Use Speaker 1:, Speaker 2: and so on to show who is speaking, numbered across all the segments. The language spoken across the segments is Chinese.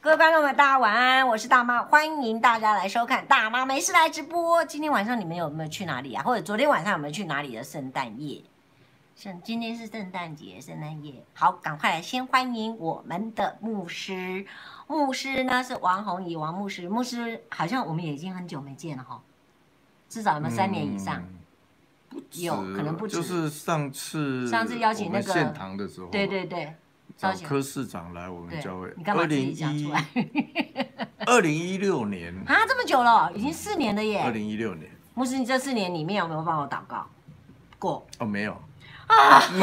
Speaker 1: 各位观众们，大家晚安，我是大妈，欢迎大家来收看《大妈没事来直播》。今天晚上你们有没有去哪里啊？或者昨天晚上有没有去哪里的圣诞夜？圣，今天是圣诞节，圣诞夜。好，赶快来先欢迎我们的牧师。牧师呢是王红怡，王牧师。牧师好像我们也已经很久没见了哈，至少有没有三年以上？
Speaker 2: 嗯不止
Speaker 1: 有可能不止
Speaker 2: 就是上次
Speaker 1: 上次邀请那个
Speaker 2: 我们献堂的时候，
Speaker 1: 对，对对，
Speaker 2: 找
Speaker 1: 邀请
Speaker 2: 柯市长来我们
Speaker 1: 对
Speaker 2: 教会。
Speaker 1: 你干嘛自己讲出来？
Speaker 2: 二零一六年，
Speaker 1: 啊，这么久了，已经四年了
Speaker 2: 二
Speaker 1: 耶。
Speaker 2: 零一六年
Speaker 1: 牧师，你这四年里面有没有帮我祷告过？
Speaker 2: 哦，没有，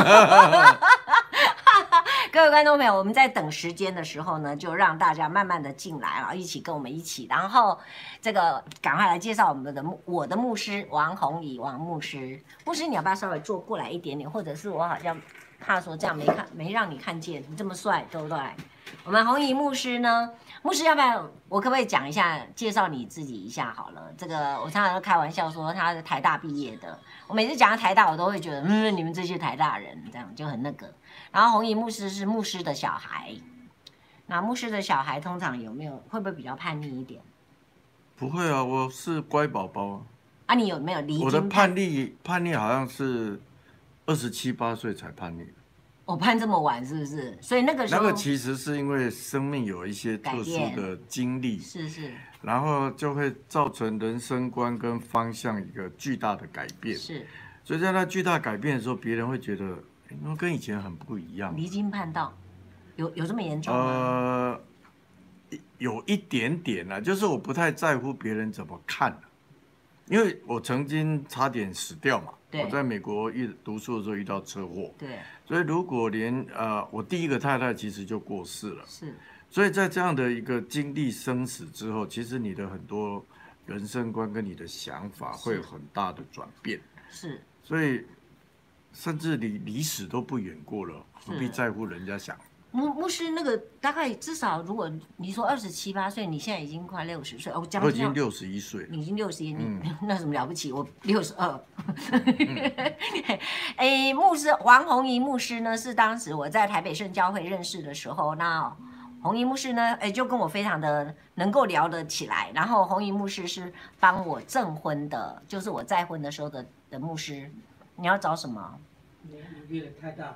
Speaker 1: 各位观众朋友，我们在等时间的时候呢，就让大家慢慢的进来啊了，一起跟我们一起，然后这个赶快来介绍我们的牧我的牧师王宏仪王牧师，牧师你要不要稍微坐过来一点点，或者是我好像怕说这样没看没让你看见你这么帅，对不对？我们红仪牧师呢，牧师要不要我可不可以讲一下介绍你自己一下好了？这个我常常都开玩笑说他是台大毕业的，我每次讲到台大，我都会觉得嗯你们这些台大人这样就很那个。然后红衣牧师是牧师的小孩，那牧师的小孩通常有没有会不会比较叛逆一点？
Speaker 2: 不会啊，我是乖宝宝啊。
Speaker 1: 啊，你有没有离经？
Speaker 2: 我的叛逆叛逆好像是二十七八岁才叛逆，
Speaker 1: 我叛这么晚是不是？所以那个时
Speaker 2: 那
Speaker 1: 候
Speaker 2: 个其实是因为生命有一些特殊
Speaker 1: 改变
Speaker 2: 的经历，
Speaker 1: 是是
Speaker 2: 然后就会造成人生观跟方向一个巨大的改变。
Speaker 1: 是
Speaker 2: 所以在那巨大改变的时候，别人会觉得，诶那跟以前很不一样。
Speaker 1: 离经叛道，有有这么严重吗？
Speaker 2: 呃，有一点点啦、就是我不太在乎别人怎么看、啊因为我曾经差点死掉嘛。
Speaker 1: 对
Speaker 2: 我在美国遇读书的时候遇到车祸，
Speaker 1: 对，
Speaker 2: 所以如果连呃我第一个太太其实就过世了，
Speaker 1: 是
Speaker 2: 所以在这样的一个经历生死之后，其实你的很多人生观跟你的想法会有很大的转变。
Speaker 1: 是
Speaker 2: 所以甚至离离死都不远过了，
Speaker 1: 是
Speaker 2: 何必在乎人家想？
Speaker 1: 牧牧师那个大概至少，如果你说二十七八岁，你现在已经快六十岁，哦，将
Speaker 2: 我已
Speaker 1: 近要
Speaker 2: 经六十一岁了，
Speaker 1: 你已经六十一，你 那有什么了不起？我六十二。 哎，牧师王红怡牧师呢，是当时我在台北圣教会认识的时候，那红怡牧师呢，哎，就跟我非常的能够聊得起来。然后红怡牧师是帮我证婚的，就是我再婚的时候的的牧师。你要找什么？
Speaker 3: 你你月太大，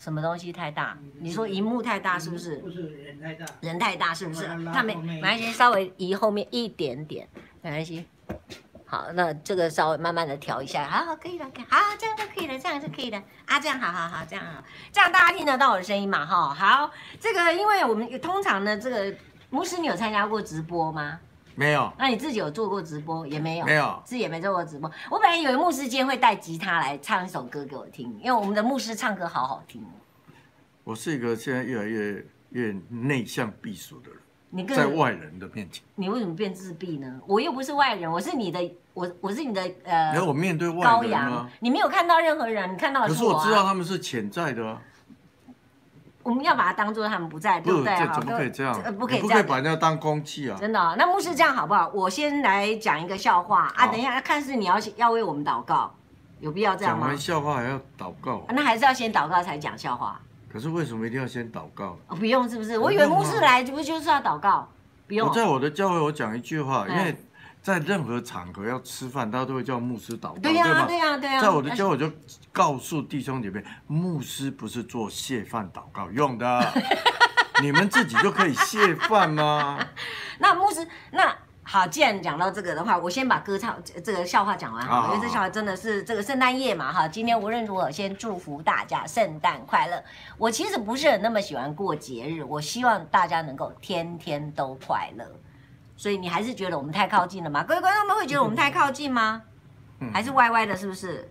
Speaker 1: 什么东西太大？你说荧幕太大是不是？
Speaker 3: 不是人太大，
Speaker 1: 人太大是不是
Speaker 3: 把它？拉
Speaker 1: 他没，
Speaker 3: 后面
Speaker 1: 没
Speaker 3: 一
Speaker 1: 关系，稍微移后面一点点，没关系。好，那这个稍微慢慢的调一下，好好可以了，可以好，这样就可以了，这样就可以了啊，这样好好好，这样好，这样大家听得到我的声音嘛？哈，好，这个因为我们通常呢，这个牧师你有参加过直播吗？
Speaker 2: 没有，
Speaker 1: 那你自己有做过直播也没有？
Speaker 2: 没有，
Speaker 1: 自己也没做过直播。我本来以为牧师今天会带吉他来唱一首歌给我听，因为我们的牧师唱歌好好听哦。
Speaker 2: 我是一个现在越来越越内向避暑的人，
Speaker 1: 你更
Speaker 2: 在外人的面前，
Speaker 1: 你为什么变自闭呢？我又不是外人，我是你的，我我是你的
Speaker 2: 然后
Speaker 1: 呃
Speaker 2: 我面对外
Speaker 1: 羔
Speaker 2: 人
Speaker 1: 羊
Speaker 2: 啊，，
Speaker 1: 你没有看到任何人，你看到的
Speaker 2: 可是
Speaker 1: 我、啊。
Speaker 2: 我知道他们是潜在的啊，
Speaker 1: 我们要把它当做他们不在，对
Speaker 2: 不，
Speaker 1: 哎对？
Speaker 2: 这
Speaker 1: 好
Speaker 2: 怎么可以这样
Speaker 1: 呃？不可
Speaker 2: 你
Speaker 1: 以
Speaker 2: 不
Speaker 1: 这
Speaker 2: 可以
Speaker 1: 样。
Speaker 2: 把人家当空气啊！
Speaker 1: 真的哦、那牧师这样好不好？我先来讲一个笑话啊，
Speaker 2: 好
Speaker 1: 等一下看是你要要为我们祷告，有必要这样
Speaker 2: 讲
Speaker 1: 吗？
Speaker 2: 完笑话还要祷告
Speaker 1: 啊，那还是要先祷告才讲笑话、
Speaker 2: 可是为什么一定要先祷告？
Speaker 1: 哦不用是不是？
Speaker 2: 不用啊
Speaker 1: 我以为牧师来不就是要祷告？不用
Speaker 2: 我
Speaker 1: 哦、
Speaker 2: 在我的教会，我讲一句话，因
Speaker 1: 哎
Speaker 2: 为在任何场合要吃饭，大家都会叫牧师祷告，
Speaker 1: 对
Speaker 2: 吧？
Speaker 1: 呀、对呀、对啊呀、
Speaker 2: 在我的教我就告诉弟兄姐妹，牧师不是做谢饭祷告 用的，你们自己就可以谢饭吗？
Speaker 1: 那牧师，那好，既然讲到这个的话，我先把歌唱这这个笑话讲完好了，
Speaker 2: 好
Speaker 1: 因为这笑话真的是这个圣诞夜嘛哈。今天无论如何先祝福大家圣诞快乐。我其实不是很那么喜欢过节日，我希望大家能够天天都快乐。所以你还是觉得我们太靠近了吗？各位观众们会觉得我们太靠近吗？
Speaker 2: 嗯
Speaker 1: 还是歪歪的，是不是？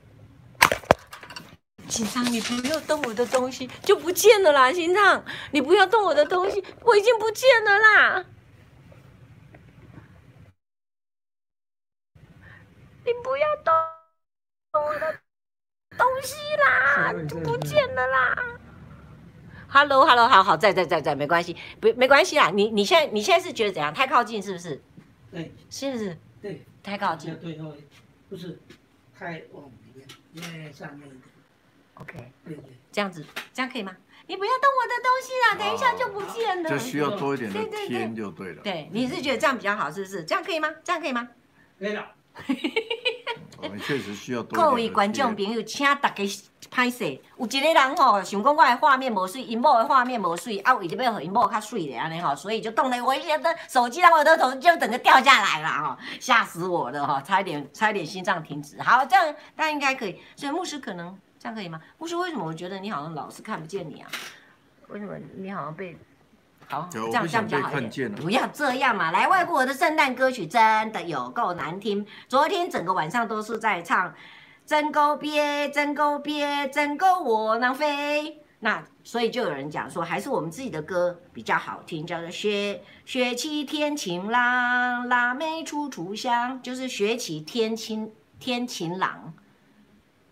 Speaker 1: 心脏，你不要动我的东西，就不见了啦！心脏，你不要动我的东西，我已经不见了啦！你不要动我的东西啦，就不见了啦！Hello Hello，好好在在在在，没关系，不没关系啦。你你现在你现在是觉得怎样？太靠近是不是？
Speaker 3: 对
Speaker 1: 是不是
Speaker 3: 对，
Speaker 1: 太靠
Speaker 3: 要
Speaker 1: 近
Speaker 3: 对后不是太往里面，因为上面一点，
Speaker 1: ？OK，
Speaker 3: 对对，
Speaker 1: 这样子这样可以吗？你不要动我的东西啦，等一下就不见了。
Speaker 2: 哦这需要多一点的
Speaker 1: 对对对
Speaker 2: 天就对了。
Speaker 1: 对，你是觉得这样比较好，是不是？这样可以吗？这样可以吗？
Speaker 3: 可以了，
Speaker 2: 我们确实需要多一点的
Speaker 1: 各位观众
Speaker 2: 天
Speaker 1: 朋友，请大家拍摄。有一个人吼、想讲我的画面无水，因某的画面无水，啊，为着要让因某较水的安尼吼，所以就动了我一下的手机，让我的头就整个掉下来了哈、 吓死我了哈、差一点差一点心脏停止。好，这样大家应该可以。所以牧师可能这样可以吗？牧师为什么我觉得你好像老是看不见你啊？为什么你好像被？好，
Speaker 2: 对我
Speaker 1: 这样
Speaker 2: 不
Speaker 1: 这样
Speaker 2: 想
Speaker 1: 比较
Speaker 2: 被
Speaker 1: 好一
Speaker 2: 看
Speaker 1: 点
Speaker 2: 见。了
Speaker 1: 不要这样嘛！来，外国的圣诞歌曲真的有够难听。昨天整个晚上都是在唱“真够憋，真够憋，真够我能飞”。那所以就有人讲说，还是我们自己的歌比较好听，叫做学学期天晴朗，腊梅处处香，就是学期天晴天晴朗，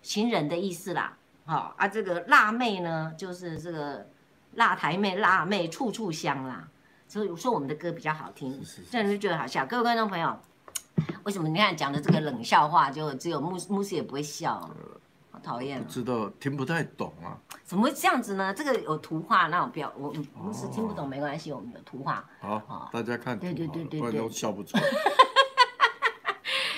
Speaker 1: 情人的意思啦。好、啊，这个辣妹呢，就是这个辣台妹、辣妹处处香啦。所以我说我们的歌比较好听
Speaker 2: 是是，是
Speaker 1: 这样就觉得好笑。各位观众朋友，为什么你看讲的这个冷笑话，就只有牧牧师也不会笑、啊？好讨厌、啊
Speaker 2: 不！知道听不太懂啊，
Speaker 1: 怎么会这样子呢？这个有图画，那我不要，我
Speaker 2: 哦
Speaker 1: 牧师听不懂没关系，我们有图画。
Speaker 2: 好
Speaker 1: 好，
Speaker 2: 大家看图
Speaker 1: 哦对对
Speaker 2: 好了
Speaker 1: 对对
Speaker 2: 不然
Speaker 1: 对
Speaker 2: 都笑 不出来。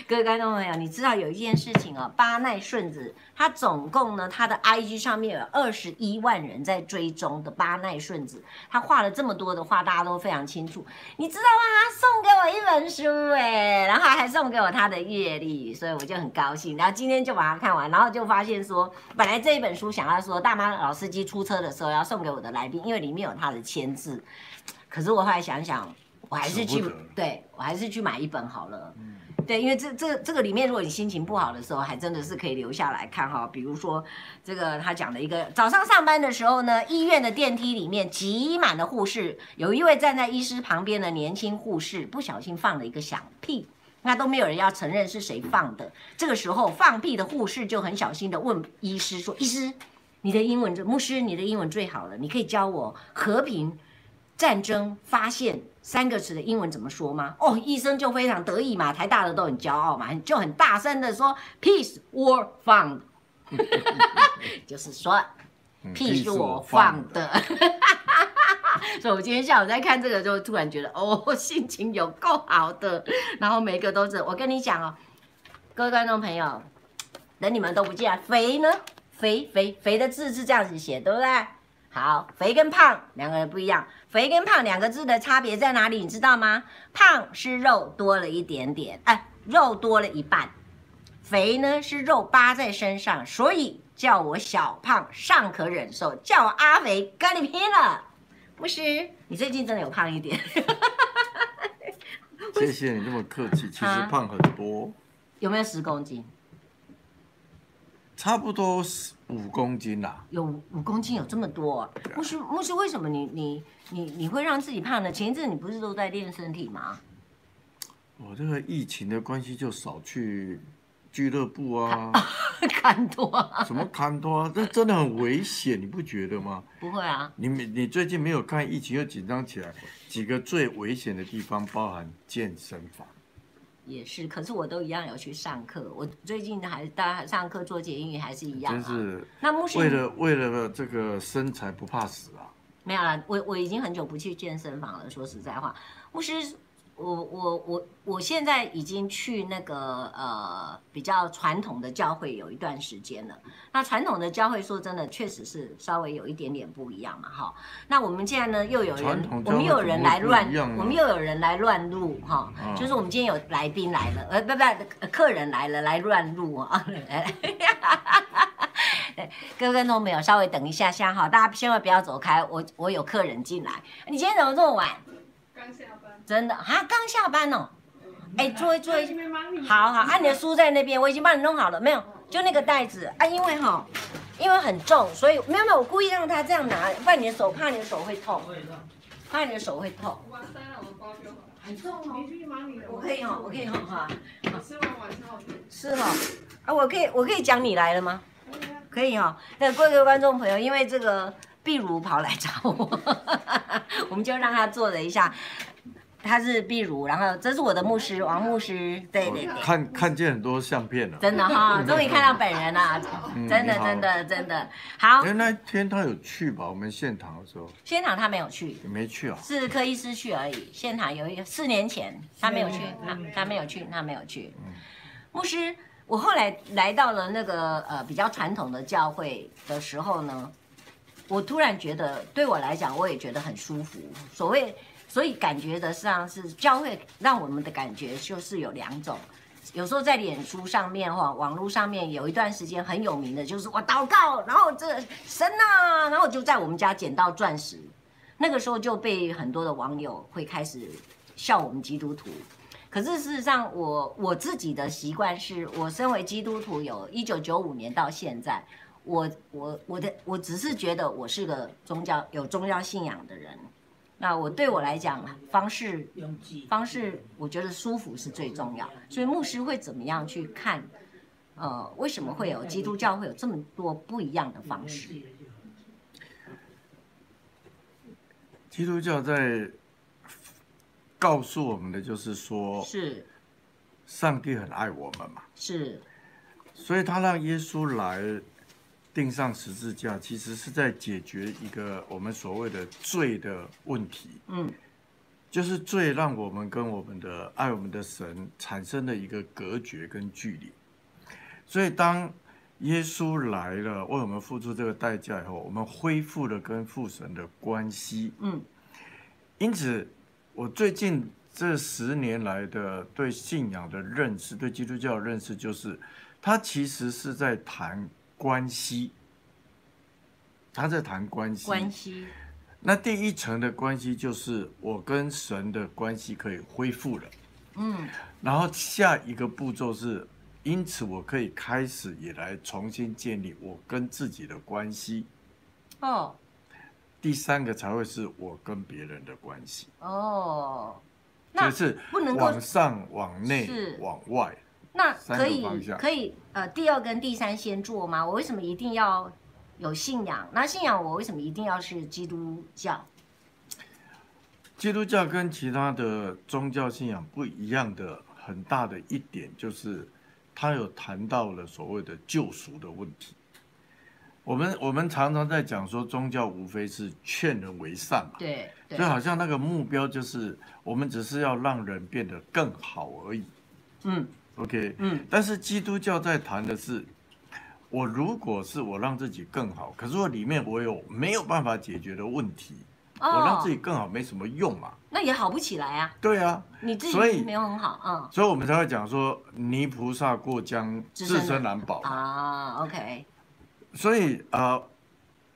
Speaker 1: 各位观众朋友，你知道有一件事情哦，巴奈顺子，他总共呢，他的 IG 上面有二十一万人在追踪的巴奈顺子，他画了这么多的画，大家都非常清楚。你知道吗？他送给我一本书，哎，然后还送给我他的阅历，所以我就很高兴。然后今天就把它看完，然后就发现说，本来这一本书想要说大妈老司机出车的时候要送给我的来宾，因为里面有他的签字，可是我后来想想，我还是去
Speaker 2: 舍不得，嗯
Speaker 1: 对我还是去买一本好了。对，因为这这这个里面，如果你心情不好的时候，还真的是可以留下来看哈。比如说，这个他讲的一个早上上班的时候呢，医院的电梯里面挤满了护士，有一位站在医师旁边的年轻护士不小心放了一个响屁。那都没有人要承认是谁放的。这个时候，放屁的护士就很小心的问医师说：“医师，你的英文最牧师，你的英文最好了，你可以教我和平、战争、发现三个词的英文怎么说吗？哦，医生就非常得意嘛，台大的都很骄傲嘛，就很大声的说 peace war found，就是 说
Speaker 2: 嗯
Speaker 1: 屁是我放，的。 所以，我今天下午在看这个，就突然觉得，哦， 心情有够好的。然后每一个都是，我跟你讲哦，各位观众朋友，等你们都不见了，肥呢，肥肥肥的字是这样子写，对不对？好，肥跟胖两个人不一样，肥跟胖两个字的差别在哪里？你知道吗？胖是肉多了一点点，哎，肉多了一半，肥呢是肉扒在身上，所以叫我小胖尚可忍受，叫我阿肥跟你拼了。牧师，你最近真的有胖一点，
Speaker 2: 谢谢你这么客气。其实
Speaker 1: 啊
Speaker 2: 胖很多，
Speaker 1: 有没有十公斤？
Speaker 2: 差不多五公斤啦。
Speaker 1: 有五公斤，有这么多、牧师，牧师，为什么你你你你会让自己胖呢？前一阵你不是都在练身体吗？
Speaker 2: 我这个疫情的关系就少去俱乐部啊，
Speaker 1: 看多啊
Speaker 2: 什么看多啊，这真的很危险，你不觉得吗？
Speaker 1: 不会啊，
Speaker 2: 你没你最近没有看疫情又紧张起来，几个最危险的地方包含健身房。
Speaker 1: 也是。可是我都一样有去上课，我最近还大家上课做节育还是一样、啊。
Speaker 2: 真是
Speaker 1: 那牧师
Speaker 2: 为了为了这个身材不怕死啊！
Speaker 1: 没有啦，我我已经很久不去健身房了。说实在话，牧师，我我我我现在已经去那个呃比较传统的教会有一段时间了。那传统的教会说真的，确实是稍微有一点点不一样嘛，哈。那我们现在呢又有
Speaker 2: 传
Speaker 1: 人
Speaker 2: 统，
Speaker 1: 我
Speaker 2: 教会
Speaker 1: 们又有人来
Speaker 2: 怎么会
Speaker 1: 乱
Speaker 2: 不一样呢，
Speaker 1: 我们又有人来乱入哈
Speaker 2: 嗯。
Speaker 1: 就是我们今天有来宾来了，呃，不不，呃客人来了来乱入啊。 各位观众朋友，稍微等一下下哈，大家千万不要走开，我我有客人进来。你今天怎么这么晚？
Speaker 4: 刚下班。
Speaker 1: 真的哈，刚下班哦。哎，坐一坐一
Speaker 4: 这边帮你。
Speaker 1: 好好，啊，你的书在那边，我已经帮你弄好了，没有？就那个袋子啊，因为哈，因为很重，所以没有没有，我故意让他这样拿，不然你的手怕你的手会痛，
Speaker 3: 我也让
Speaker 1: 怕你的手会痛。
Speaker 4: 我把塞了我的包就好了。
Speaker 1: 很重哦
Speaker 4: 你去忙你的。
Speaker 1: 我可以哈，我可以哈哈，
Speaker 4: 我吃完晚餐我去。
Speaker 1: 是哈，啊，我可以我可以讲你来了吗？
Speaker 4: 哎呀
Speaker 1: 可以哦。那各位观众朋友，因为这 个碧如跑来找我，我们就让他坐了一下。他是壁炉，然后这是我的牧师王牧师，对对对，
Speaker 2: 看看见很多相片了。
Speaker 1: 真的哈，终于看到本人了，
Speaker 2: 嗯
Speaker 1: 真的
Speaker 2: 你好
Speaker 1: 真的真的好。
Speaker 2: 哎，那天他有去吧？我们现场的时候
Speaker 1: 现场他没有去，
Speaker 2: 也没去啊。
Speaker 1: 是柯医师去而已。现场有一个四年前他没有去
Speaker 3: 四年，
Speaker 1: 他
Speaker 3: 前
Speaker 1: 他没有去，他没有去。牧师，我后来来到了那个呃比较传统的教会的时候呢，我突然觉得对我来讲，我也觉得很舒服。所谓，所以感觉得上是教会让我们的感觉就是有两种。有时候在脸书上面哈，网络上面有一段时间很有名的，就是我祷告，然后这神呐、然后就在我们家捡到钻石，那个时候就被很多的网友会开始笑我们基督徒。可是事实上我，我自己的习惯是，我身为基督徒有一九九五年到现在，我我我的我只是觉得我是个宗教有宗教信仰的人。那我对我来讲，方式
Speaker 3: 拥挤
Speaker 1: 方式，我觉得舒服是最重要。所以牧师会怎么样去看？呃，为什么会有基督教会有这么多不一样的方式？
Speaker 2: 基督教在告诉我们的就是说，
Speaker 1: 是
Speaker 2: 上帝很爱我们嘛，
Speaker 1: 是
Speaker 2: 所以他让耶稣来钉上十字架，其实是在解决一个我们所谓的罪的问题。
Speaker 1: 嗯，
Speaker 2: 就是罪让我们跟我们的爱我们的神产生了一个隔绝跟距离。所以当耶稣来了，为我们付出这个代价以后，我们恢复了跟父神的关系。
Speaker 1: 嗯，
Speaker 2: 因此，我最近这十年来的对信仰的认识，对基督教的认识，就是它其实是在谈关系，他在谈关系。
Speaker 1: 关系
Speaker 2: 那第一层的关系就是我跟神的关系可以恢复了，
Speaker 1: 嗯，
Speaker 2: 然后下一个步骤是，因此我可以开始也来重新建立我跟自己的关系。
Speaker 1: 哦
Speaker 2: 第三个才会是我跟别人的关系，
Speaker 1: 哦，那
Speaker 2: 就是
Speaker 1: 不能够
Speaker 2: 往上、往内
Speaker 1: 是、
Speaker 2: 往外。
Speaker 1: 那
Speaker 2: 三
Speaker 1: 可
Speaker 2: 个
Speaker 1: 以
Speaker 2: 方向
Speaker 1: 可以呃，第二跟第三先做吗？我为什么一定要有信仰？那信仰我为什么一定要是基督教？
Speaker 2: 基督教跟其他的宗教信仰不一样的很大的一点就是，它有谈到了所谓的救赎的问题。我们我们常常在讲说，宗教无非是劝人为善嘛，
Speaker 1: 对对
Speaker 2: 就，好像那个目标就是我们只是要让人变得更好而已。
Speaker 1: 嗯
Speaker 2: OK，
Speaker 1: 嗯
Speaker 2: 但是基督教在谈的是，我如果是我让自己更好，可是我里面我有没有办法解决的问题，我让
Speaker 1: 哦
Speaker 2: 自，己更好没什么用嘛。
Speaker 1: 那也好不起来啊，
Speaker 2: 对啊，
Speaker 1: 你自
Speaker 2: 所
Speaker 1: 己
Speaker 2: 以
Speaker 1: 没有很好，嗯
Speaker 2: 所以我们才会讲说泥菩萨过江，
Speaker 1: 自
Speaker 2: 自
Speaker 1: 身难
Speaker 2: 身难保
Speaker 1: 嗯。啊，OK，
Speaker 2: 所以啊、呃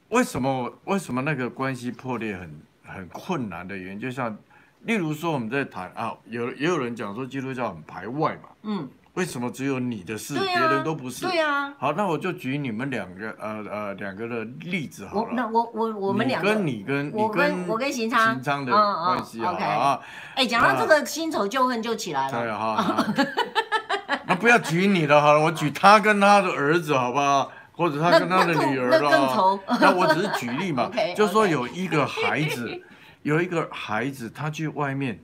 Speaker 2: 为什么为什么那个关系破裂很很困难的原因，就像例如说我们在谈啊，有也有人讲说基督教很排外嘛，
Speaker 1: 嗯，
Speaker 2: 为什么只有你的事，
Speaker 1: 对
Speaker 2: 别
Speaker 1: 啊，
Speaker 2: 人都不是？
Speaker 1: 对啊，
Speaker 2: 好，那我就举你们两个呃呃两个的例子好
Speaker 1: 我那
Speaker 2: 了。
Speaker 1: 我我我们两
Speaker 2: 你跟
Speaker 1: 个，
Speaker 2: 你跟
Speaker 1: 我
Speaker 2: 你
Speaker 1: 跟我跟行昌
Speaker 2: 行昌的
Speaker 1: 嗯嗯
Speaker 2: 关系好了
Speaker 1: OK
Speaker 2: 啊，
Speaker 1: 哎，讲到这个新仇旧恨就起来
Speaker 2: 对啊
Speaker 1: 了，
Speaker 2: 哈、 那不要举你了，好了，我举他跟他的儿子，好不好？或者他跟他的女儿
Speaker 1: 那那更那更
Speaker 2: 了
Speaker 1: 愁。
Speaker 2: 那我只是举例嘛
Speaker 1: OK，OK
Speaker 2: 就说有一个孩子， 有一个孩子，他去外面，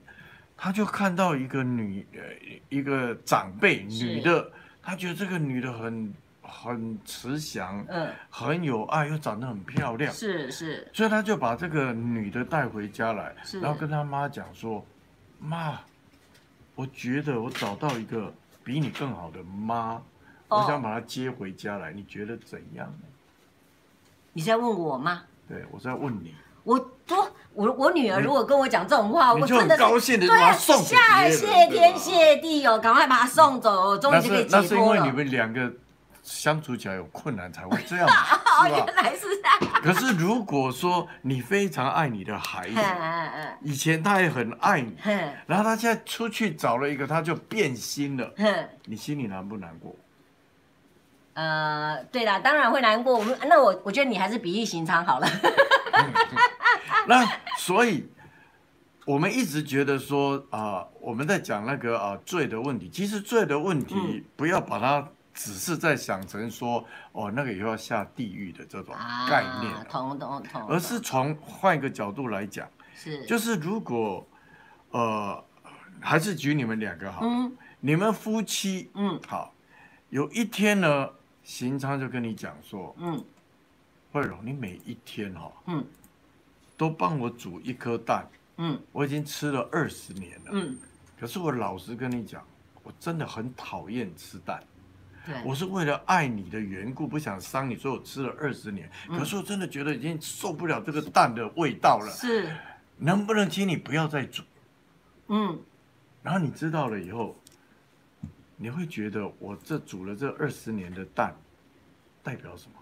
Speaker 2: 他就看到一个女，呃，一个长辈
Speaker 1: 是
Speaker 2: 女的，他觉得这个女的很很慈祥，
Speaker 1: 嗯，
Speaker 2: 很有爱，又长得很漂亮，
Speaker 1: 是是，
Speaker 2: 所以他就把这个女的带回家来
Speaker 1: 是，
Speaker 2: 然后跟他妈讲说：“妈，我觉得我找到一个比你更好的妈，
Speaker 1: 哦
Speaker 2: 我想把她接回家来，你觉得怎样呢
Speaker 1: 你是在问我吗？？”
Speaker 2: 对，我在问你，
Speaker 1: 我多我我女儿如果跟我讲这种话，
Speaker 2: 你
Speaker 1: 我
Speaker 2: 就
Speaker 1: 真
Speaker 2: 很
Speaker 1: 的是
Speaker 2: 高兴的
Speaker 1: 对
Speaker 2: 把
Speaker 1: 啊，
Speaker 2: 她送给
Speaker 1: 下
Speaker 2: 别人
Speaker 1: 谢天。
Speaker 2: 对吧
Speaker 1: 谢地哦，赶快把她送走，哦我终
Speaker 2: 那
Speaker 1: 于就可以
Speaker 2: 是
Speaker 1: 解
Speaker 2: 那是因
Speaker 1: 脱
Speaker 2: 为
Speaker 1: 了。
Speaker 2: 你们两个相处起来有困难才会这样嘛，
Speaker 1: 哦，
Speaker 2: 是吧
Speaker 1: 原？来是这样。
Speaker 2: 可是如果说你非常爱你的孩
Speaker 1: 嗯
Speaker 2: 子，
Speaker 1: 嗯
Speaker 2: 以前他也很爱你，
Speaker 1: 嗯
Speaker 2: 然后他现在出去找了一个，他就变心了。
Speaker 1: 哼哼，
Speaker 2: 你心里难不难过？
Speaker 1: 呃，对啦，当然会难过。我们那我我觉得你还是比翼行昌好了。
Speaker 2: 那所以，我们一直觉得说啊、我们在讲那个啊、罪的问题，其实罪的问
Speaker 1: 嗯
Speaker 2: 题不要把它只是在想成说哦那个以后要下地狱的这种概念
Speaker 1: 啊啊，，同同同，
Speaker 2: 而是从换一个角度来讲，
Speaker 1: 是
Speaker 2: 就是如果。呃，还是举你们两个好了，
Speaker 1: 嗯
Speaker 2: 你们夫妻
Speaker 1: 嗯
Speaker 2: 好，有一天呢，行昌就跟你讲说，
Speaker 1: 嗯
Speaker 2: 慧荣，你每一天哈、
Speaker 1: 嗯
Speaker 2: 都帮我煮一颗蛋，
Speaker 1: 嗯
Speaker 2: 我已经吃了二十年了。
Speaker 1: 嗯，
Speaker 2: 可是我老实跟你讲，我真的很讨厌吃蛋。
Speaker 1: 对，
Speaker 2: 我是为了爱你的缘故，不想伤你，所以我吃了二十年。
Speaker 1: 嗯
Speaker 2: 可是我真的觉得已经受不了这个蛋的味道了，
Speaker 1: 是
Speaker 2: 能不能请你不要再煮？
Speaker 1: 嗯
Speaker 2: 然后你知道了以后，你会觉得我这煮了这二十年的蛋，代表什么？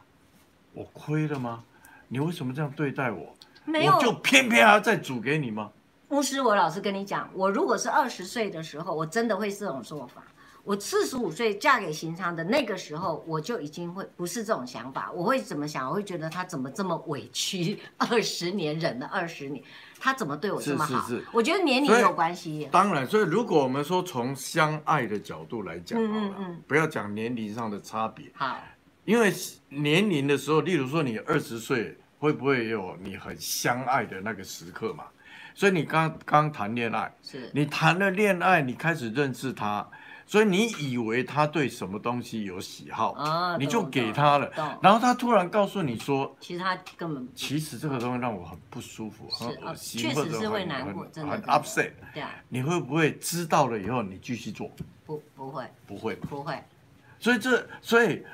Speaker 2: 我亏了吗？你为什么这样对待我？
Speaker 1: 没有
Speaker 2: 我就偏偏还要再煮给你吗？
Speaker 1: 牧师，我老实跟你讲，我如果是二十岁的时候，我真的会这种做法。我四十五岁嫁给邢昌的那个时候，我就已经会不是这种想法。我会怎么想？我会觉得他怎么这么委屈，二十年忍了二十年，他怎么对我这么好？
Speaker 2: 是是是
Speaker 1: 我觉得年龄
Speaker 2: 所以
Speaker 1: 有关系。
Speaker 2: 当然，所以如果我们说从相爱的角度来讲好了，
Speaker 1: 嗯嗯嗯
Speaker 2: 不要讲年龄上的差别，
Speaker 1: 好，
Speaker 2: 因为年龄的时候，例如说你二十岁，会不会有你很相爱的那个时刻嘛？所以你刚刚谈恋爱，
Speaker 1: 是
Speaker 2: 你谈了恋爱，你开始认识他，所以你以为他对什么东西有喜好，
Speaker 1: 啊
Speaker 2: 你就
Speaker 1: 懂
Speaker 2: 给他了
Speaker 1: 懂。
Speaker 2: 然后他突然告诉你说，
Speaker 1: 其实他根本不
Speaker 2: 其实这个东西让我很不舒服，
Speaker 1: 是啊
Speaker 2: 很恶心，
Speaker 1: 确实
Speaker 2: 或者
Speaker 1: 是会
Speaker 2: 很
Speaker 1: 难
Speaker 2: 很
Speaker 1: 过真的
Speaker 2: 很
Speaker 1: 真的
Speaker 2: upset。
Speaker 1: 对啊，
Speaker 2: 你会不会知道了以后你继续做？
Speaker 1: 不不会
Speaker 2: 不会嘛。
Speaker 1: 不会，
Speaker 2: 所以这所以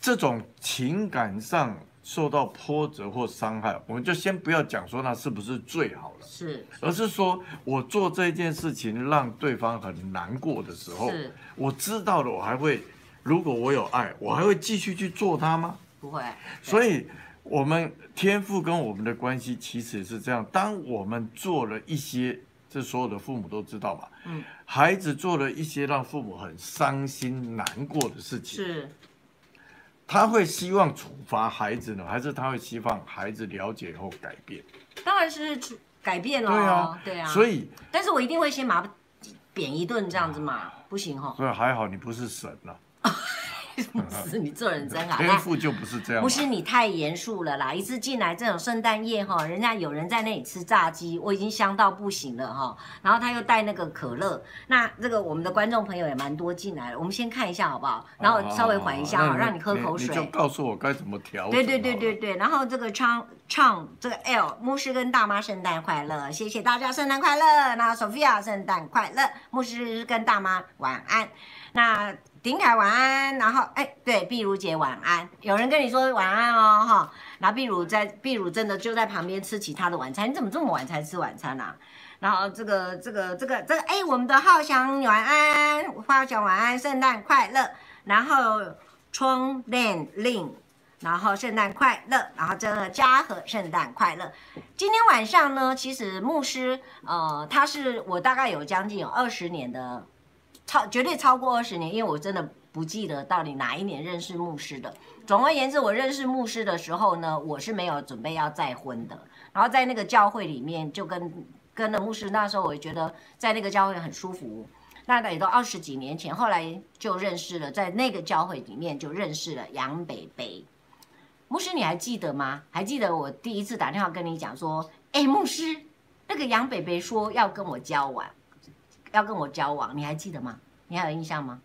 Speaker 2: 这种情感上受到波折或伤害，我们就先不要讲说那是不是最好了，
Speaker 1: 是
Speaker 2: 而是说我做这件事情让对方很难过的时候，
Speaker 1: 是
Speaker 2: 我知道了，我还会如果我有爱，我还会继续去做它吗？
Speaker 1: 不会。
Speaker 2: 所以，我们天赋跟我们的关系其实是这样：当我们做了一些，这所有的父母都知道嘛，
Speaker 1: 嗯，
Speaker 2: 孩子做了一些让父母很伤心难过的事情，
Speaker 1: 是
Speaker 2: 他会希望处罚孩子呢，还是他会希望孩子了解后改变？
Speaker 1: 当然是改变了、
Speaker 2: 对啊，
Speaker 1: 对啊。
Speaker 2: 所以，
Speaker 1: 但是我一定会先把他扁一顿这样子嘛，不行 哦，
Speaker 2: 所以还好你不是神了、
Speaker 1: 是你做人真好。
Speaker 2: 天
Speaker 1: 来，
Speaker 2: 赋就不是这样
Speaker 1: 啊
Speaker 2: 嘛。
Speaker 1: 不是你太严肃了啦！一次进来这种圣诞夜哈，人家有人在那里吃炸鸡，我已经香到不行了哈。然后他又带那个可乐，那这个我们的观众朋友也蛮多进来了，我们先看一下好不好？然
Speaker 2: 啊
Speaker 1: 后稍微缓一下
Speaker 2: 好
Speaker 1: 哈，
Speaker 2: 好好
Speaker 1: 让你喝口水。
Speaker 2: 你就告诉我该怎么调整。
Speaker 1: 对对对对。对，然后这个唱唱这个 L 牧师跟大妈圣诞快乐，谢谢大家圣诞快乐。那 Sophia 圣诞快乐，牧师跟大妈晚安。那顶凯晚安，然后哎对，碧如姐晚安。有人跟你说晚安哦哈，然后碧如在碧如真的就在旁边吃其他的晚餐，你怎么这么晚才吃晚餐啊？然后这个这个这个这个，哎，我们的浩翔晚安，浩翔晚安，圣诞快乐。然后冲练令，然后圣诞快乐，然后这个嘉禾圣诞快乐。今天晚上呢，其实牧师呃，他是我大概有将近有二十年的，超绝对超过二十年，因为我真的不记得到底哪一年认识牧师的。总而言之，我认识牧师的时候呢，我是没有准备要再婚的。然后在那个教会里面，就跟跟了牧师，那时候我也觉得在那个教会很舒服。那也都二十几年前，后来就认识了，在那个教会里面就认识了杨北北。牧师，你还记得吗？还记得我第一次打电话跟你讲说，哎，牧师，那个杨北北说要跟我交往，要跟我交往，你还记得吗？你还有印象吗？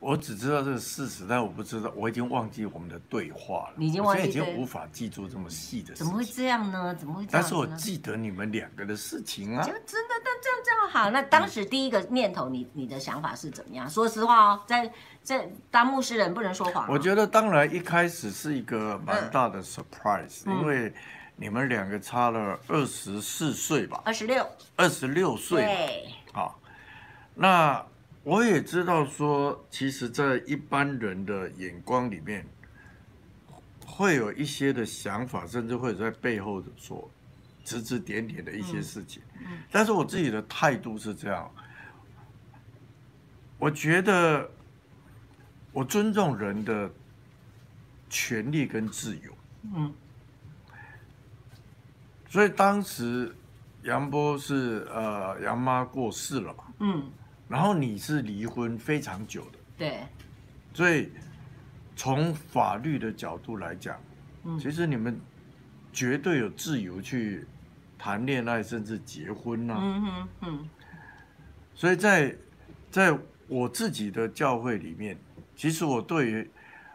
Speaker 2: 我只知道这个事实，但我不知道，我已经忘记我们的对话了。
Speaker 1: 你已经
Speaker 2: 我
Speaker 1: 忘记
Speaker 2: 现在已经
Speaker 1: 对
Speaker 2: 无法记住这么细的事
Speaker 1: 怎么会
Speaker 2: 情。
Speaker 1: 这样呢？怎么会这样
Speaker 2: 但
Speaker 1: 子
Speaker 2: 是
Speaker 1: 呢？
Speaker 2: 我记得你们两个的事情啊
Speaker 1: 就，真的，但这样这样好。那当时第一个念头，你你的想法是怎么样？说实话哦，在在当牧师人不能说谎啊、
Speaker 2: 我觉得当然一开始是一个蛮
Speaker 1: 嗯
Speaker 2: 大的 surprise，、
Speaker 1: 嗯
Speaker 2: 因为你们两个差了二十四岁吧，
Speaker 1: 二十六
Speaker 2: 二十六岁吧
Speaker 1: 对，
Speaker 2: 好，那我也知道说，其实，在一般人的眼光里面，会有一些的想法，甚至会有在背后所指指点点的一些事情。但是我自己的态度是这样，我觉得我尊重人的权利跟自由。
Speaker 1: 嗯。
Speaker 2: 所以当时杨波是呃杨妈过世了嘛，
Speaker 1: 嗯，
Speaker 2: 然后你是离婚非常久的，
Speaker 1: 对，
Speaker 2: 所以从法律的角度来讲，
Speaker 1: 嗯
Speaker 2: 其实你们绝对有自由去谈恋爱，甚至结婚啊呐、
Speaker 1: 嗯哼嗯
Speaker 2: 所以在在我自己的教会里面，其实我对于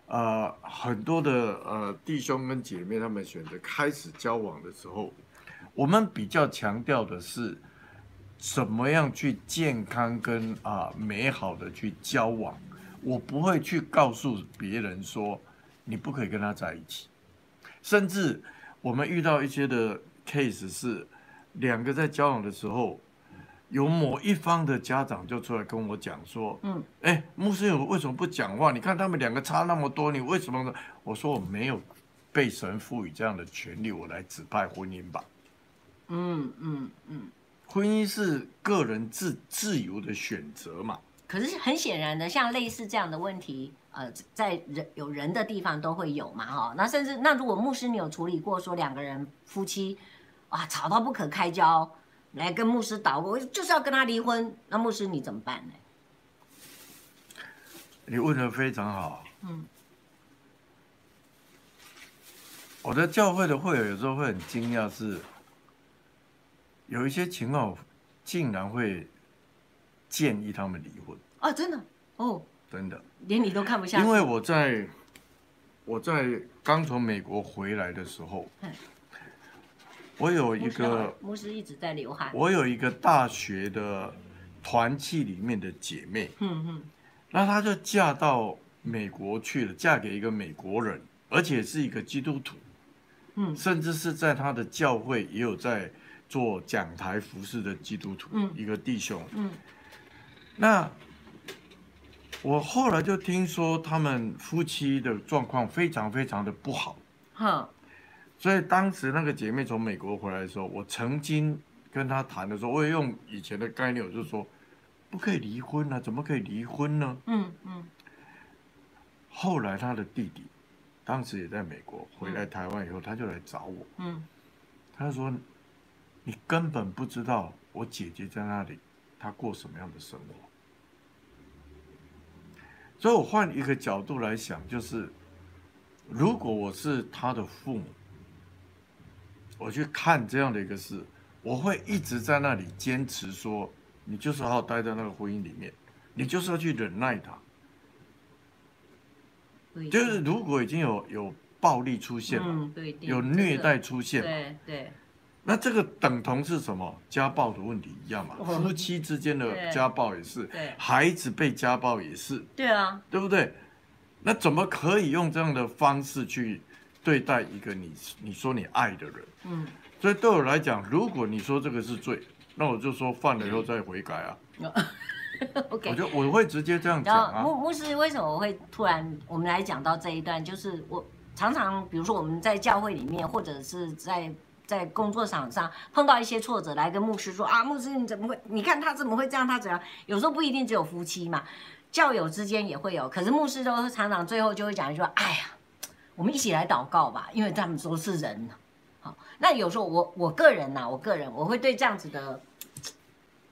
Speaker 2: 呃很多的呃弟兄跟姐妹他们选择开始交往的时候，我们比较强调的是怎么样去健康跟啊、美好的去交往。我不会去告诉别人说你不可以跟他在一起，甚至我们遇到一些的 case 是两个在交往的时候，有某一方的家长就出来跟我讲说，
Speaker 1: 嗯，
Speaker 2: 哎，牧师，我为什么不讲话？你看他们两个差那么多，你为什么呢？我说我没有被神赋予这样的权利，我来指派婚姻吧。
Speaker 1: 嗯嗯嗯。
Speaker 2: 婚姻是个人自自由的选择嘛，
Speaker 1: 可是很显然的，像类似这样的问题，呃，在人有人的地方都会有嘛，哈、那甚至那如果牧师你有处理过说两个人夫妻啊吵到不可开交，来跟牧师祷告，我就是要跟他离婚，那牧师你怎么办呢？
Speaker 2: 你问的非常好。
Speaker 1: 嗯，
Speaker 2: 我的教会的会友有时候会很惊讶，是有一些情况竟然会建议他们离婚，
Speaker 1: 哦，真的哦，
Speaker 2: 真的。
Speaker 1: 连你都看不下去，
Speaker 2: 因为我在我在刚从美国回来的时候
Speaker 1: 嗯，
Speaker 2: 我有一
Speaker 1: 牧师好
Speaker 2: 个
Speaker 1: 牧师一直在流汗，
Speaker 2: 我有一个大学的团契里面的姐妹，
Speaker 1: 嗯嗯
Speaker 2: 那她就嫁到美国去了，嫁给一个美国人，而且是一个基督徒。
Speaker 1: 嗯
Speaker 2: 甚至是在他的教会也有在做讲台服饰的基督徒，
Speaker 1: 嗯
Speaker 2: 一个弟兄。
Speaker 1: 嗯
Speaker 2: 那我后来就听说他们夫妻的状况非常非常的不好，
Speaker 1: 哼
Speaker 2: 所以当时那个姐妹从美国回来的时候，我曾经跟她谈的时候，我也用以前的概念，我就说不可以离婚啊，怎么可以离婚呢？
Speaker 1: 嗯嗯
Speaker 2: 后来她的弟弟当时也在美国，回来台湾以后，他就来找我。
Speaker 1: 嗯
Speaker 2: 他说：“你根本不知道我姐姐在那里，她过什么样的生活。”所以，我换一个角度来想，就是如果我是她的父母，我去看这样的一个事，我会一直在那里坚持说：“你就是好好待在那个婚姻里面，你就是要去忍耐它。”
Speaker 1: 对，
Speaker 2: 就是如果已经有有暴力出现了，
Speaker 1: 嗯对，
Speaker 2: 有虐待出现
Speaker 1: 真
Speaker 2: 了
Speaker 1: 的，对对
Speaker 2: 那这个等同是什么？家暴的问题一样嘛，
Speaker 1: 哦
Speaker 2: 夫妻之间的
Speaker 1: 对
Speaker 2: 家暴也是，
Speaker 1: 对
Speaker 2: 孩子被家暴也是，
Speaker 1: 对啊，
Speaker 2: 对不对？那怎么可以用这样的方式去对待一个你你说你爱的人？
Speaker 1: 嗯
Speaker 2: 所以对我来讲，如果你说这个是罪，那我就说犯了以后再悔改啊，
Speaker 1: ，OK
Speaker 2: 我。就我会直接这样讲
Speaker 1: 然后牧
Speaker 2: 啊。
Speaker 1: 牧师为什么我会突然我们来讲到这一段，就是我常常比如说我们在教会里面或者是在。在工作场上碰到一些挫折，来跟牧师说啊，牧师你怎么会？你看他怎么会这样？他怎样？有时候不一定只有夫妻嘛，教友之间也会有。可是牧师都常常最后就会讲一句话：“哎呀，我们一起来祷告吧，因为他们都是人。”啊好，那有时候我我个人呐、我个人我会对这样子的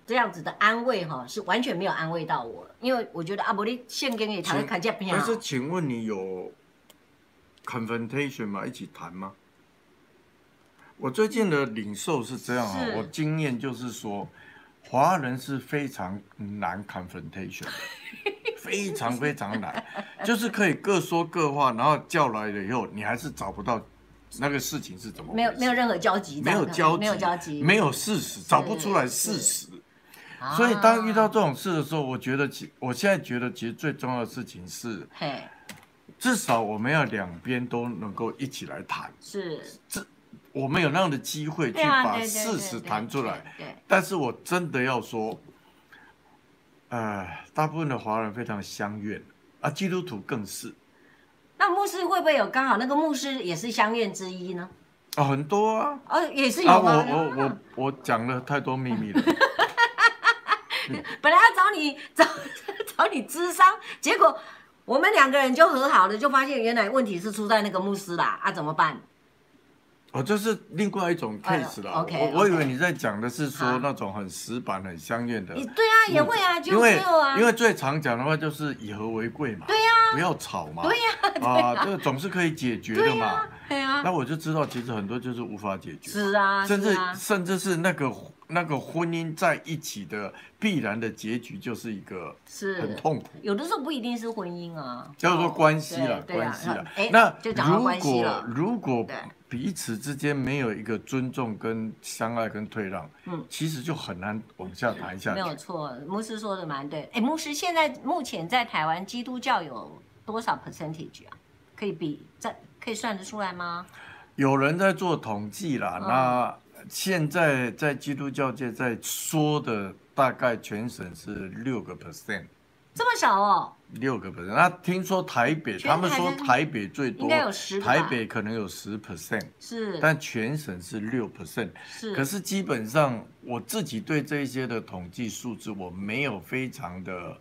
Speaker 1: 这样子的安慰哈、是完全没有安慰到我，因为我觉得啊，伯利献给你，他会看见
Speaker 2: 但是哎请问你有 confrontation 吗？一起谈吗？我最近的领受是这样啊、
Speaker 1: 是
Speaker 2: 我经验就是说，华人是非常难 confrontation 的，非常非常难，就是可以各说各话，然后叫来了以后，你还是找不到那个事情是怎么回事
Speaker 1: 没有没有任何交集，
Speaker 2: 没有交集，
Speaker 1: 没有交集，
Speaker 2: 没有事实，找不出来事实。
Speaker 1: 啊
Speaker 2: 所以当遇到这种事的时候，我觉得其我现在觉得其实最重要的事情是，
Speaker 1: 嘿
Speaker 2: 至少我们要两边都能够一起来谈，
Speaker 1: 是
Speaker 2: 我们有那样的机会去
Speaker 1: 对啊
Speaker 2: 把
Speaker 1: 对对对
Speaker 2: 事实
Speaker 1: 对
Speaker 2: 谈出来。
Speaker 1: 对，
Speaker 2: 但是我真的要说，呃，大部分的华人非常相怨啊，基督徒更是
Speaker 1: 那牧师会不会有刚好那个牧师也是相恋之一呢？
Speaker 2: 啊，很多啊。
Speaker 1: 哦，也是有
Speaker 2: 啊，
Speaker 1: 吗？
Speaker 2: 我我我我讲了太多秘 密了。
Speaker 1: 本来要找你找 找你咨商，结果我们两个人就和好了，就发现原来问题是出在那个牧师啦，啊，怎么办？
Speaker 2: 哦，这是另外一种
Speaker 1: 哎
Speaker 2: case 啦。
Speaker 1: OK，
Speaker 2: 我我以
Speaker 1: OK
Speaker 2: 为你在讲的是
Speaker 1: 好
Speaker 2: 说那种很死板、很相怨的，
Speaker 1: 你对啊，也会啊，
Speaker 2: 因
Speaker 1: 就
Speaker 2: 为
Speaker 1: 没有啊，
Speaker 2: 嗯因为最常讲的话就是以和为贵嘛，
Speaker 1: 对呀，
Speaker 2: 不要吵嘛，
Speaker 1: 对
Speaker 2: 呀，啊，这个总是可以解决的嘛。
Speaker 1: 对啊，
Speaker 2: 那我就知道，其实很多就是无法解决，
Speaker 1: 是啊，
Speaker 2: 甚
Speaker 1: 是
Speaker 2: 至
Speaker 1: 啊，
Speaker 2: 甚至是那个那个婚姻在一起的必然的结局，就是一个很
Speaker 1: 是。
Speaker 2: 痛苦。
Speaker 1: 有的时候不一定是婚姻啊，
Speaker 2: 叫做关系
Speaker 1: 对
Speaker 2: 了，
Speaker 1: 对啊
Speaker 2: 关系了
Speaker 1: 哎。
Speaker 2: 那
Speaker 1: 就讲到
Speaker 2: 如
Speaker 1: 关系了
Speaker 2: 果如果
Speaker 1: 对
Speaker 2: 彼此之间没有一个尊重、跟相爱、跟退让，
Speaker 1: 嗯
Speaker 2: 其实就很难往下谈下
Speaker 1: 没有
Speaker 2: 去。
Speaker 1: 错，牧师说的蛮对。哎，牧师现在目前在台湾基督教有多少 percentage 啊？可以比这可以算得出来吗？
Speaker 2: 有人在做统计啦，
Speaker 1: 嗯
Speaker 2: 那现在在基督教界在说的大概全省是六个 percent，
Speaker 1: 这么少哦，
Speaker 2: 六个 percent。那听说台北，
Speaker 1: 全台
Speaker 2: 他们说
Speaker 1: 大概
Speaker 2: 台北最
Speaker 1: 应
Speaker 2: 多，
Speaker 1: 该有十个吧
Speaker 2: 台北可能有十 percent，
Speaker 1: 是
Speaker 2: 但全省是六 percent。
Speaker 1: 是，
Speaker 2: 可是基本上我自己对这一些的统计数字我没有非常的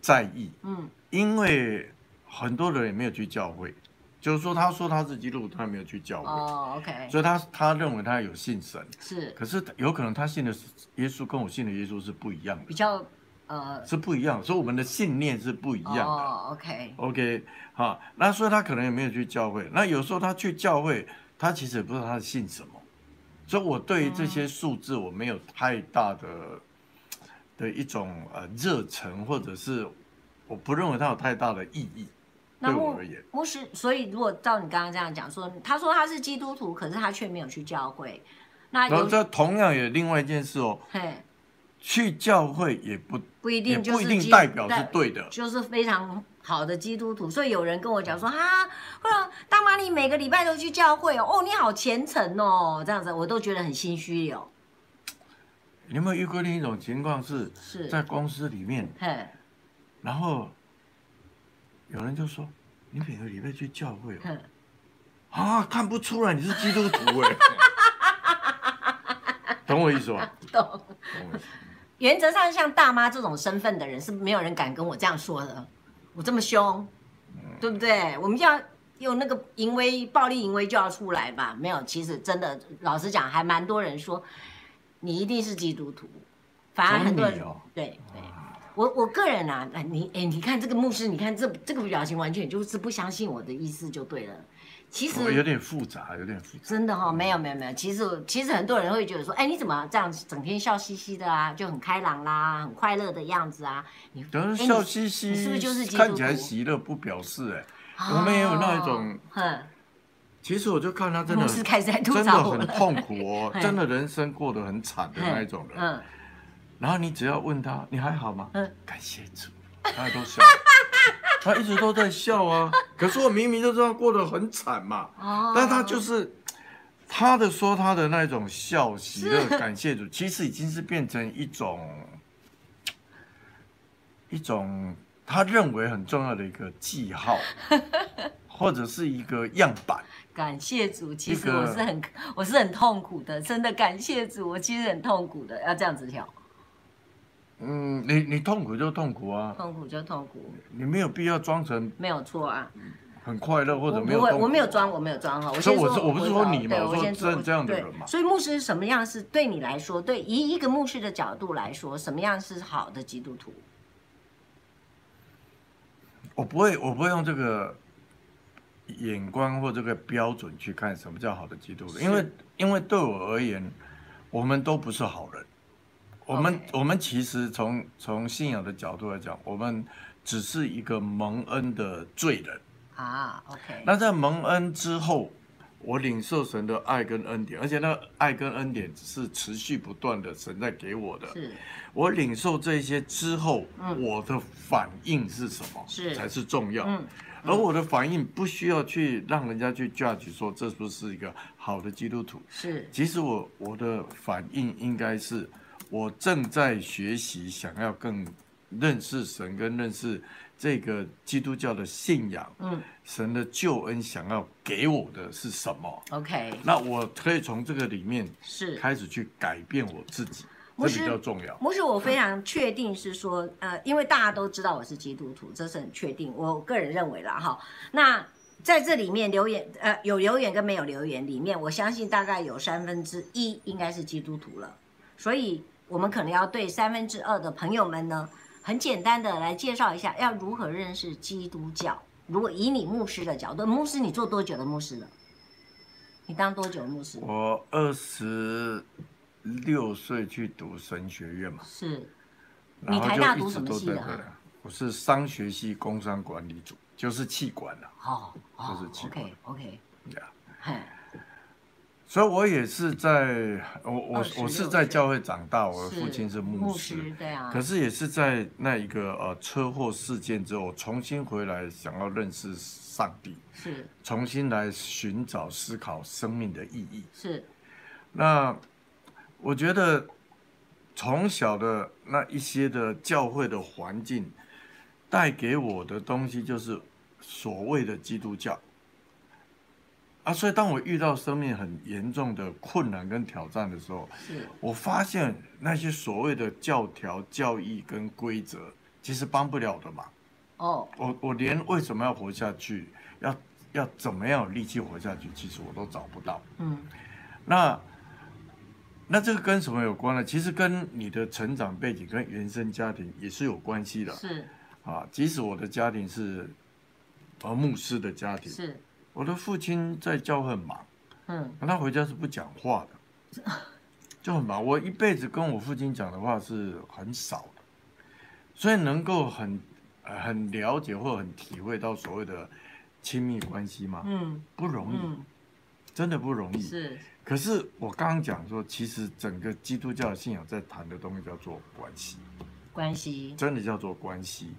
Speaker 2: 在意，
Speaker 1: 嗯
Speaker 2: 因为很多人也没有去教会，就是说他说他是基督徒，他没有去教会，
Speaker 1: 哦，OK，
Speaker 2: 所以他他认为他有信神，
Speaker 1: 是
Speaker 2: 可是有可能他信的是耶稣跟我信的耶稣是不一样
Speaker 1: 比
Speaker 2: 的，
Speaker 1: 较呃
Speaker 2: 是不一样的，所以我们的信念是不一样的。
Speaker 1: 哦，OK，
Speaker 2: OK，好，那所以他可能也没有去教会。那有时候他去教会，他其实也不知道他信什么。所以我对于这些数字我没有太大的、的一种呃热忱，或者是我不认为它有太大的意义。
Speaker 1: 那
Speaker 2: 对我
Speaker 1: 牧
Speaker 2: 而言，
Speaker 1: 牧师，所以如果照你刚刚这样讲说，他说他是基督徒，可是他却没有去教会，那
Speaker 2: 然后
Speaker 1: 有
Speaker 2: 这同样也另外一件事哦，
Speaker 1: 嘿
Speaker 2: 去教会也不
Speaker 1: 不一
Speaker 2: 也
Speaker 1: 定就
Speaker 2: 不
Speaker 1: 是
Speaker 2: 一定
Speaker 1: 基
Speaker 2: 代表
Speaker 1: 代
Speaker 2: 是对的。
Speaker 1: 就是非常好的基督徒，所以有人跟我讲说啊，或者大妈你每个礼拜都去教会哦，哦你好虔诚哦，这样子我都觉得很心虚哦，
Speaker 2: 你有没有遇过另一种情况是
Speaker 1: 是，
Speaker 2: 在公司里面，
Speaker 1: 嘿，
Speaker 2: 然后有人就说：“你每个礼拜去教会、哦。”
Speaker 1: 嘿
Speaker 2: 啊，看不出来你是基督徒 哎、懂我意思吧？
Speaker 1: 懂。
Speaker 2: 懂我意思。
Speaker 1: 原则上，像大妈这种身份的人是没有人敢跟我这样说的，我这么凶，对不对？我们要用那个淫威、暴力淫威就要出来吧？没有，其实真的，老实讲，还蛮多人说你一定是基督徒，反而啊很多人、
Speaker 2: 懂你哦
Speaker 1: 对对。我我个人啊，哎你哎，你看这个牧师，你看这这个表情，完全就是不相信我的意思就对了。其实
Speaker 2: 我有点复杂，有点复杂。
Speaker 1: 真的哈、哦，没有没有没有，其实其实很多人会觉得说，哎，你怎么这样整天笑嘻嘻的啊，就很开朗啦，很快乐的样子啊，你
Speaker 2: 但是
Speaker 1: 哎
Speaker 2: 笑嘻嘻，
Speaker 1: 你是不是就是基督徒啊
Speaker 2: 看起来喜乐不表示哎、我们也有那一种，
Speaker 1: 哦哼，
Speaker 2: 其实我就看他真的
Speaker 1: 牧师
Speaker 2: 很
Speaker 1: 开始在吐
Speaker 2: 真的
Speaker 1: 槽我
Speaker 2: 很
Speaker 1: 了，
Speaker 2: 痛苦哦
Speaker 1: 嘿，
Speaker 2: 真的人生过得很惨的那一种人。
Speaker 1: 嗯，
Speaker 2: 然后你只要问他你还好吗？
Speaker 1: 嗯
Speaker 2: 感谢主，他都笑， 他一直都在笑啊。可是我明明就知道过得很惨嘛。
Speaker 1: 哦，
Speaker 2: 但他就是他的说他的那种笑、喜乐、感谢
Speaker 1: 哦
Speaker 2: 主，其实已经是变成一种一种他认为很重要的一个 记号，或者是一个样板。
Speaker 1: 感谢主，其实
Speaker 2: 一个
Speaker 1: 我是很我是很痛苦的，真的感谢主，我其实很痛苦的，要这样子跳，
Speaker 2: 嗯，你你痛苦就痛苦啊，
Speaker 1: 痛苦就痛苦，
Speaker 2: 你没有必要装成
Speaker 1: 没有错啊，
Speaker 2: 很快乐或者
Speaker 1: 我
Speaker 2: 没有
Speaker 1: 不会
Speaker 2: 痛苦。
Speaker 1: 我没有装，我没有装哈。我先
Speaker 2: 所以
Speaker 1: 说，
Speaker 2: 我是我不是说你嘛
Speaker 1: 对
Speaker 2: 我
Speaker 1: 我
Speaker 2: 说
Speaker 1: 先
Speaker 2: 这
Speaker 1: 说
Speaker 2: 这样的
Speaker 1: 对
Speaker 2: 人嘛
Speaker 1: 所以牧师是什么样是对你来说，对以一个牧师的角度来说，什么样是好的基督徒？
Speaker 2: 我不会，我不会用这个眼光或这个标准去看什么叫好的基督徒，因为因为对我而言，我们都不是好人。我们
Speaker 1: OK
Speaker 2: 我们其实从从信仰的角度来讲，我们只是一个蒙恩的罪人。
Speaker 1: 啊，OK，
Speaker 2: 那在蒙恩之后，我领受神的爱跟恩典，而且那爱跟恩典是持续不断的，神在给我的。
Speaker 1: 是
Speaker 2: 我领受这些之后，
Speaker 1: 嗯
Speaker 2: 我的反应是什么？
Speaker 1: 是
Speaker 2: 才是重要。
Speaker 1: 嗯
Speaker 2: 而我的反应不需要去让人家去 judge 说这是不是一个好的基督徒。
Speaker 1: 是
Speaker 2: 其实我我的反应应该是，我正在学习，想要更认识神，跟认识这个基督教的信仰，
Speaker 1: 嗯
Speaker 2: 神的救恩想要给我的是什么。
Speaker 1: ，OK，
Speaker 2: 那我可以从这个里面
Speaker 1: 是。
Speaker 2: 开始去改变我自己，
Speaker 1: 牧
Speaker 2: 这
Speaker 1: 师
Speaker 2: 比较重要。
Speaker 1: 不是，我非常确定是说，呃，因为大家都知道我是基督徒，这是很确定，我个人认为啦哈。那在这里面留言，呃，有留言跟没有留言里面，我相信大概有三分之一应该是基督徒了，所以我们可能要对三分之二的朋友们呢，很简单的来介绍一下，要如何认识基督教。如果以你牧师的角度，牧师你做多久的牧师了？你当多久的牧师？
Speaker 2: 我二十六岁去读神学院嘛，
Speaker 1: 是
Speaker 2: 然后
Speaker 1: 你台大
Speaker 2: 就
Speaker 1: 读
Speaker 2: 一直
Speaker 1: 什么
Speaker 2: 都
Speaker 1: 系
Speaker 2: 在
Speaker 1: 的啊
Speaker 2: 回来。我是商学系工商管理组，就是气管啊了、
Speaker 1: 哦哦
Speaker 2: 都是七
Speaker 1: ，OK OK，
Speaker 2: 呀
Speaker 1: 嘿，
Speaker 2: 所以我也是在我我
Speaker 1: 26
Speaker 2: 我是在教会长大，我的
Speaker 1: 是
Speaker 2: 父亲是牧师，
Speaker 1: 对啊，
Speaker 2: 可是也是在那一个呃车祸事件之后，我重新回来想要认识上帝，
Speaker 1: 是
Speaker 2: 重新来寻找思考生命的意义。
Speaker 1: 是
Speaker 2: 那我觉得从小的那一些的教会的环境带给我的东西，就是所谓的基督教啊。所以当我遇到生命很严重的困难跟挑战的时候，
Speaker 1: 是
Speaker 2: 我发现那些所谓的教条、教义跟规则，其实帮不了我的忙。
Speaker 1: 哦，
Speaker 2: 我我连为什么要活下去，要要怎么样有力气活下去，其实我都找不到。
Speaker 1: 嗯
Speaker 2: 那那这个跟什么有关呢？其实跟你的成长背景跟原生家庭也是有关系的
Speaker 1: 是
Speaker 2: 啊。即使我的家庭是呃牧师的家庭，
Speaker 1: 是
Speaker 2: 我的父亲在教会很忙，
Speaker 1: 嗯
Speaker 2: 他回家是不讲话的， 就很忙。我一辈子跟我父亲讲的话是很少的，所以能够很呃很了解或很体会到所谓的亲密关系吗？
Speaker 1: 嗯
Speaker 2: 不容易，
Speaker 1: 嗯
Speaker 2: 真的不容易。
Speaker 1: 是
Speaker 2: 可是我刚刚讲说，其实整个基督教信仰在谈的东西叫做关系，
Speaker 1: 关系
Speaker 2: 真的叫做关系。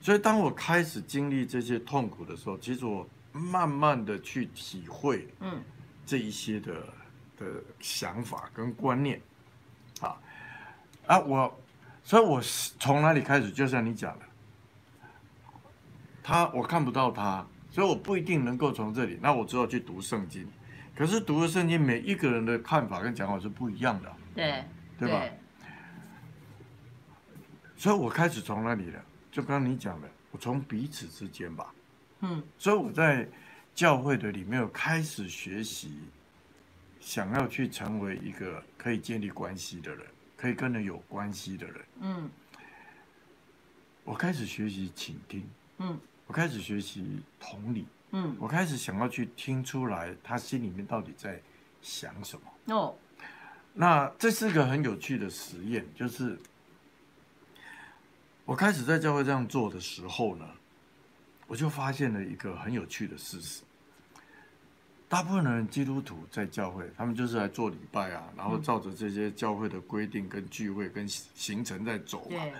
Speaker 2: 所以当我开始经历这些痛苦的时候，其实我慢慢的去体会
Speaker 1: 嗯
Speaker 2: 这一些的的想法跟观念，啊啊，我，所以我是从哪里开始？就像你讲的，他我看不到他，所以我不一定能够从这里。那我只有去读圣经，可是读了圣经，每一个人的看法跟讲法是不一样的，
Speaker 1: 对
Speaker 2: 对吧？所以我开始从哪里了？就刚刚你讲的，我从彼此之间吧。
Speaker 1: 嗯
Speaker 2: 所以我在教会的里面有开始学习，想要去成为一个可以建立关系的人，可以跟人有关系的人。
Speaker 1: 嗯
Speaker 2: 我开始学习倾听，
Speaker 1: 嗯
Speaker 2: 我开始学习同理，
Speaker 1: 嗯
Speaker 2: 我开始想要去听出来他心里面到底在想什么。
Speaker 1: 哦
Speaker 2: 那这是个很有趣的实验，就是我开始在教会这样做的时候呢，我就发现了一个很有趣的事实：大部分的人基督徒在教会，他们就是来做礼拜啊，然后照着这些教会的规定、跟聚会、跟行程在走嘛。
Speaker 1: 对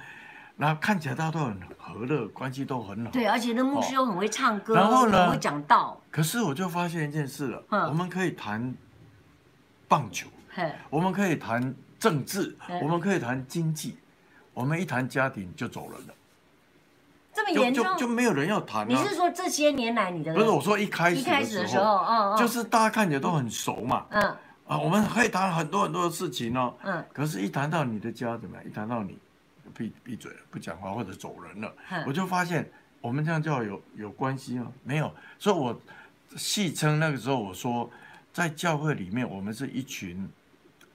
Speaker 2: 那看起来大家都很和乐，关系都很好。
Speaker 1: 对，而且那牧师又很会唱歌，
Speaker 2: 哦然后呢
Speaker 1: 很会讲道，
Speaker 2: 可是我就发现一件事了，
Speaker 1: 嗯
Speaker 2: 我们可以谈棒球，
Speaker 1: 嘿
Speaker 2: 我们可以谈政治
Speaker 1: 对，
Speaker 2: 我们可以谈经济，我们一谈家庭就走人了，
Speaker 1: 这么
Speaker 2: 就
Speaker 1: 严
Speaker 2: 就就
Speaker 1: 重？
Speaker 2: 没有人要谈
Speaker 1: 你
Speaker 2: 了、
Speaker 1: 是说这些年来你的
Speaker 2: 不是我说一开
Speaker 1: 一
Speaker 2: 始
Speaker 1: 开始
Speaker 2: 的
Speaker 1: 的
Speaker 2: 时
Speaker 1: 时候，
Speaker 2: 候，
Speaker 1: 哦哦，
Speaker 2: 就是大家看起来都很熟嘛，
Speaker 1: 嗯
Speaker 2: 啊，我们可以谈很多很多的事情哦。
Speaker 1: 嗯
Speaker 2: 可是，一谈到你的家怎么样，一谈到你闭闭嘴了，不讲话或者走人了，我
Speaker 1: 嗯
Speaker 2: 就发现我们这样叫有有关系吗？没有，所以我戏称那个时候我说，在教会里面，我们是一群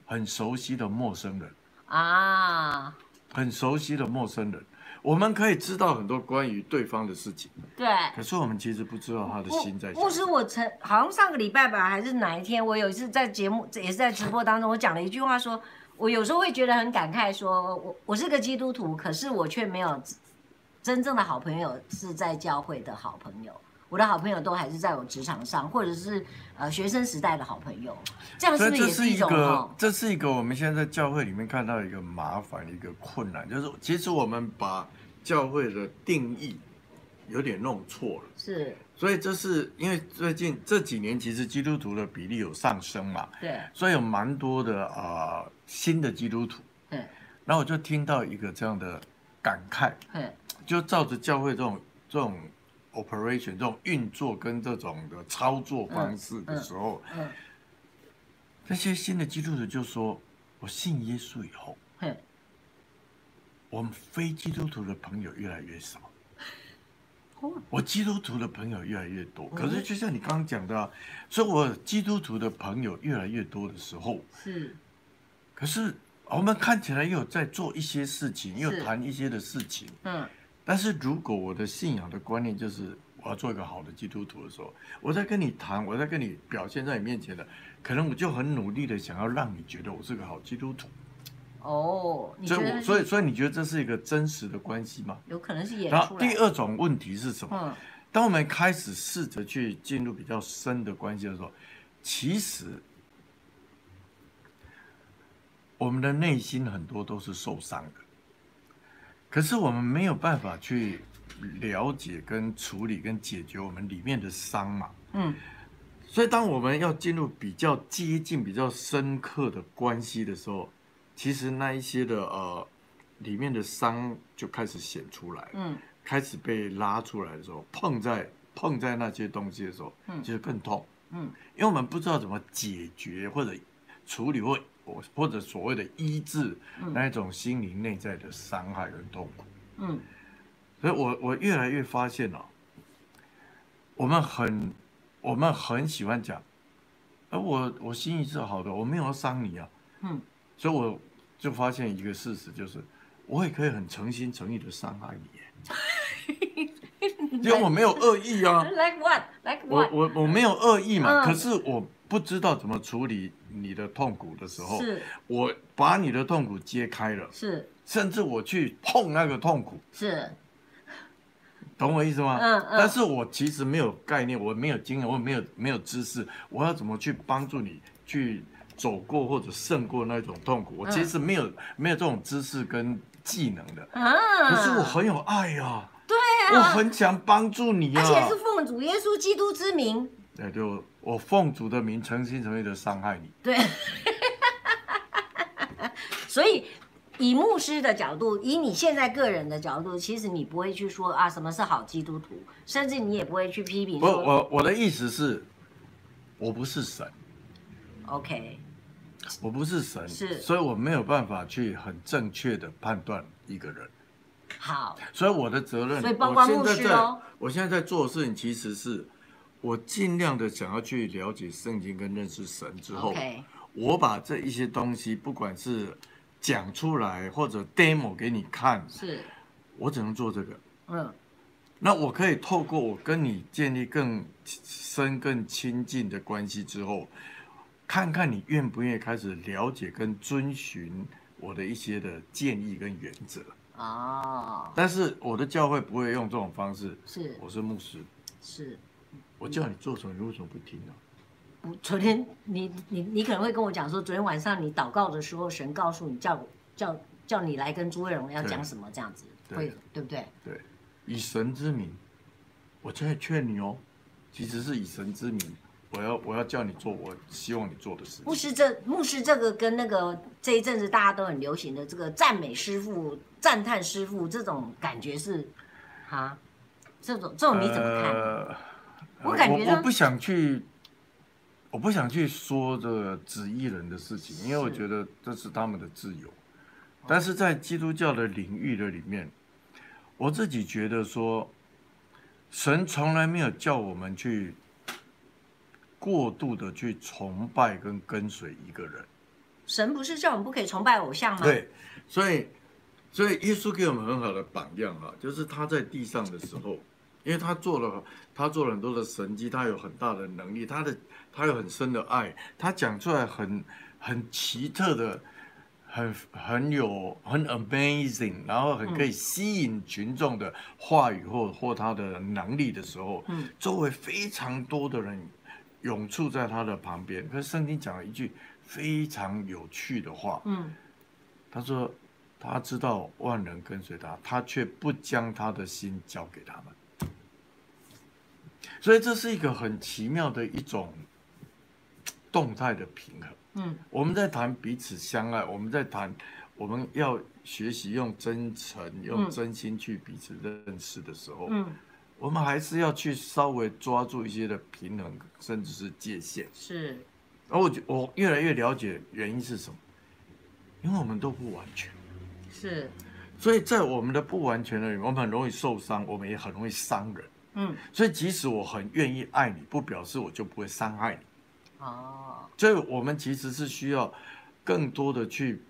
Speaker 2: 很熟悉的陌生人。
Speaker 1: 啊，
Speaker 2: 很熟悉的陌生人，我们可以知道很多关于对方的事情，
Speaker 1: 对。
Speaker 2: 可是我们其实不知道他的心在
Speaker 1: 牧
Speaker 2: 想
Speaker 1: 牧师，
Speaker 2: 什么。
Speaker 1: 我曾好像上个礼拜吧，还是哪一天，我有一次在节目，也是在直播当中，我讲了一句话说，我有时候会觉得很感慨说我我是个基督徒，可是我却没有真正的好朋友是在教会的好朋友。我的好朋友都还是在我职场上，或者是呃学生时代的好朋友，这样是
Speaker 2: 所
Speaker 1: 不
Speaker 2: 以
Speaker 1: 是
Speaker 2: 这
Speaker 1: 也
Speaker 2: 是
Speaker 1: 是
Speaker 2: 一
Speaker 1: 种
Speaker 2: 个
Speaker 1: 哦，？
Speaker 2: 这是一个我们现在在教会里面看到一个麻烦，一个困难，就是其实我们把教会的定义有点弄错了。
Speaker 1: 是，
Speaker 2: 所以这是因为最近这几年，其实基督徒的比例有上升嘛，
Speaker 1: 对，
Speaker 2: 所以有蛮多的啊、呃新的基督徒。
Speaker 1: 嗯
Speaker 2: 然后我就听到一个这样的感慨，
Speaker 1: 嗯
Speaker 2: 就照着教会这种这种 operation 这种运作跟这种的操作方式的时候，
Speaker 1: 嗯
Speaker 2: 那些新的基督徒就说：“我信耶稣以后，
Speaker 1: 嗯，
Speaker 2: 我们非基督徒的朋友越来越少。
Speaker 1: 哦
Speaker 2: 我基督徒的朋友越来越多，
Speaker 1: 嗯
Speaker 2: 可是就像你刚刚讲的、啊，所以我基督徒的朋友越来越多的时候，
Speaker 1: 是
Speaker 2: 可是我们看起来又有在做一些事情，又
Speaker 1: 是
Speaker 2: 谈一些的事情，
Speaker 1: 嗯
Speaker 2: 但是如果我的信仰的观念就是我要做一个好的基督徒的时候，我在跟你谈，我在跟你表现在你面前的，可能我就很努力的想要让你觉得我是个好基督徒，
Speaker 1: 哦，你
Speaker 2: 所
Speaker 1: 觉
Speaker 2: 以
Speaker 1: 得
Speaker 2: 我
Speaker 1: 是
Speaker 2: 所以所以你觉得这是一个真实的关系吗？
Speaker 1: 有可能是演
Speaker 2: 然
Speaker 1: 出
Speaker 2: 后
Speaker 1: 来
Speaker 2: 第
Speaker 1: 的，
Speaker 2: 二种问题是什么？
Speaker 1: 嗯
Speaker 2: 当我们开始试着去进入比较深的关系的时候，其实我们的内心很多都是受伤的，可是我们没有办法去了解、跟处理、跟解决我们里面的伤嘛。
Speaker 1: 嗯
Speaker 2: 所以，当我们要进入比较接近、比较深刻的关系的时候，其实那一些的呃里面的伤就开始显出来了。
Speaker 1: 嗯
Speaker 2: 开始被拉出来的时候，碰在碰在那些东西的时候，
Speaker 1: 嗯
Speaker 2: 就是更痛，
Speaker 1: 嗯
Speaker 2: 因为我们不知道怎么解决或者处理或我或者所谓的医治
Speaker 1: 嗯
Speaker 2: 那一种心灵内在的伤害跟痛苦，
Speaker 1: 嗯，
Speaker 2: 所以我我越来越发现哦，我们很我们很喜欢讲，而我我心意是好的，我没有要伤你啊，
Speaker 1: 嗯，
Speaker 2: 所以我就发现一个事实就是，我也可以很诚心诚意的伤害你耶。因为我没有恶意啊，
Speaker 1: like what？like
Speaker 2: 我
Speaker 1: what？
Speaker 2: 我我没有恶意
Speaker 1: 嗯
Speaker 2: 嘛，可是我不知道怎么处理你的痛苦的时候，
Speaker 1: 是
Speaker 2: 我把你的痛苦揭开了，
Speaker 1: 是
Speaker 2: 甚至我去碰那个痛苦，
Speaker 1: 是，
Speaker 2: 懂我意思吗？
Speaker 1: 嗯嗯
Speaker 2: 但是我其实没有概念，我没有经验，我没有没有知识，我要怎么去帮助你去走过或者胜过那种痛
Speaker 1: 嗯
Speaker 2: 苦？我其实没有、没有这种知识跟技能的，
Speaker 1: 啊，
Speaker 2: 可是我很有爱呀、啊，
Speaker 1: 对
Speaker 2: 我
Speaker 1: 啊，
Speaker 2: 很想帮助你
Speaker 1: 而
Speaker 2: 啊。
Speaker 1: 且是奉主耶稣基督之名，
Speaker 2: 对，就我奉主的名，诚心诚意的伤害你。
Speaker 1: 对， 所以以牧师的角度，以你现在个人的角度，其实你不会去说啊什么是好基督徒，甚至你也不会去批评
Speaker 2: 不，
Speaker 1: 说
Speaker 2: 我我的意思是，我不是神，
Speaker 1: OK
Speaker 2: 我不是神，
Speaker 1: 是
Speaker 2: 所以我没有办法去很正确的判断一个人，
Speaker 1: 好，
Speaker 2: 所以我的责任，
Speaker 1: 所以包括
Speaker 2: 我现在
Speaker 1: 牧师
Speaker 2: 在
Speaker 1: 哦
Speaker 2: 我现在在做的事情其实是，我尽量的想要去了解圣经跟认识神之后
Speaker 1: OK
Speaker 2: 我把这一些东西，不管是讲出来或者 demo 给你看，
Speaker 1: 是
Speaker 2: 我只能做这个。
Speaker 1: 嗯
Speaker 2: 那我可以透过我跟你建立更深、更亲近的关系之后，看看你愿不愿意开始了解跟遵循我的一些的建议跟原则。
Speaker 1: 哦
Speaker 2: 但是我的教会不会用这种方式。
Speaker 1: 是
Speaker 2: 我是牧师，
Speaker 1: 是。
Speaker 2: 我叫你做什么，你为什么不听啊呢、
Speaker 1: 不昨天你你你可能会跟我讲说，昨天晚上你祷告的时候，神告诉你叫叫叫你来跟朱卫荣要讲什么这样子，
Speaker 2: 对
Speaker 1: 会对不对？
Speaker 2: 对，以神之名，我在劝你哦，其实是以神之名，我要我要叫你做我希望你做的事
Speaker 1: 牧
Speaker 2: 情。
Speaker 1: 师这牧师这个跟那个这一阵子大家都很流行的这个赞美师傅、赞叹师傅这种感觉是，哈，这种这种你怎么看？
Speaker 2: 呃
Speaker 1: 我感觉
Speaker 2: 我
Speaker 1: 到
Speaker 2: 不想去，我不想去说这个指艺人的事情，因为我
Speaker 1: 是
Speaker 2: 觉得这是他们的自由。但是在基督教的领域的里面，我自己觉得说，神从来没有叫我们去过度的去崇拜跟跟随一个人。
Speaker 1: 神不是叫我们不可以崇拜偶像吗？，
Speaker 2: 对，所以所以耶稣给我们很好的榜样啊，就是他在地上的时候，因为他做了他做了很多的神迹，他有很大的能力，他的他有很深的爱，他讲出来很很奇特的。很很有很 amazing，然后很可以吸引群众的话语或或他的能力的时候，
Speaker 1: 嗯
Speaker 2: 周围非常多的人涌簇在他的旁边。可是圣经讲了一句非常有趣的话，
Speaker 1: 嗯，
Speaker 2: 他说他知道万人跟随他，他却不将他的心交给他们。所以这是一个很奇妙的一种动态的平衡。
Speaker 1: 嗯，
Speaker 2: 我们在谈彼此相爱，我们在谈我们要学习用真诚、用
Speaker 1: 嗯
Speaker 2: 真心去彼此认识的时候，
Speaker 1: 嗯，
Speaker 2: 我们还是要去稍微抓住一些的平衡，甚至是界限。
Speaker 1: 是
Speaker 2: 而我觉我越来越了解原因是什么，因为我们都不完全。
Speaker 1: 是
Speaker 2: 所以在我们的不完全的里面，我们很容易受伤，我们也很容易伤人。
Speaker 1: 嗯，
Speaker 2: 所以即使我很愿意爱你，不表示我就不会伤害你。
Speaker 1: 哦，
Speaker 2: 所以我们其实是需要更多的去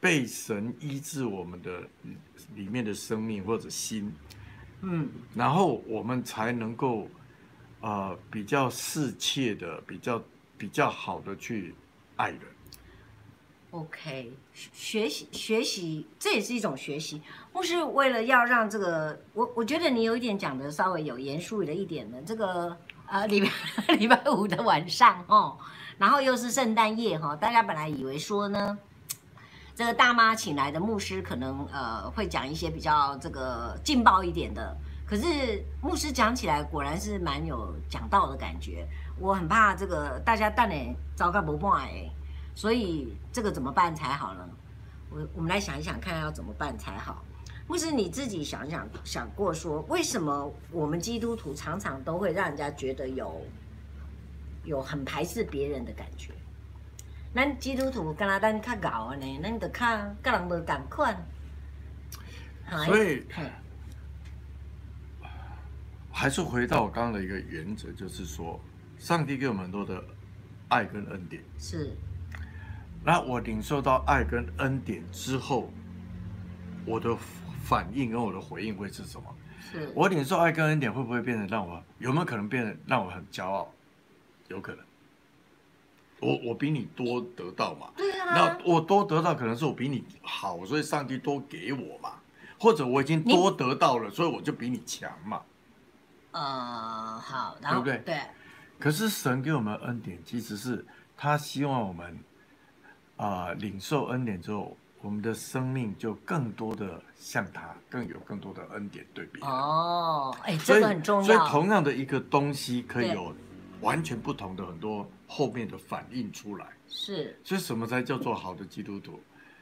Speaker 2: 被神医治我们的嗯里面的生命或者心，
Speaker 1: 嗯
Speaker 2: 然后我们才能够呃比较适切的、比较比较好的去爱人。
Speaker 1: ，OK，学学习学习，这也是一种学习。牧师为了要让这个，我我觉得你有一点讲的稍微有严肃了一点的，这个呃礼拜 礼拜五的晚上哦，然后又是圣诞夜哈、哦，大家本来以为说呢。这个大妈请来的牧师可能呃会讲一些比较这个劲爆一点的，可是牧师讲起来果然是蛮有讲道的感觉。我很怕这个大家蛋呢糟糕不办哎，所以这个怎么办才好呢？我我们来想一想看要怎么办才好。牧师你自己想一想想过说，为什么我们基督徒常常都会让人家觉得有有很排斥别人的感觉？咱基督徒敢若咱较贤安尼，咱就较甲人无共款。哎
Speaker 2: 所以
Speaker 1: 嘿
Speaker 2: 还是回到我刚刚的一个原则，就是说，上帝给我们很多的爱跟恩典。
Speaker 1: 是
Speaker 2: 那我领受到爱跟恩典之后，我的反应跟我的回应会是什么？
Speaker 1: 是，
Speaker 2: 我领受爱跟恩典会不会变得让我有没有可能变得让我很骄傲？有可能。我我比你多得到嘛，
Speaker 1: 对啊
Speaker 2: 那，我多得到可能是我比你好，所以上帝多给我嘛，或者我已经
Speaker 1: 你
Speaker 2: 多得到了，所以我就比你强嘛。
Speaker 1: 呃，好，然后
Speaker 2: 对不
Speaker 1: 对，
Speaker 2: 可是神给我们恩典，其实是他希望我们啊、领受恩典之后，我们的生命就更多的向他，更有更多的恩典对比。
Speaker 1: 哦，哎，
Speaker 2: 所
Speaker 1: 这
Speaker 2: 以，
Speaker 1: 个很重
Speaker 2: 所以
Speaker 1: 要，
Speaker 2: 同样的一个东西，可以
Speaker 1: 对
Speaker 2: 有完全不同的很多后面的反应出来。
Speaker 1: 是
Speaker 2: 所以什么才叫做好的基督徒？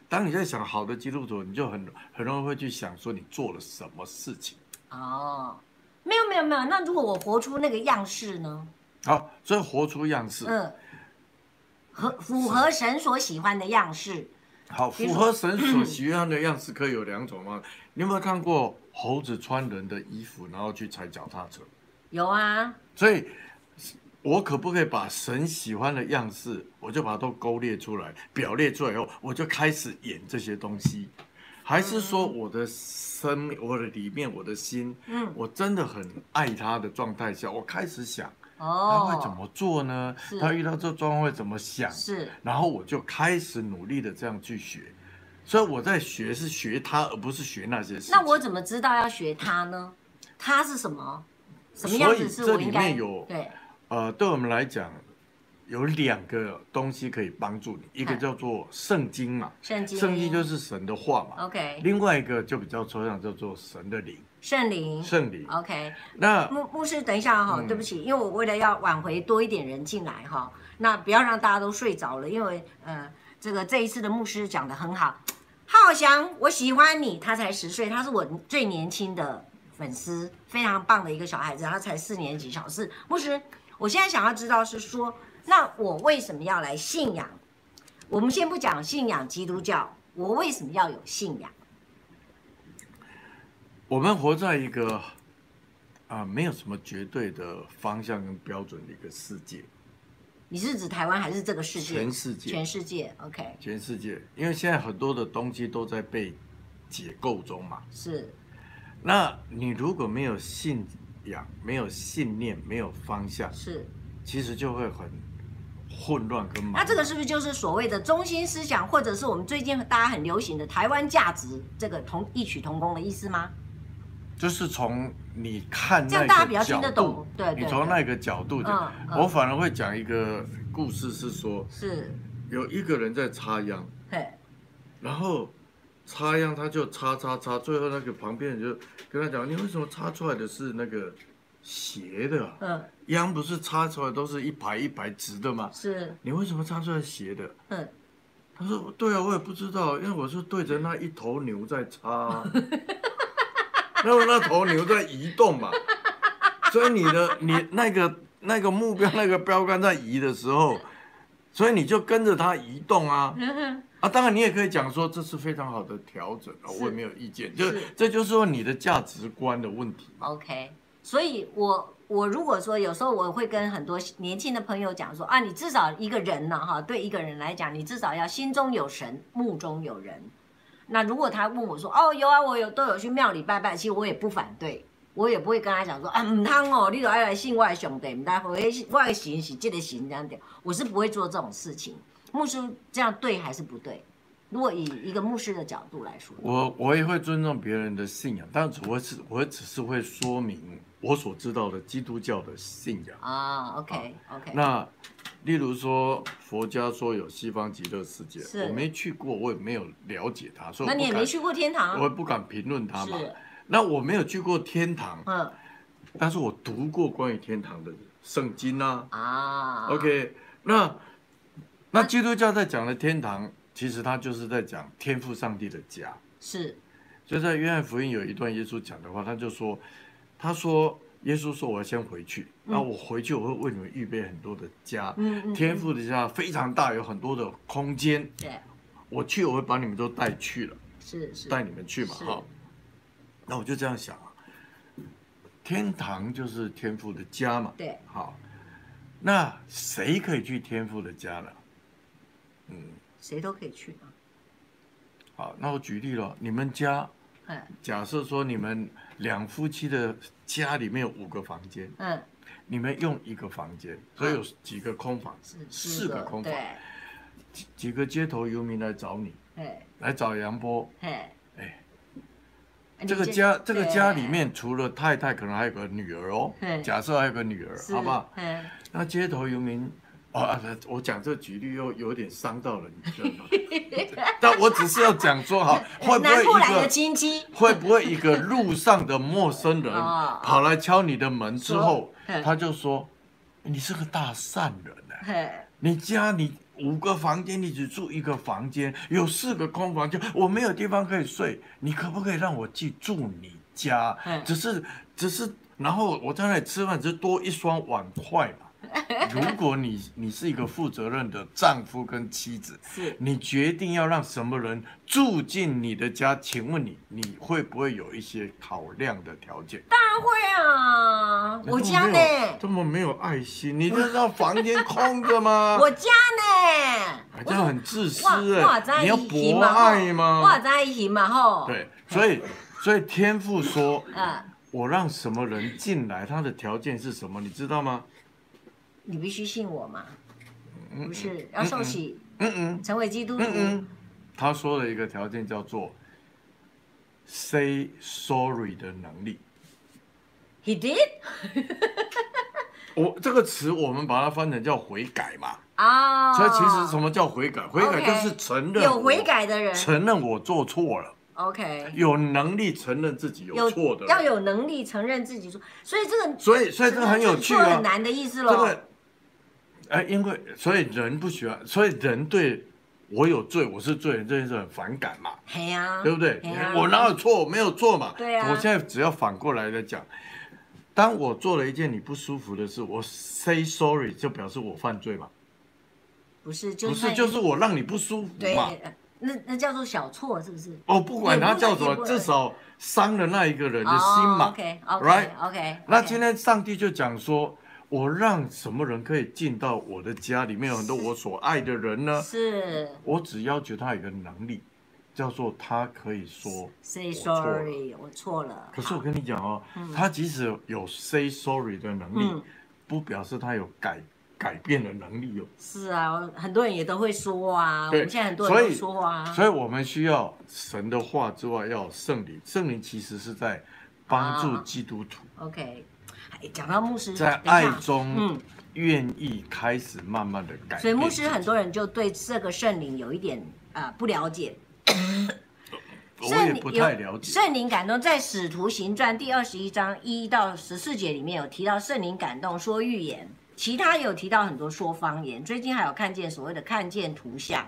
Speaker 2: 当你在想好的基督徒，你就很很容易会去想说你做了什么事情。
Speaker 1: 哦，没有没有没有，那如果我活出那个样式呢？
Speaker 2: 好，所以活出样式，
Speaker 1: 嗯，合符合神所喜欢的样式，
Speaker 2: 好，
Speaker 1: 比如
Speaker 2: 符
Speaker 1: 说嗯
Speaker 2: 合神所喜欢的样式可以有两种吗？你有没有看过猴子穿人的衣服，然后去踩脚踏车？
Speaker 1: 有啊，
Speaker 2: 所以，我可不可以把神喜欢的样式，我就把它都勾列出来、表列出来以后，我就开始演这些东西？还是说我的生命、我的里面、我的心，
Speaker 1: 嗯，
Speaker 2: 我真的很爱他的状态下，我开始想他
Speaker 1: 哦，
Speaker 2: 会怎么做呢？
Speaker 1: 是
Speaker 2: 他遇到这状况会怎么想？
Speaker 1: 是
Speaker 2: 然后我就开始努力的这样去学，所以我在学是学他，而不是学那些事情。
Speaker 1: 那我怎么知道要学它呢？它是什么？什么样子是
Speaker 2: 所以这
Speaker 1: 我
Speaker 2: 里
Speaker 1: 应该
Speaker 2: 面有
Speaker 1: 对
Speaker 2: 呃，对我们来讲，有两个东西可以帮助你，一个
Speaker 1: 嗯
Speaker 2: 叫做圣经嘛，
Speaker 1: 圣经？哦
Speaker 2: 圣经就是神的话嘛，
Speaker 1: OK
Speaker 2: 另外一个就比较抽象，叫做神的灵，
Speaker 1: 圣灵。
Speaker 2: 圣灵。
Speaker 1: OK，
Speaker 2: 那
Speaker 1: 牧牧师，等一下哈、
Speaker 2: 嗯
Speaker 1: 对不起，因为我为了要挽回多一点人进来哈、那不要让大家都睡着了，因为呃，这个这一次的牧师讲的很好，浩翔，我喜欢你，他才十岁，他是我最年轻的粉丝，非常棒的一个小孩子，他才四年级，小四。牧师，我现在想要知道是说，那我为什么要来信仰？我们先不讲信仰基督教，我为什么要有信仰？
Speaker 2: 我们活在一个啊、没有什么绝对的方向跟标准的一个世界，
Speaker 1: 你是指台湾还是这个世界？
Speaker 2: 全世界
Speaker 1: 全世界，OK，
Speaker 2: 全世界，因为现在很多的东西都在被解构中嘛。
Speaker 1: 是
Speaker 2: 那你如果没有信仰、没有信念、没有方向，
Speaker 1: 是。
Speaker 2: 其实就会很混乱跟麻
Speaker 1: 那
Speaker 2: 烦。
Speaker 1: 这个是不是就是所谓的中心思想，或者是我们最近大家很流行的台湾价值，这个同异曲同工的意思吗？
Speaker 2: 就是从你看
Speaker 1: 这样
Speaker 2: 那
Speaker 1: 大家比
Speaker 2: 个
Speaker 1: 较听
Speaker 2: 角
Speaker 1: 得
Speaker 2: 度
Speaker 1: 懂，对对
Speaker 2: 你从那个角度讲，
Speaker 1: 嗯嗯
Speaker 2: 我反而会讲一个故事，是说
Speaker 1: 是，
Speaker 2: 有一个人在插秧，
Speaker 1: 嘿，
Speaker 2: 然后插秧他就插插插，最后那个旁边人就跟他讲：“你为什么插出来的是那个斜的、啊？
Speaker 1: 嗯，
Speaker 2: 秧不是插出来都是一排一排直的吗？
Speaker 1: 是，
Speaker 2: 你为什么插出来斜的？”
Speaker 1: 嗯，
Speaker 2: 他说：“对啊，我也不知道，因为我是对着那一头牛在 插、啊，那么那头牛在移动嘛，所以你的你那个那个目标那个标杆在移的时候，所以你就跟着它移动啊
Speaker 1: 嗯
Speaker 2: 啊！当然你也可以讲说这是非常好的调整啊，
Speaker 1: 是
Speaker 2: 我也没有意见，就是这就是说你的价值观的问题嘛。
Speaker 1: OK，所以我我如果说有时候我会跟很多年轻的朋友讲说啊，你至少一个人呢、哈，对一个人来讲，你至少要心中有神，目中有人。那如果他问我说哦，有啊，我有都有去庙里拜拜，其实我也不反对，我也不会跟他讲说啊，唔通哦，你都爱来信外兄弟，唔通我的我的行是这个行这样点，我是不会做这种事情。牧师这样对还是不对？如果以一个牧师的角度来说，
Speaker 2: 我我也会尊重别人的信仰，但我只我只是会说明我所知道的基督教的信仰。
Speaker 1: 啊，OK OK，
Speaker 2: 那例如说，佛家说有西方极乐世界，
Speaker 1: 是
Speaker 2: 我没去过，我也没有了解它，所以
Speaker 1: 那
Speaker 2: 我
Speaker 1: 你
Speaker 2: 不
Speaker 1: 也
Speaker 2: 敢
Speaker 1: 没，去过天堂
Speaker 2: 我也
Speaker 1: 啊？
Speaker 2: 不敢评论它嘛。
Speaker 1: 是，
Speaker 2: 那我没有去过天堂，
Speaker 1: 嗯
Speaker 2: 但是我读过关于天堂的圣经啊。
Speaker 1: 啊
Speaker 2: OK，那那基督教在讲的天堂，其实它就是在讲天父上帝的家。
Speaker 1: 是
Speaker 2: 就在约翰福音有一段耶稣讲的话，他就说，他说耶稣说我要先回去，那、我回去我会为你们预备很多的家，
Speaker 1: 嗯嗯
Speaker 2: 天父的家非常大，有很多的空间，
Speaker 1: 对，
Speaker 2: 我去我会把你们都带去了，
Speaker 1: 是是
Speaker 2: 带你们去嘛
Speaker 1: 是
Speaker 2: 哈。那我就这样想啊，天堂就是天父的家嘛，
Speaker 1: 对，
Speaker 2: 好，那谁可以去天父的家呢？嗯，
Speaker 1: 谁都可以去嘛。
Speaker 2: 好，那我举例了，你们家
Speaker 1: 嗯
Speaker 2: 假设说你们两夫妻的家里面有五个房间，
Speaker 1: 嗯，
Speaker 2: 你们用一个房间，所以有几个空房，
Speaker 1: 啊是
Speaker 2: 四个空房，
Speaker 1: 对
Speaker 2: 几几个街头游民来找你，
Speaker 1: 嘿
Speaker 2: 来找杨波。
Speaker 1: 嘿，
Speaker 2: 哎，
Speaker 1: 你
Speaker 2: 这个家这个家
Speaker 1: 对
Speaker 2: 里面除了太太，可能还有个女儿哦
Speaker 1: 对。
Speaker 2: 假设还有个女儿，
Speaker 1: 是
Speaker 2: 好不好？？
Speaker 1: 嗯，
Speaker 2: 那街头游民。哦啊，我讲这举例又有点伤到了你，知道吗 但我只是要讲说，好，会不会
Speaker 1: 南
Speaker 2: 一
Speaker 1: 部来
Speaker 2: 个
Speaker 1: 的亲戚，
Speaker 2: 会不会一个路上的陌生人
Speaker 1: 哦
Speaker 2: 跑来敲你的门之后
Speaker 1: 说嗯，
Speaker 2: 他就说：“你是个大善人啊呢、
Speaker 1: 嘿，
Speaker 2: 你家里五个房间，你只住一个房间，有四个空房间，我没有地方可以睡，你可不可以让我去住你家
Speaker 1: 嗯？
Speaker 2: 只是只是，然后我在那里吃饭，只是多一双碗筷 嘛。如果你你是一个负责任的丈夫跟妻子，
Speaker 1: 是
Speaker 2: 你决定要让什么人住进你的家？请问你，你会不会有一些考量的条件？
Speaker 1: 大会啊，我家
Speaker 2: 没有
Speaker 1: 呢，
Speaker 2: 这么没有爱心，你就让房间空着吗？
Speaker 1: 我家呢，
Speaker 2: 哎这样很自私
Speaker 1: 哇哇，
Speaker 2: 啊哎、
Speaker 1: 知道
Speaker 2: 你要
Speaker 1: 伊行
Speaker 2: 博
Speaker 1: 嘛吼
Speaker 2: 爱
Speaker 1: 我
Speaker 2: 吗？
Speaker 1: 知伊行嘛吼，，
Speaker 2: 对，所以所以天父说，
Speaker 1: 嗯，
Speaker 2: 我让什么人进来，他的条件是什么？你知道吗？
Speaker 1: 你必须信我嘛，不是要受洗
Speaker 2: 嗯嗯
Speaker 1: 成为基督徒
Speaker 2: 嗯，嗯，他说了一个条件叫做 say sorry 的能力。
Speaker 1: ，He did
Speaker 2: 我这个词我们把它翻成叫悔改嘛，
Speaker 1: 啊，
Speaker 2: 所以其实什么叫悔改？悔改就是承认
Speaker 1: 有
Speaker 2: 我
Speaker 1: 悔，改的人
Speaker 2: 承认我做错了，
Speaker 1: ，OK，
Speaker 2: 有能力承认自己有错的
Speaker 1: 要
Speaker 2: 人。
Speaker 1: 有能力承认自己错，所以这个
Speaker 2: 所以，所以这个很有趣
Speaker 1: 做
Speaker 2: 啊
Speaker 1: 很。难的意思
Speaker 2: 这
Speaker 1: 喽。
Speaker 2: 个，哎，因为所以人不喜欢，所以人对我有罪，我是罪人这件事很反感嘛，
Speaker 1: 嘿呀、
Speaker 2: 对不对
Speaker 1: 嘿嗯哎呀、？
Speaker 2: 我哪有错？我没有错嘛。
Speaker 1: 对啊
Speaker 2: 我现在只要反过来来讲，当我做了一件你不舒服的事，我 say sorry 就表示我犯罪嘛。
Speaker 1: 不是，就
Speaker 2: 不是，
Speaker 1: 算
Speaker 2: 就是我让你不舒服
Speaker 1: 对
Speaker 2: 嘛。，
Speaker 1: 那那叫做小错，是不是？
Speaker 2: 哦，不管他叫什
Speaker 1: 也
Speaker 2: 么
Speaker 1: 不，能
Speaker 2: 至少伤了那一个人的心嘛。
Speaker 1: OK OK
Speaker 2: right？
Speaker 1: OK。
Speaker 2: 那今天上帝就讲说，我让什么人可以进到我的家里面，有很多我所爱的人呢？
Speaker 1: 是
Speaker 2: 我只要求他有一个能力，叫做他可以说。
Speaker 1: say
Speaker 2: 错了
Speaker 1: sorry，我错了。
Speaker 2: 可是我跟你讲哦，他即使有 say sorry 的能力，
Speaker 1: 嗯
Speaker 2: 不表示他有改改变的能力哦。
Speaker 1: 是啊，很多人也都会说啊，我
Speaker 2: 对
Speaker 1: 们现在很多人
Speaker 2: 所
Speaker 1: 都
Speaker 2: 以
Speaker 1: 说啊，
Speaker 2: 所以我们需要神的话之外，要有圣灵。圣灵其实是在帮助
Speaker 1: 啊
Speaker 2: 基督徒。
Speaker 1: OK。哎讲到牧师，
Speaker 2: 在
Speaker 1: 等一
Speaker 2: 爱
Speaker 1: 下
Speaker 2: 中
Speaker 1: 嗯，
Speaker 2: 愿意开始慢慢的改变。
Speaker 1: 所以牧师很多人就对这个圣灵有一点啊、呃不了解，
Speaker 2: 我也不太了解。
Speaker 1: 圣灵感动在《使徒行传》第二十一章一到十四节里面有提到圣灵感动说预言，其他有提到很多说方言，最近还有看见所谓的看见图像。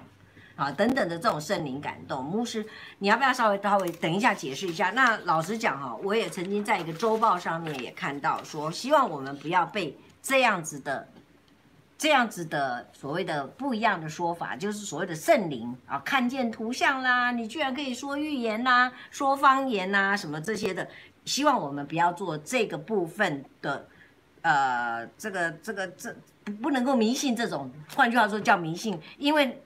Speaker 1: 啊，等等的这种圣灵感动，牧师，你要不要稍微稍微等一下解释一下？那老实讲哈、我也曾经在一个周报上面也看到说，希望我们不要被这样子的、这样子的所谓的不一样的说法，就是所谓的圣灵啊，看见图像啦，你居然可以说预言啦、说方言啦，什么这些的，希望我们不要做这个部分的，呃，这个这个这不不能够迷信这种，换句话说叫迷信，因为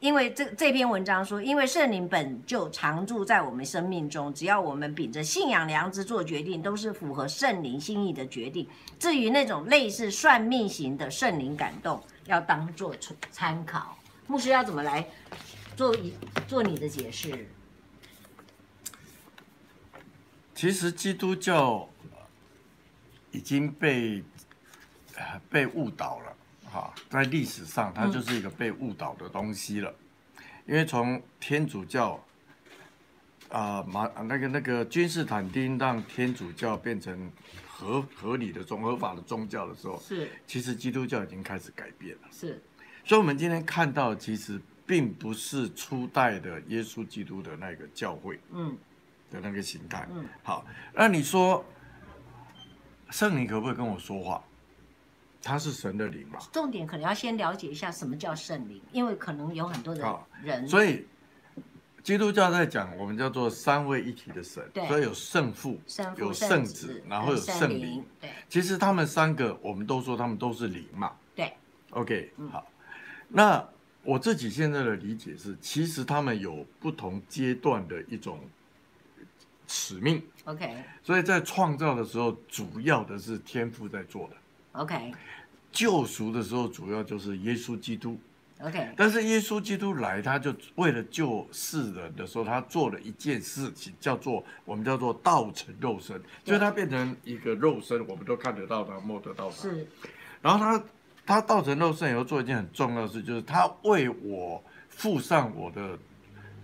Speaker 1: 因为这这篇文章说，因为圣灵本就常住在我们生命中，只要我们秉着信仰良知做决定，都是符合圣灵心意的决定。至于那种类似算命型的圣灵感动，要当做参考。牧师要怎么来做一做你的解释？
Speaker 2: 其实基督教已经被呃被误导了哈，在历史上它就是一个被误导的东西了，因为从天主教啊马、那个那个君士坦丁让天主教变成合合理的宗合法的宗教的时候，
Speaker 1: 是
Speaker 2: 其实基督教已经开始改变了。
Speaker 1: 是，
Speaker 2: 所以，我们今天看到，其实并不是初代的耶稣基督的那个教会
Speaker 1: 嗯
Speaker 2: 的那个形态。
Speaker 1: 嗯，
Speaker 2: 好，那你说，圣灵可不可以跟我说话？他是神的灵嘛？
Speaker 1: 重点可能要先了解一下什么叫圣灵，因为可能有很多的
Speaker 2: 好
Speaker 1: 人，
Speaker 2: 所以，基督教在讲我们叫做三位一体的神
Speaker 1: 对，
Speaker 2: 所以有圣父、
Speaker 1: 圣父、
Speaker 2: 有
Speaker 1: 圣
Speaker 2: 圣
Speaker 1: 子
Speaker 2: 子，，然后有
Speaker 1: 跟
Speaker 2: 圣灵
Speaker 1: 灵。，对
Speaker 2: 其实他们三个，我们都说他们都是灵嘛。
Speaker 1: 对，
Speaker 2: OK，
Speaker 1: 嗯
Speaker 2: 好。那我自己现在的理解是，其实他们有不同阶段的一种使命，
Speaker 1: ，OK
Speaker 2: 所以在创造的时候，主要的是天父在做的；
Speaker 1: OK
Speaker 2: 救赎的时候，主要就是耶稣基督。
Speaker 1: OK，
Speaker 2: 但是耶稣基督来，他就为了救世人的时候，他做了一件事情，叫做我们叫做道成肉身，
Speaker 1: 对
Speaker 2: 就是他变成一个肉身，我们都看得到他，摸得到他。
Speaker 1: 是
Speaker 3: 啊
Speaker 2: 然后他他道成肉身以后做一件很重要的事，就是他为我付上我的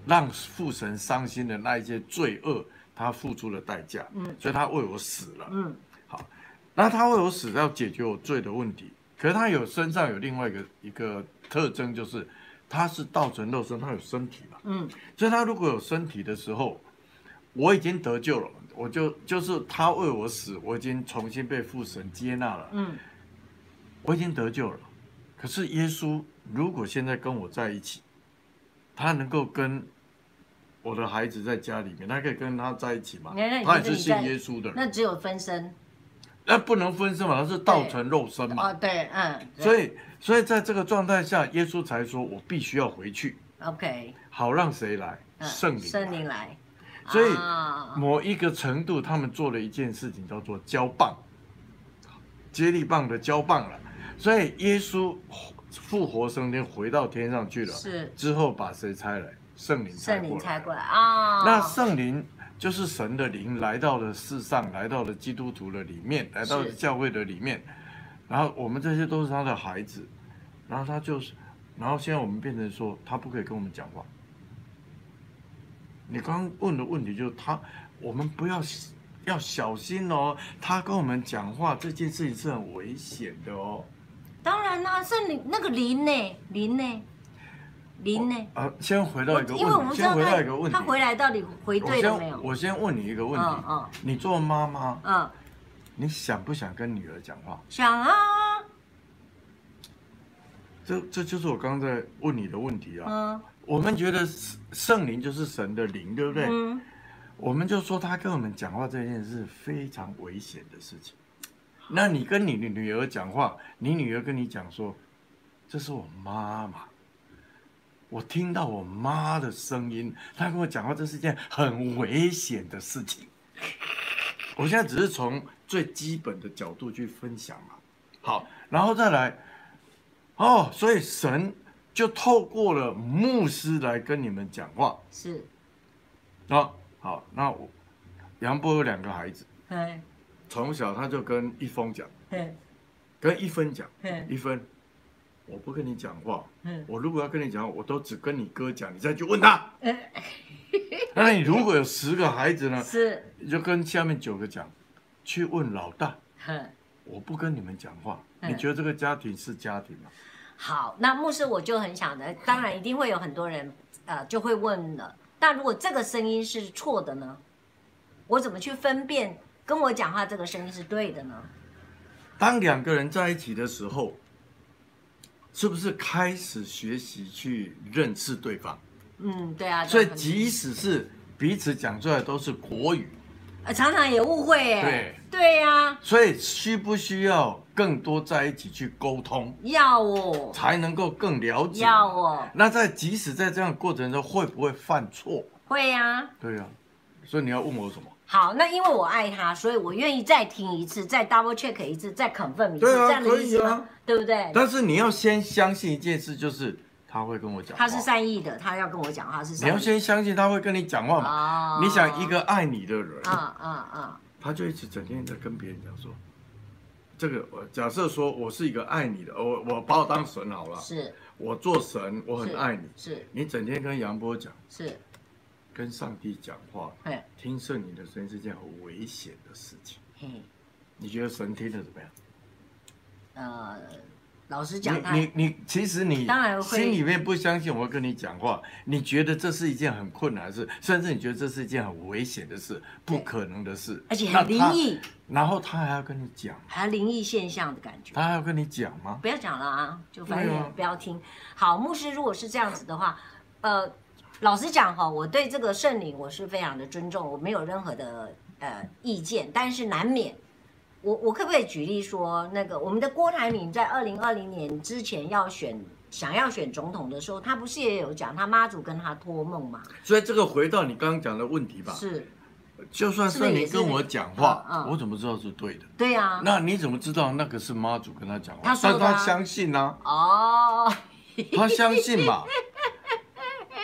Speaker 2: 让父神伤心的那一些罪恶，他付出了代价。
Speaker 1: 嗯，
Speaker 2: 所以他为我死了。
Speaker 1: 嗯
Speaker 2: 那他为我死要解决我罪的问题，可是他有身上有另外一个一个特征，就是他是道成肉身，他有身体嘛。
Speaker 1: 嗯
Speaker 2: 所以他如果有身体的时候，我已经得救了，我就就是他为我死，我已经重新被父神接纳了。
Speaker 1: 嗯
Speaker 2: 我已经得救了，可是耶稣如果现在跟我在一起，他能够跟我的孩子在家里面，他可以跟他在一起吗？
Speaker 1: 那那你
Speaker 2: 他也
Speaker 1: 就是是
Speaker 2: 信
Speaker 1: 你在
Speaker 2: 耶稣的人，
Speaker 1: 那只有分身
Speaker 2: 那不能分身嘛，他是道成肉身嘛
Speaker 1: 哦，。对，嗯，对
Speaker 2: 所以，所以在这个状态下，耶稣才说：“我必须要回去，
Speaker 1: OK，
Speaker 2: 好让谁来？
Speaker 1: 嗯
Speaker 2: 圣灵。”
Speaker 1: 圣灵。来，
Speaker 2: 所以
Speaker 1: 啊
Speaker 2: 某一个程度，他们做了一件事情，叫做交棒，接力棒的交棒了。所以耶稣复活升天，回到天上去了。
Speaker 1: 是
Speaker 2: 之后把谁差来？圣灵差
Speaker 1: 圣灵
Speaker 2: 过
Speaker 1: 猜
Speaker 2: 来。
Speaker 1: 过来啊，
Speaker 2: 那圣灵就是神的灵来到了世上，来到了基督徒的里面，来到了
Speaker 1: 是
Speaker 2: 教会的里面，然后我们这些都是他的孩子，然后他就是，然后现在我们变成说他不可以跟我们讲话。你刚刚问的问题就是他，我们不要要小心哦，他跟我们讲话这件事情是很危险的哦。
Speaker 1: 当然啦，圣灵那个灵呢，灵呢，灵呢，
Speaker 2: 啊，先回到一个
Speaker 1: 因为我
Speaker 2: 问
Speaker 1: 们知
Speaker 2: 题，先
Speaker 1: 道
Speaker 2: 回到一个问
Speaker 1: 他
Speaker 2: 题
Speaker 1: 他。回来到底回
Speaker 2: 我
Speaker 1: 对了没有
Speaker 2: 先？我先问你一个问题，
Speaker 1: 嗯嗯
Speaker 2: 你做妈妈，
Speaker 1: 嗯，
Speaker 2: 你想不想跟女儿讲话？
Speaker 1: 想啊，
Speaker 2: 这这就是我刚才问你的问题啊。
Speaker 1: 嗯
Speaker 2: 我们觉得圣圣灵就是神的灵，对不对？
Speaker 1: 嗯，
Speaker 2: 我们就说他跟我们讲话这件事是非常危险的事情。那你跟你的女儿讲话，你女儿跟你讲说：“这是我妈妈，我听到我妈的声音，她跟我讲话，这是一件很危险的事情。”我现在只是从最基本的角度去分享嘛。好，然后再来，哦，所以神就透过了牧师来跟你们讲话。
Speaker 1: 是，
Speaker 2: 啊，好，那我杨波有两个孩子，
Speaker 1: 嘿，
Speaker 2: 从小他就跟一峰讲，
Speaker 1: 嘿，
Speaker 2: 跟一芬讲，
Speaker 1: 嘿，
Speaker 2: 一芬，我不跟你讲话，
Speaker 1: 嗯
Speaker 2: 我如果要跟你讲话，我都只跟你哥讲，你再去问他。
Speaker 1: 嗯
Speaker 2: 那你如果有十个孩子呢，
Speaker 1: 是，
Speaker 2: 你就跟下面九个讲，去问老大，
Speaker 1: 哼。
Speaker 2: 我不跟你们讲话，
Speaker 1: 嗯
Speaker 2: 你觉得这个家庭是家庭吗？
Speaker 1: 好，那牧师我就很想的，当然一定会有很多人呃就会问了，那如果这个声音是错的呢？我怎么去分辨跟我讲话这个声音是对的呢？
Speaker 2: 当两个人在一起的时候，是不是开始学习去认识对方？
Speaker 1: 嗯，对啊，
Speaker 2: 所以
Speaker 1: 这样很
Speaker 2: 即使是彼此讲出来都是国语，
Speaker 1: 呃常常也误会耶
Speaker 2: 对。
Speaker 1: 对呀、
Speaker 2: 所以需不需要更多在一起去沟通，
Speaker 1: 要哦，
Speaker 2: 才能够更了解？
Speaker 1: 要哦，
Speaker 2: 那在即使在这样的过程中，会不会犯错？
Speaker 1: 会呀、
Speaker 2: 对呀、所以你要问我什么？
Speaker 1: 好，那因为我爱他，所以我愿意再听一次，再 double check 一次，再 confirm 一次，
Speaker 2: 对啊
Speaker 1: 这样的意思
Speaker 2: 可以啊
Speaker 1: 吗？对不对？
Speaker 2: 但是你要先相信一件事，就是他会跟我讲话。
Speaker 1: 他是善意的，他要跟我讲话是
Speaker 2: 你
Speaker 1: 善意的。
Speaker 2: 要先相信他会跟你讲话嘛。
Speaker 1: 哦
Speaker 2: 你想一，个爱你的人，
Speaker 1: 嗯嗯嗯，
Speaker 2: 他就一直整天在跟别人讲说，这个我假设说我是一个爱你的，我我把我当神好了，
Speaker 1: 啊是
Speaker 2: 我做神，我很
Speaker 1: 是
Speaker 2: 爱你。
Speaker 1: 是
Speaker 2: 你整天跟杨波讲，
Speaker 1: 是，
Speaker 2: 跟上帝讲话，
Speaker 1: 嘿
Speaker 2: 听圣灵的声音是件很危险的事情。
Speaker 1: 嘿，
Speaker 2: 你觉得神听得怎么样？
Speaker 1: 呃，老实讲，他
Speaker 2: 你你你，其实你
Speaker 1: 当然会
Speaker 2: 心里面不相信我会跟你讲话，你觉得这是一件很困难的事，甚至你觉得这是一件很危险的事，不可能的事，
Speaker 1: 而且
Speaker 2: 那
Speaker 1: 很
Speaker 2: 他
Speaker 1: 灵，异，
Speaker 2: 然后他还要跟你讲，
Speaker 1: 还灵异现象的感觉。
Speaker 2: 他还要跟你讲吗？
Speaker 1: 不要讲了啊，就反正
Speaker 2: 对
Speaker 1: 也
Speaker 2: 啊
Speaker 1: 不要听。好，牧师如果是这样子的话，呃，老实讲哈，我对这个圣灵我是非常的尊重，我没有任何的呃意见，但是难免。我我可不可以举例说，那个我们的郭台铭在二零二零年之前要选想要选总统的时候，他不是也有讲他妈祖跟他托梦吗？
Speaker 2: 所以这个回到你刚刚讲的问题吧，
Speaker 1: 是，
Speaker 2: 就算
Speaker 1: 是不是
Speaker 2: 圣
Speaker 1: 也
Speaker 2: 灵
Speaker 1: 是
Speaker 2: 跟我讲话，
Speaker 1: 嗯嗯
Speaker 2: 我怎么知道是对的？
Speaker 1: 对呀、啊。
Speaker 2: 那你怎么知道那个是妈祖跟他讲话？
Speaker 1: 他说的啊
Speaker 2: 但他相信啊，
Speaker 1: 哦，
Speaker 2: 他相 信嘛，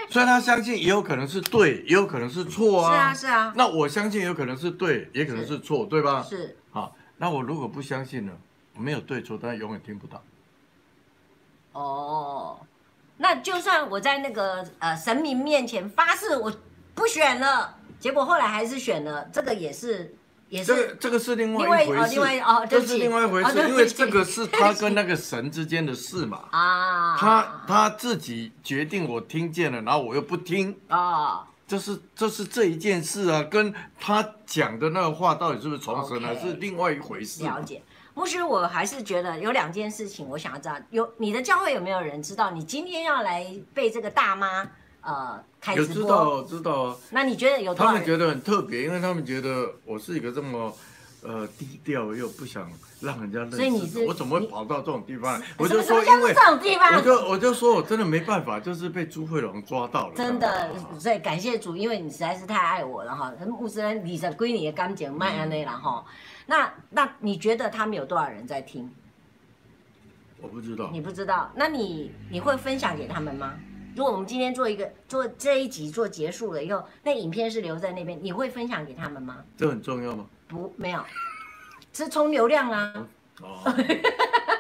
Speaker 2: 所以他相信也有可能是对，也有可能是错
Speaker 1: 是啊，是啊，
Speaker 2: 那我相信有可能是对，也可能是错，对吧？
Speaker 1: 是
Speaker 2: 好，那我如果不相信呢？没有对错，但永远听不到。
Speaker 1: 哦，那就算我在那个呃神明面前发誓我不选了，结果后来还是选了，这个也是也
Speaker 2: 这个
Speaker 1: 是
Speaker 2: 这个是另外一
Speaker 1: 另外哦
Speaker 2: 回事，
Speaker 1: 另外哦对
Speaker 2: 这
Speaker 1: 不起
Speaker 2: 是另外一回
Speaker 1: 哦对
Speaker 2: 事，
Speaker 1: 不起
Speaker 2: 因为这个是他跟那个神之间的事嘛。
Speaker 1: 啊，
Speaker 2: 他他自己决定，我听见了，然后我又不听，
Speaker 1: 哦，
Speaker 2: 这是这是这一件事啊，跟他讲的那个话到底是不是从神来
Speaker 1: OK
Speaker 2: 是另外一回事嘛。
Speaker 1: 了解。牧师，我还是觉得有两件事情我想要知道，有你的教会有没有人知道你今天要来被这个大妈呃开
Speaker 2: 有
Speaker 1: 直
Speaker 2: 知
Speaker 1: 播？
Speaker 2: 道知道啊，
Speaker 1: 那你觉得有多少
Speaker 2: 他们
Speaker 1: 人？
Speaker 2: 觉得很特别，因为他们觉得我是一个这么。呃，低调又不想让人家认识
Speaker 1: 所以你
Speaker 2: 的
Speaker 1: 是
Speaker 2: 我怎么会跑到这种地方来？我
Speaker 1: 什
Speaker 2: 就
Speaker 1: 么什么
Speaker 2: 说，
Speaker 1: 叫
Speaker 2: 因
Speaker 1: 做
Speaker 2: 为
Speaker 1: 这种地
Speaker 2: 我
Speaker 1: 方？
Speaker 2: 就我就说我真的没办法，就是被朱慧龙抓到了。
Speaker 1: 真的
Speaker 2: 啊，
Speaker 1: 所以感谢主，因为你实在是太爱我了哈。牧师，你的归你的感情慢安内了哈。那那你觉得他们有多少人在听？
Speaker 2: 我不知道
Speaker 1: 你，不知道，那你你会分享给他们吗？如果我们今天做一个做这一集做结束了以后，那影片是留在那边，你会分享给他们吗？
Speaker 2: 这很重要吗？
Speaker 1: 不，没有，是冲流量啊，
Speaker 2: 哦，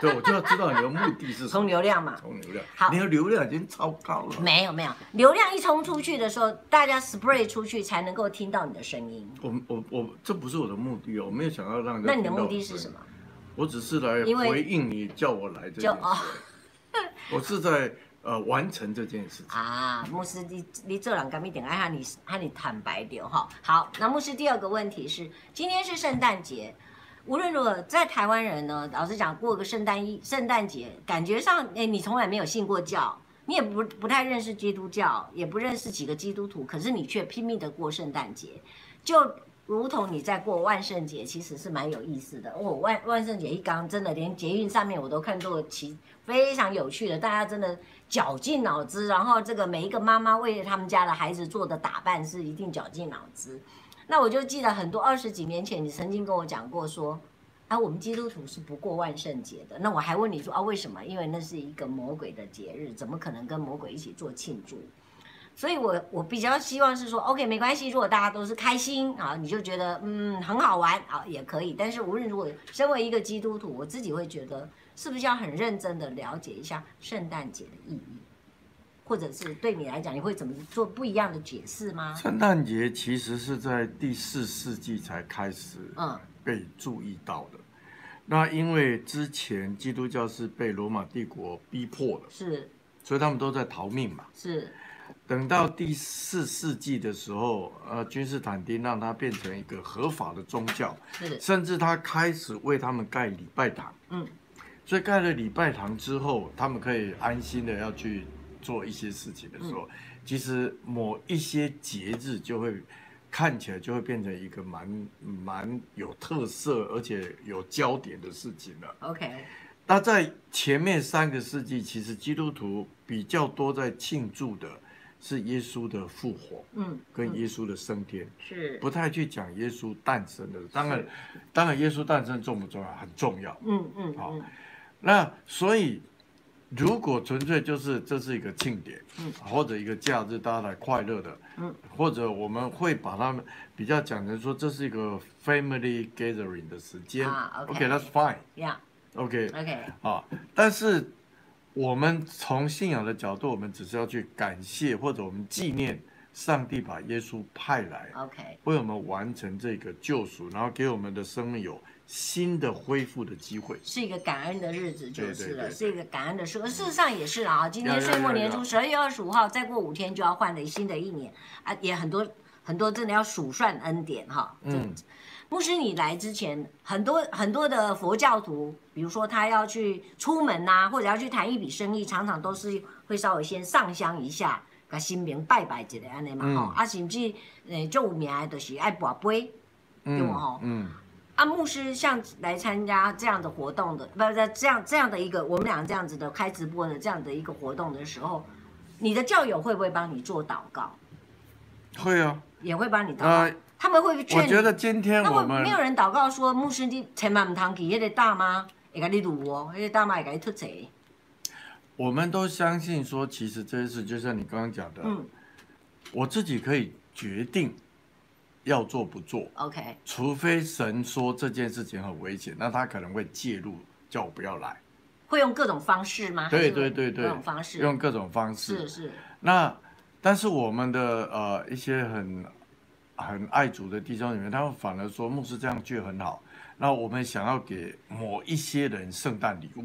Speaker 2: 对，我就要知道你的目的是 什
Speaker 1: 冲
Speaker 2: 么。
Speaker 1: 流量嘛。
Speaker 2: 从流量
Speaker 1: 好，
Speaker 2: 你的流量已经超高了。
Speaker 1: 没有没有，流量一冲出去的时候，大家 spray 出去才能够听到你的声音。
Speaker 2: 我我我，这不是我的目的哦，我没有想要让人家
Speaker 1: 那你的
Speaker 2: 听到
Speaker 1: 目
Speaker 2: 我
Speaker 1: 的
Speaker 2: 声
Speaker 1: 是
Speaker 2: 音
Speaker 1: 什么？
Speaker 2: 我只是来
Speaker 1: 因为
Speaker 2: 回应你叫我来这
Speaker 1: 就
Speaker 2: 件
Speaker 1: 哦
Speaker 2: 事，我是在呃完成这件事情。
Speaker 1: 啊，牧师，你你做人敢一定爱和你和你坦白点哈。好，那牧师第二个问题是，今天是圣诞节，无论如何，在台湾人呢，老实讲，过个圣诞一圣诞节，感觉上，哎，你从来没有信过教，你也不不太认识基督教，也不认识几个基督徒，可是你却拼命的过圣诞节，就。如同你在过万圣节，其实是蛮有意思的。哦，万万圣节一刚，真的连捷运上面我都看到其非常有趣的，大家真的绞尽脑汁，然后这个每一个妈妈为了他们家的孩子做的打扮是一定绞尽脑汁。那我就记得很多二十几年前，你曾经跟我讲过说，啊，我们基督徒是不过万圣节的。那我还问你说啊，为什么？因为那是一个魔鬼的节日，怎么可能跟魔鬼一起做庆祝？所以我我比较希望是说，OK，没关系，如果大家都是开心啊，你就觉得嗯很好玩啊也可以。但是无论如何，身为一个基督徒，我自己会觉得是不是要很认真的了解一下圣诞节的意义，或者是对你来讲，你会怎么做不一样的解释吗？
Speaker 2: 圣诞节其实是在第四世纪才开始
Speaker 1: 嗯
Speaker 2: 被注意到的。那因为之前基督教是被罗马帝国逼迫的，
Speaker 1: 是
Speaker 2: 所以他们都在逃命嘛。
Speaker 1: 是
Speaker 2: 等到第四世纪的时候，呃，君士坦丁让它变成一个合法的宗教，
Speaker 1: 是，
Speaker 2: 甚至他开始为他们盖礼拜堂。
Speaker 1: 嗯，
Speaker 2: 所以盖了礼拜堂之后，他们可以安心的要
Speaker 1: 嗯
Speaker 2: 去做一些事情的时候，其实某一些节日就会看起来就会变成一个蛮蛮有特色而且有焦点的事情了。
Speaker 1: OK，
Speaker 2: 那在前面三个世纪，其实基督徒比较多在庆祝的是耶稣的复活
Speaker 1: 嗯，
Speaker 2: 跟
Speaker 1: 嗯
Speaker 2: 耶稣的升天，
Speaker 1: 是，
Speaker 2: 不太去讲耶稣诞生的。当然，当然，耶稣诞生重不重要？很重要。
Speaker 1: 嗯嗯
Speaker 2: 好
Speaker 1: 嗯，
Speaker 2: 那所以，如果纯粹就是这是一个庆典，
Speaker 1: 嗯
Speaker 2: 或者一个假日，大家来快乐的，
Speaker 1: 嗯，
Speaker 2: 或者我们会把它们比较讲成说这是一个 family gathering 的时间、
Speaker 1: 啊，OK 嗯
Speaker 2: OK，that's、fine。
Speaker 1: 呀
Speaker 2: OK，
Speaker 1: ，OK，
Speaker 2: 啊，但是我们从信仰的角度，我们只是要去感谢或者我们纪念上帝把耶稣派来，
Speaker 1: OK，
Speaker 2: 为我们完成这个救赎，然后给我们的生命有新的恢复的机会。
Speaker 1: 是一个感恩的日子就是
Speaker 2: 对对
Speaker 1: 了，
Speaker 2: 对
Speaker 1: 是一个感恩的事。事实上也是啊，今天
Speaker 2: 要要
Speaker 1: 岁末年
Speaker 2: 要
Speaker 1: 初，十二月二十五号，再过五天就要换了新的一年啊，也很多很多真的要数算恩典哈。这
Speaker 2: 嗯，
Speaker 1: 牧师，你来之前，很多很多的佛教徒，比如说他要去出门呐、或者要去谈一笔生意，常常都是会稍微先上香一下，把心明拜拜一下安尼嘛吼、
Speaker 2: 嗯
Speaker 1: 啊，甚至呃，最有名的就是爱跋杯。对
Speaker 2: 嗯
Speaker 1: 我哦
Speaker 2: 嗯，
Speaker 1: 啊，牧师像来参加这样的活动的，不是这样这样的一个，我们俩这样子的开直播的这样的一个活动的时候，你的教友会不会帮你做祷告？
Speaker 2: 会啊。
Speaker 1: 也会帮你祷告？
Speaker 2: 呃，
Speaker 1: 他们会不会劝
Speaker 2: 我
Speaker 1: 你？
Speaker 2: 觉得今天
Speaker 1: 那
Speaker 2: 我
Speaker 1: 会
Speaker 2: 们
Speaker 1: 没有人祷告说，牧师你千万唔通去迄个大妈会甲你撸哦，迄、个大妈会甲你吐册。
Speaker 2: 我们都相信说，其实这些事就像你刚刚讲的，
Speaker 1: 嗯
Speaker 2: 我自己可以决定要做不做。
Speaker 1: ，OK，
Speaker 2: 除非神说这件事情很危险，那他可能会介入，叫我不要来，
Speaker 1: 会用各种方式吗？
Speaker 2: 对
Speaker 1: 啊还是
Speaker 2: 对对对
Speaker 1: 各种方式
Speaker 2: 用各种方式。
Speaker 1: 是是
Speaker 2: 那但是我们的呃一些很很爱主的弟兄里面，他们反而说牧师这样去很好。那我们想要给某一些人圣诞礼物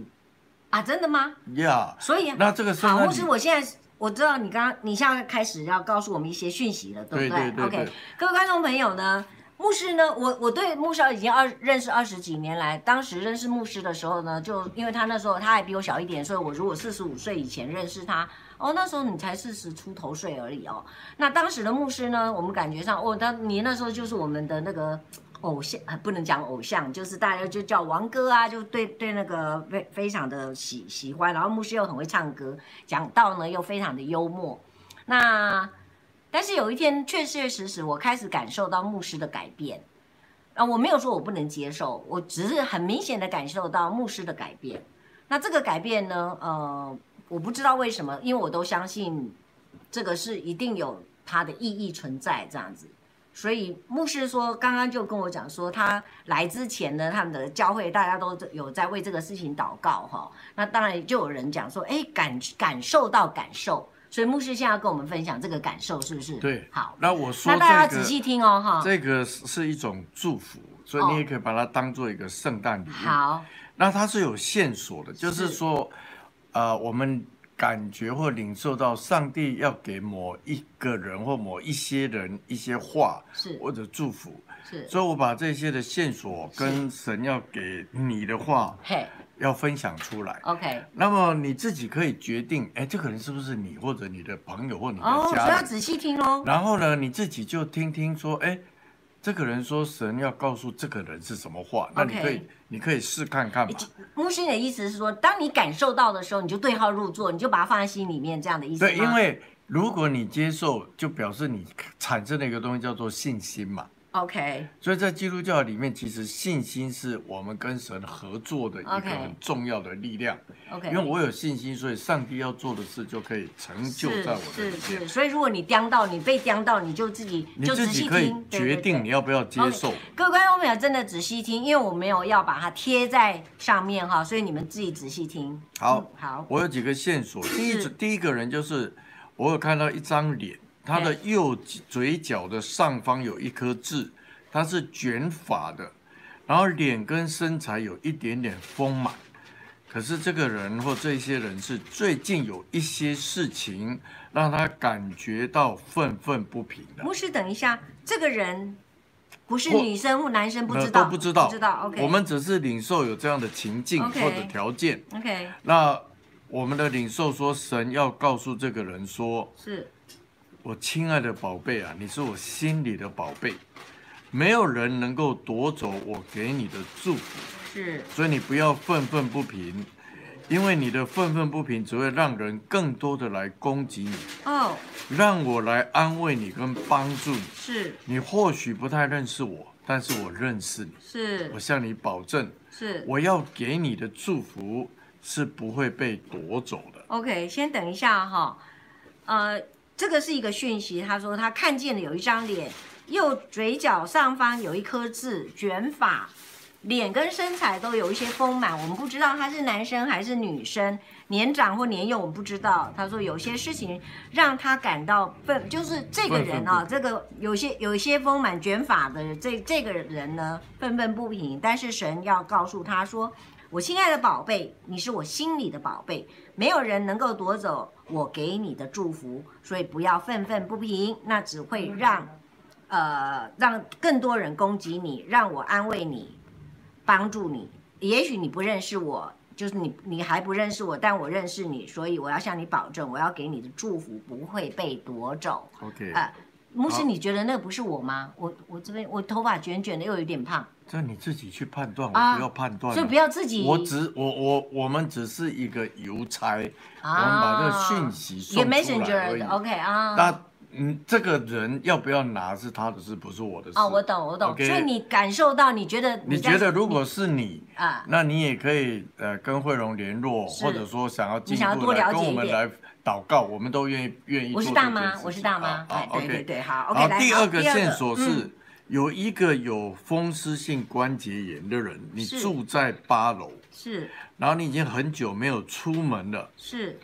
Speaker 1: 啊，真的吗？
Speaker 2: 呀
Speaker 1: 所以
Speaker 2: 那这个圣
Speaker 1: 好，
Speaker 2: 诞
Speaker 1: 牧
Speaker 2: 礼
Speaker 1: 师，
Speaker 2: 物
Speaker 1: 我现在我知道你刚刚你现在开始要告诉我们一些讯息了，
Speaker 2: 对
Speaker 1: 不
Speaker 2: 对对
Speaker 1: o k
Speaker 2: 对
Speaker 1: 各位观众朋友呢，牧师呢，我我对牧师已经二认识二十几年来，当时认识牧师的时候呢，就因为他那时候他还比我小一点，所以我如果四十五岁以前认识他，哦，那时候你才四十出头岁而已哦。那当时的牧师呢，我们感觉上，哦，他你那时候就是我们的那个。偶像呃不能讲偶像，就是大家就叫王哥啊，就对对那个非非常的喜喜欢，然后牧师又很会唱歌，讲道呢又非常的幽默。那但是有一天，确确实实我开始感受到牧师的改变。啊，我没有说我不能接受，我只是很明显的感受到牧师的改变。那这个改变呢，呃，我不知道为什么，因为我都相信这个是一定有它的意义存在这样子。所以牧师说，刚刚就跟我讲说，他来之前呢，他们的教会大家都有在为这个事情祷告哈、那当然就有人讲说，哎，感感受到感受，所以牧师现在要跟我们分享这个感受，是不是？
Speaker 2: 对
Speaker 1: 好，
Speaker 2: 那我说
Speaker 1: 那大家要
Speaker 2: 这
Speaker 1: 仔
Speaker 2: 个
Speaker 1: 细听哦哈。
Speaker 2: 这个是是一种祝福，所以
Speaker 1: 哦
Speaker 2: 你也可以把它当做一个圣诞礼物。
Speaker 1: 好，
Speaker 2: 那它是有线索的，就是
Speaker 1: 是
Speaker 2: 说，呃，我们感觉或领受到上帝要给某一个人或某一些人一些话
Speaker 1: 是
Speaker 2: 或者祝福，
Speaker 1: 是，
Speaker 2: 所以我把这些的线索跟神要给你的话
Speaker 1: 嘿
Speaker 2: 要分享出来。
Speaker 1: ，OK，
Speaker 2: 那么你自己可以决定，哎，这个人是不是你，或者你的朋友，或你
Speaker 1: 哦，
Speaker 2: 的
Speaker 1: 所以
Speaker 2: 家
Speaker 1: 要
Speaker 2: 人？
Speaker 1: 仔细听哦喽。
Speaker 2: 然后呢，你自己就听听说，哎，这个人说神要告诉这个人是什么话，那你
Speaker 1: OK
Speaker 2: 可以，你可以试看看嘛。
Speaker 1: 牧师你的意思是说，当你感受到的时候，你就对号入座，你就把它放在心里面，这样的意思吗
Speaker 2: 对，因为如果你接受，就表示你产生了一个东西叫做信心嘛。
Speaker 1: OK
Speaker 2: 所以在基督教里面，其实信心是我们跟神合作的一个
Speaker 1: OK
Speaker 2: 很重要的力量。
Speaker 1: OK，
Speaker 2: 因为我有信心，所以上帝要做的事就可以成就是在我的里
Speaker 1: 是
Speaker 2: 面
Speaker 1: 是，。所以如果你刁到，你被刁到，你就自己
Speaker 2: 你
Speaker 1: 就
Speaker 2: 自
Speaker 1: 仔细
Speaker 2: 己可以
Speaker 1: 听，对
Speaker 2: 决
Speaker 1: 对
Speaker 2: 定
Speaker 1: 对
Speaker 2: 你要不要接
Speaker 1: OK 嗯
Speaker 2: 受。
Speaker 1: 各位观众朋友真的仔细听，因为我没有要把它贴在上面哈，所以你们自己仔细听。
Speaker 2: 好
Speaker 1: 嗯好，
Speaker 2: 我有几个线索，第一
Speaker 1: 是
Speaker 2: 第一个人就是我有看到一张脸，他的右嘴角的上方有一颗痣，他是卷发的，然后脸跟身材有一点点丰满。可是这个人或这些人是最近有一些事情让他感觉到愤愤不平的，
Speaker 1: 牧师等一下，这个人不是
Speaker 2: 或
Speaker 1: 女生或男生不
Speaker 2: 那
Speaker 1: 知道，
Speaker 2: 呃都不知道，
Speaker 1: 不知道。OK，
Speaker 2: 我们只是领受有这样的情境
Speaker 1: OK
Speaker 2: 或者条件。
Speaker 1: OK
Speaker 2: 那我们的领袖说，神要告诉这个人说，
Speaker 1: 是
Speaker 2: 我亲爱的宝贝啊，你是我心里的宝贝，没有人能够夺走我给你的祝福。
Speaker 1: 是
Speaker 2: 所以你不要愤愤不平，因为你的愤愤不平只会让人更多的来攻击你，
Speaker 1: 哦，
Speaker 2: 让我来安慰你跟帮助你。
Speaker 1: 是
Speaker 2: 你或许不太认识我，但是我认识你。
Speaker 1: 是
Speaker 2: 我向你保证，
Speaker 1: 是
Speaker 2: 我要给你的祝福是不会被夺走的。
Speaker 1: ，OK，先等一下哈、呃，这个是一个讯息，他说他看见了有一张脸，右嘴角上方有一颗痣，卷发，脸跟身材都有一些丰满，我们不知道他是男生还是女生，年长或年幼我们不知道。他说有些事情让他感到愤，就是这个人啊、这个有些有些丰满卷发的这这个人呢，愤愤不平，但是神要告诉他说。我亲爱的宝贝，你是我心里的宝贝，没有人能够夺走我给你的祝福，所以不要愤愤不平，那只会让呃，让更多人攻击你，让我安慰你，帮助你。也许你不认识我，就是你你还不认识我，但我认识你，所以我要向你保证，我要给你的祝福不会被夺走。
Speaker 2: OK，、
Speaker 1: 啊牧师，
Speaker 2: 好
Speaker 1: 你觉得那不是我吗？我我这边我头发卷卷的，又有点胖，
Speaker 2: 这你自己去判断，
Speaker 1: 啊
Speaker 2: 我不要判断、
Speaker 1: 所以不。要自己。
Speaker 2: 哦我只我我我们只是一个邮差，
Speaker 1: 啊
Speaker 2: 我们把这个讯息
Speaker 1: 也
Speaker 2: 送出来而已
Speaker 1: messenger。OK 啊。
Speaker 2: 那嗯，这个人要不要拿是他的事，不是我的事。
Speaker 1: 哦，我懂，我懂。
Speaker 2: OK
Speaker 1: 所以你感受到，你觉得
Speaker 2: 你
Speaker 1: 在
Speaker 2: 觉得如果是你，
Speaker 1: 啊，
Speaker 2: 那你也可以呃跟慧荣联络，
Speaker 1: 是
Speaker 2: 或者说想要进
Speaker 1: 你想要
Speaker 2: 一步
Speaker 1: 多
Speaker 2: 来
Speaker 1: 了解
Speaker 2: 跟我
Speaker 1: 一
Speaker 2: 们
Speaker 1: 点
Speaker 2: 来祷告，我们都愿意愿意
Speaker 1: 我是
Speaker 2: 做这件事情。
Speaker 1: 大妈，我是大妈
Speaker 2: 啊，
Speaker 1: 哎
Speaker 2: 啊，
Speaker 1: 对对
Speaker 2: OK。
Speaker 1: 对，好
Speaker 2: 好
Speaker 1: ，OK，来，
Speaker 2: 第
Speaker 1: 好
Speaker 2: 二个线索
Speaker 1: 嗯
Speaker 2: 是有一个有风湿性关节炎的人，你
Speaker 1: 是
Speaker 2: 住在八楼，
Speaker 1: 是
Speaker 2: 然后你已经很久没有出门了。
Speaker 1: 是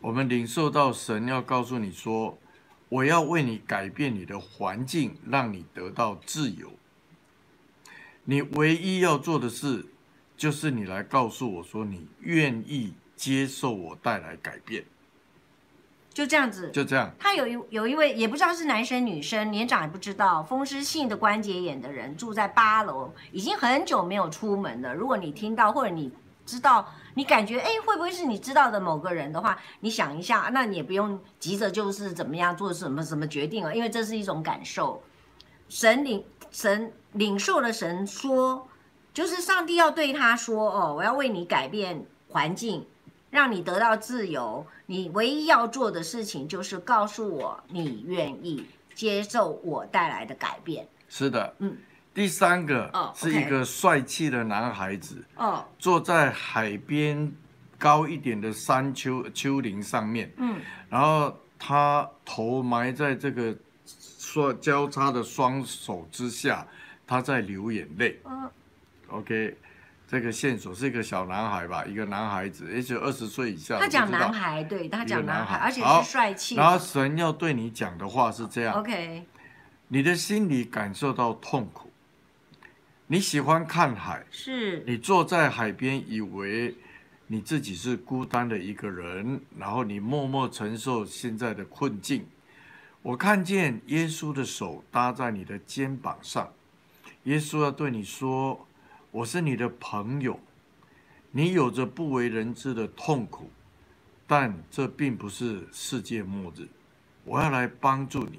Speaker 2: 我们领受到神要告诉你说，我要为你改变你的环境，让你得到自由。你唯一要做的事，就是你来告诉我说你愿意接受我带来改变，
Speaker 1: 就这样子。
Speaker 2: 就这样。
Speaker 1: 他有一有一位也不知道是男生女生，年长也不知道，风湿性的关节炎的人住在八楼，已经很久没有出门了。如果你听到或者你知道，你感觉哎会不会是你知道的某个人的话，你想一下，那你也不用急着就是怎么样做什么什么决定了，啊因为这是一种感受。神领神领受的神说，就是上帝要对他说哦，我要为你改变环境，让你得到自由。你唯一要做的事情就是告诉我你愿意接受我带来的改变。
Speaker 2: 是的，
Speaker 1: 嗯。
Speaker 2: 第三个
Speaker 1: 哦
Speaker 2: 是一个帅气的男孩子，
Speaker 1: 哦，
Speaker 2: 坐在海边高一点的山丘丘陵上面，
Speaker 1: 嗯，
Speaker 2: 然后他头埋在这个双交叉的双手之下，他在流眼泪。
Speaker 1: 哦，
Speaker 2: OK，这个线索是一个小男孩吧，一个男孩子，也许二十岁以下。
Speaker 1: 他讲
Speaker 2: 我不知道
Speaker 1: 男。孩，对他讲男孩，
Speaker 2: 一个男孩
Speaker 1: 而且
Speaker 2: 好
Speaker 1: 是帅气的。
Speaker 2: 然后神要对你讲的话是这样：
Speaker 1: OK，
Speaker 2: 你的心里感受到痛苦，你喜欢看海，
Speaker 1: 是
Speaker 2: 你坐在海边，以为你自己是孤单的一个人，然后你默默承受现在的困境。我看见耶稣的手搭在你的肩膀上，耶稣要对你说：“我是你的朋友。”你有着不为人知的痛苦，但这并不是世界末日。我要来帮助你，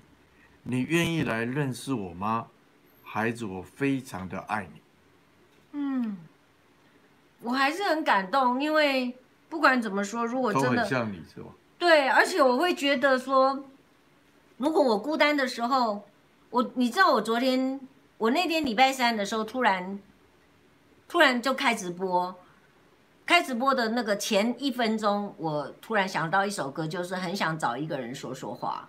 Speaker 2: 你愿意来认识我吗？孩子，我非常的爱你。
Speaker 1: 嗯，我还是很感动，因为不管怎么说，如果
Speaker 2: 都
Speaker 1: 真
Speaker 2: 很
Speaker 1: 的
Speaker 2: 像你是吧？
Speaker 1: 对，而且我会觉得说，如果我孤单的时候，我你知道我昨天我那天礼拜三的时候突然突然就开直播，开直播的那个前一分钟，我突然想到一首歌，就是很想找一个人说说话。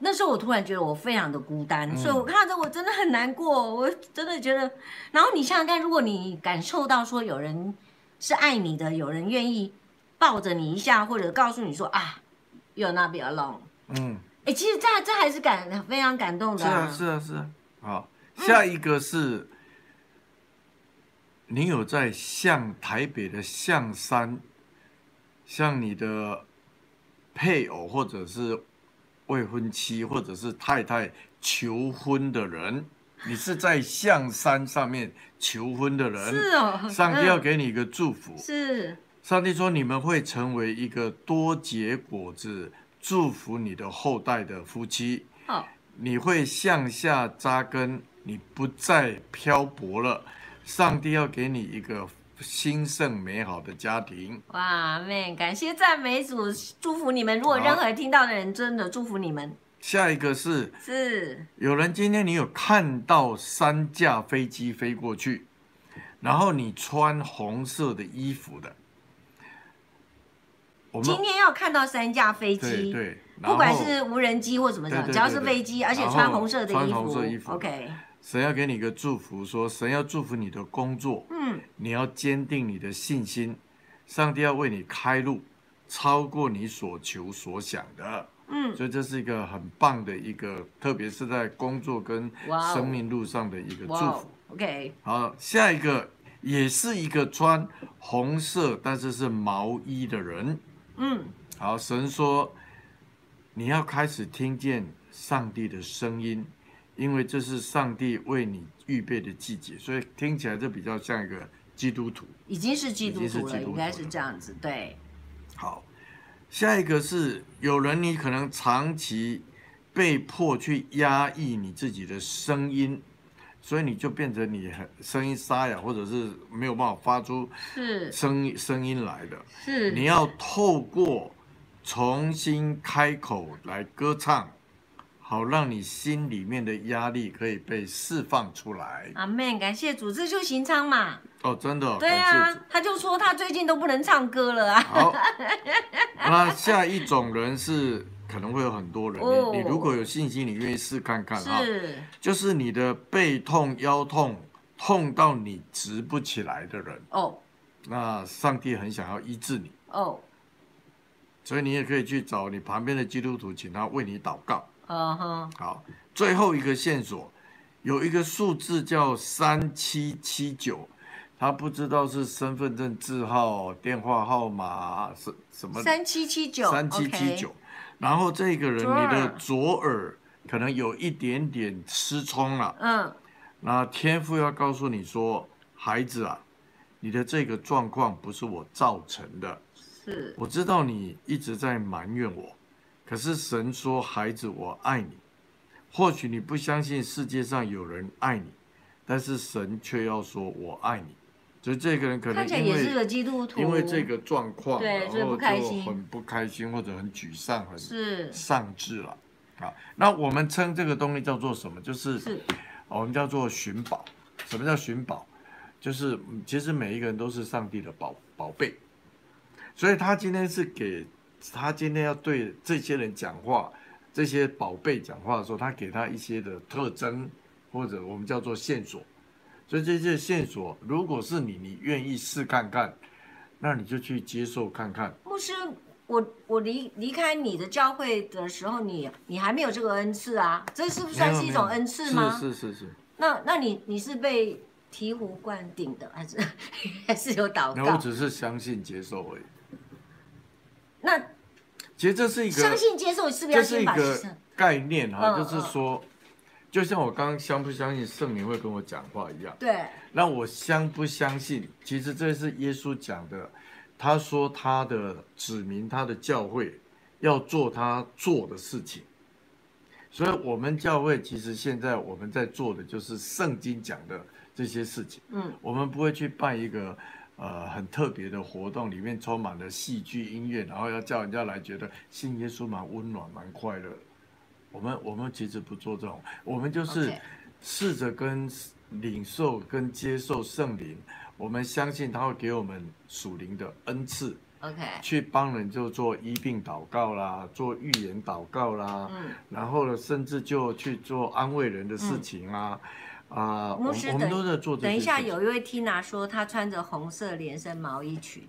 Speaker 1: 那时候我突然觉得我非常的孤单，
Speaker 2: 嗯
Speaker 1: 所以我看着我真的很难过，我真的觉得。然后你想想看，如果你感受到说有人是爱你的，有人愿意抱着你一下，或者告诉你说啊，you're not be alone。
Speaker 2: 嗯，
Speaker 1: 哎，其实这这还是感非常感动的、
Speaker 2: 是啊，是啊，是啊。好，下一个是，你有在向台北的象山，向你的配偶或者是未婚妻或者是太太求婚的人，你是在象山上面求婚的啊人。
Speaker 1: 是哦，
Speaker 2: 上帝要
Speaker 1: 嗯
Speaker 2: 给你一个祝福，
Speaker 1: 是
Speaker 2: 上帝说你们会成为一个多结果子、祝福你的后代的夫妻，
Speaker 1: 哦，
Speaker 2: 你会向下扎根，你不再漂泊了。上帝要给你一个兴盛美好的家庭。
Speaker 1: 哇，妹，感谢赞美主，祝福你们。如果
Speaker 2: 好
Speaker 1: 任何听到的人，真的祝福你们。
Speaker 2: 下一个是
Speaker 1: 是，
Speaker 2: 有人今天你有看到三架飞机飞过去，然后你穿红色的衣服的，我们
Speaker 1: 今天要看到三架飞
Speaker 2: 对
Speaker 1: 机，
Speaker 2: 对，然
Speaker 1: 不管
Speaker 2: 后
Speaker 1: 是无人机或什么
Speaker 2: 对
Speaker 1: 的，
Speaker 2: 对对
Speaker 1: 只要是飞机，而且
Speaker 2: 然后
Speaker 1: 穿红色的
Speaker 2: 穿
Speaker 1: 衣
Speaker 2: 红色衣
Speaker 1: 服
Speaker 2: 服
Speaker 1: ，OK，
Speaker 2: 神要给你一个祝福，说神要祝福你的工作，
Speaker 1: 嗯，
Speaker 2: 你要坚定你的信心，上帝要为你开路，超过你所求所想的。
Speaker 1: 嗯，
Speaker 2: 所以这是一个很棒的一个，特别是在工作跟
Speaker 1: 哇哦
Speaker 2: 生命路上的一个祝
Speaker 1: 哇
Speaker 2: 福
Speaker 1: 哦。，OK，
Speaker 2: 好，下一个也是一个穿红色但是是毛衣的人。
Speaker 1: 嗯，
Speaker 2: 好，神说你要开始听见上帝的声音，因为这是上帝为你预备的季节，所以听起来这比较像一个基督徒。
Speaker 1: 已经是基督
Speaker 2: 已经是
Speaker 1: 徒
Speaker 2: 基督
Speaker 1: 了，
Speaker 2: 徒
Speaker 1: 应该
Speaker 2: 了
Speaker 1: 是这样子，对，
Speaker 2: 好，下一个是有人你可能长期被迫去压抑你自己的声音，所以你就变成你很声音沙哑，或者是没有办法发出
Speaker 1: 是
Speaker 2: 声声音来的。
Speaker 1: 是，
Speaker 2: 你要透过重新开口来歌唱，好让你心里面的压力可以被释放出来。
Speaker 1: 阿啊妹，感谢主，这就行昌嘛，
Speaker 2: 哦，真的哦、
Speaker 1: 对
Speaker 2: 感谢主
Speaker 1: 啊。，他就说他最近都不能唱歌了啊，
Speaker 2: 好， 那下一种人是可能会有很多人，
Speaker 1: 哦
Speaker 2: 你你如果有信心，你愿意试看看哈。
Speaker 1: 是
Speaker 2: 就是你的背痛、腰痛，痛到你直不起来的人，
Speaker 1: 哦
Speaker 2: 那上帝很想要医治你，
Speaker 1: 哦
Speaker 2: 所以你也可以去找你旁边的基督徒，请他为你祷告。
Speaker 1: 哦哼，
Speaker 2: 好，最后一个线索有一个数字叫三七七九，他不知道是身份证字号、电话号码什什么
Speaker 1: 三七七九，
Speaker 2: 三七七
Speaker 1: OK，
Speaker 2: 九。然后这个人
Speaker 1: 左耳
Speaker 2: 你的左耳可能有一点点失聪了，
Speaker 1: 嗯，
Speaker 2: 那天父要告诉你说，孩子啊，你的这个状况不是我造成的，
Speaker 1: 是
Speaker 2: 我知道你一直在埋怨我，可是神说：“孩子，我爱你。”或许你不相信世界上有人爱你，但是神却要说：“我爱你。”所以这个人可能
Speaker 1: 看起来
Speaker 2: 因
Speaker 1: 也是
Speaker 2: 为
Speaker 1: 个基督徒，
Speaker 2: 因为这个状况，
Speaker 1: 对
Speaker 2: 然
Speaker 1: 所以不
Speaker 2: 后
Speaker 1: 开
Speaker 2: 就
Speaker 1: 心
Speaker 2: 很不开心或者很沮丧、很
Speaker 1: 是
Speaker 2: 丧志了。啊，那我们称这个东西叫做什么？就是
Speaker 1: 是
Speaker 2: 我们叫做寻宝。什么叫寻宝？就是嗯其实每一个人都是上帝的宝宝贝，所以他今天是给他今天要对这些人讲话，这些宝贝讲话的时候，他给他一些的特征，或者我们叫做线索。所以这些线索，如果是你，你愿意试看看，那你就去接受看看。
Speaker 1: 牧师，我我离离开你的教会的时候，你你还没有这个恩赐啊，这是不是算是一种恩赐吗？
Speaker 2: 是是是是。
Speaker 1: 那那你你是被醍醐灌顶的，还是 还是有祷
Speaker 2: 那我
Speaker 1: 哦告？
Speaker 2: 只是相信接受而已。
Speaker 1: 那
Speaker 2: 其实这是一个
Speaker 1: 相信接受是不是要
Speaker 2: 这是
Speaker 1: 先
Speaker 2: 一
Speaker 1: 把
Speaker 2: 个
Speaker 1: 圣
Speaker 2: 概念哈、
Speaker 1: 嗯
Speaker 2: 就是说，就像我刚刚相不相信圣灵会跟我讲话一样，
Speaker 1: 对
Speaker 2: 那我相不相信，其实这是耶稣讲的，他说他的子民、他的教会要做他做的事情。所以，我们教会其实现在我们在做的就是圣经讲的这些事情。
Speaker 1: 嗯
Speaker 2: 我们不会去办一个呃很特别的活动，里面充满了戏剧音乐，然后要叫人家来觉得信耶稣蛮温暖、蛮快乐。我们我们其实不做这种，我们就是
Speaker 1: ，OK，
Speaker 2: 试着跟领受、跟接受圣灵，我们相信他会给我们属灵的恩赐，
Speaker 1: OK，
Speaker 2: 去帮人就做医病祷告啦，做预言祷告啦，
Speaker 1: 嗯，
Speaker 2: 然后呢，甚至就去做安慰人的事情啊。啊、我
Speaker 1: 牧
Speaker 2: 们
Speaker 1: 师
Speaker 2: 我们
Speaker 1: 等
Speaker 2: 都在做这些事情。
Speaker 1: 等一下，有一位 Tina 说她穿着红色连身毛衣裙。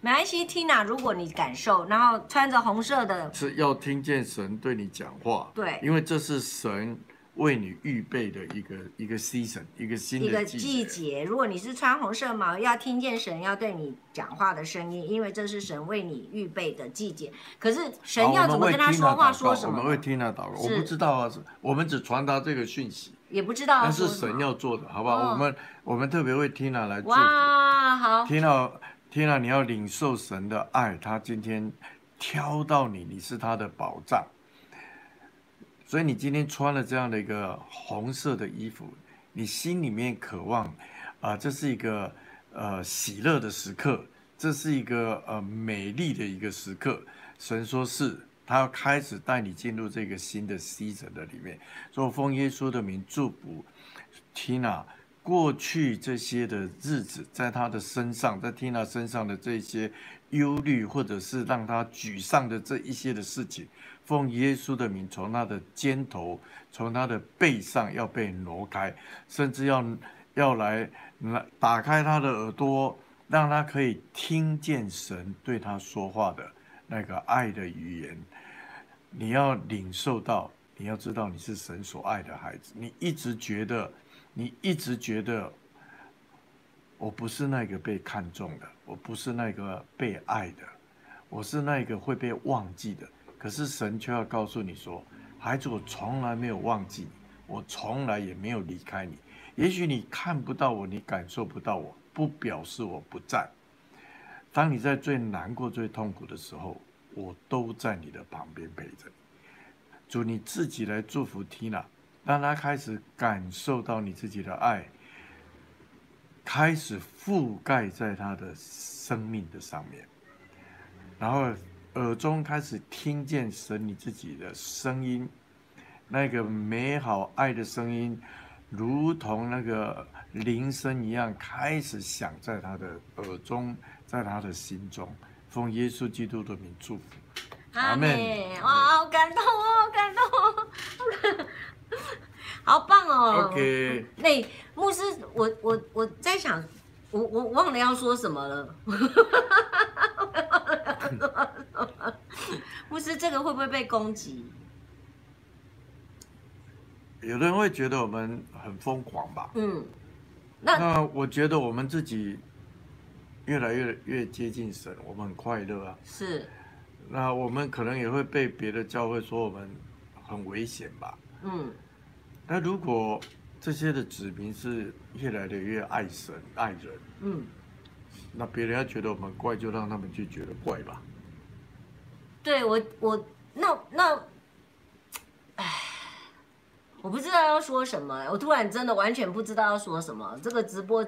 Speaker 1: 没关系，Tina，如果你感受，然后穿着红色的，
Speaker 2: 是要听见神对你讲话，
Speaker 1: 对，
Speaker 2: 因为这是神为你预备的一个一个 season，一个新
Speaker 1: 一个
Speaker 2: 的
Speaker 1: 季
Speaker 2: 季
Speaker 1: 节，如果你是穿红色毛衣，要听见神要对你讲话的声音，因为这是神为你预备的季节。可是神
Speaker 2: 好
Speaker 1: 要
Speaker 2: 我
Speaker 1: 怎
Speaker 2: 们
Speaker 1: 么
Speaker 2: 为
Speaker 1: 跟他
Speaker 2: Tina
Speaker 1: 说话，
Speaker 2: 祷告
Speaker 1: 说什
Speaker 2: 我们会
Speaker 1: 么
Speaker 2: 听他祷告，我
Speaker 1: 是
Speaker 2: 不知道啊，是我们只传达这个讯息，
Speaker 1: 也不知道要
Speaker 2: 但
Speaker 1: 啊说
Speaker 2: 是
Speaker 1: 什么。
Speaker 2: 神要做的，好不好？
Speaker 1: 嗯
Speaker 2: 我们我们特别为 Tina 来祝福
Speaker 1: 哇，好，
Speaker 2: ，Tina Tina，你要领受神的爱，他今天挑到你，你是他的宝藏。所以你今天穿了这样的一个红色的衣服，你心里面渴望，啊、这是一个呃喜乐的时刻，这是一个呃美丽的一个时刻。神说是，他要开始带你进入这个新的 season 的里面。所以我奉耶稣的名祝福 Tina 过去这些的日子，在她的身上，在 Tina 身上的这些忧虑，或者是让她沮丧的这一些的事情，奉耶稣的名，从她的肩头，从她的背上要被挪开，甚至要要来来打开她的耳朵，让她可以听见神对她说话的那个爱的语言。你要领受到，你要知道你是神所爱的孩子。你一直觉得，你一直觉得，我不是那个被看中的，我不是那个被爱的，我是那个会被忘记的。可是神却要告诉你说，孩子，我从来没有忘记你，我从来也没有离开你。也许你看不到我，你感受不到我，不表示我不在。当你在最难过、最痛苦的时候，我都在你的旁边陪着你。主，你自己来祝福 Tina，让她开始感受到你自己的爱，开始覆盖在她的生命的上面，然后耳中开始听见神你自己的声音，那个美好爱的声音，如同那个铃声一样，开始响在他的耳中，在他的心中。奉耶稣基督的名祝福。阿门
Speaker 1: 妹哇，好感动哦，好感动哦， 好棒哦。
Speaker 2: OK，
Speaker 1: 那牧师，我我我在想，我我忘了要说什么了。 牧师，这个会不会被攻击？
Speaker 2: 有的人会觉得我们很疯狂吧？
Speaker 1: 嗯，那
Speaker 2: 那我觉得我们自己越来越越接近神，我们很快乐啊。
Speaker 1: 是
Speaker 2: 那我们可能也会被别的教会说我们很危险吧？
Speaker 1: 嗯
Speaker 2: 那如果这些的子民是越来的越爱神爱人，
Speaker 1: 嗯，
Speaker 2: 那别人要觉得我们怪，就让他们去觉得怪吧。
Speaker 1: 对我我那那，唉，我不知道要说什么，我突然真的完全不知道要说什么。这个直播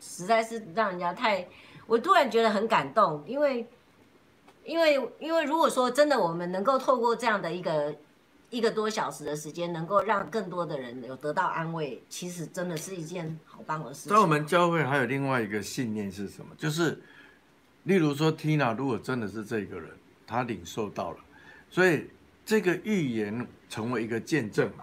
Speaker 1: 实在是让人家太，我突然觉得很感动，因为因为因为如果说真的我们能够透过这样的一个。一个多小时的时间，能够让更多的人有得到安慰，其实真的是一件好棒的事情。
Speaker 2: 在我们教会还有另外一个信念是什么？就是，例如说 Tina 如果真的是这个人，她领受到了，所以这个预言成为一个见证嘛，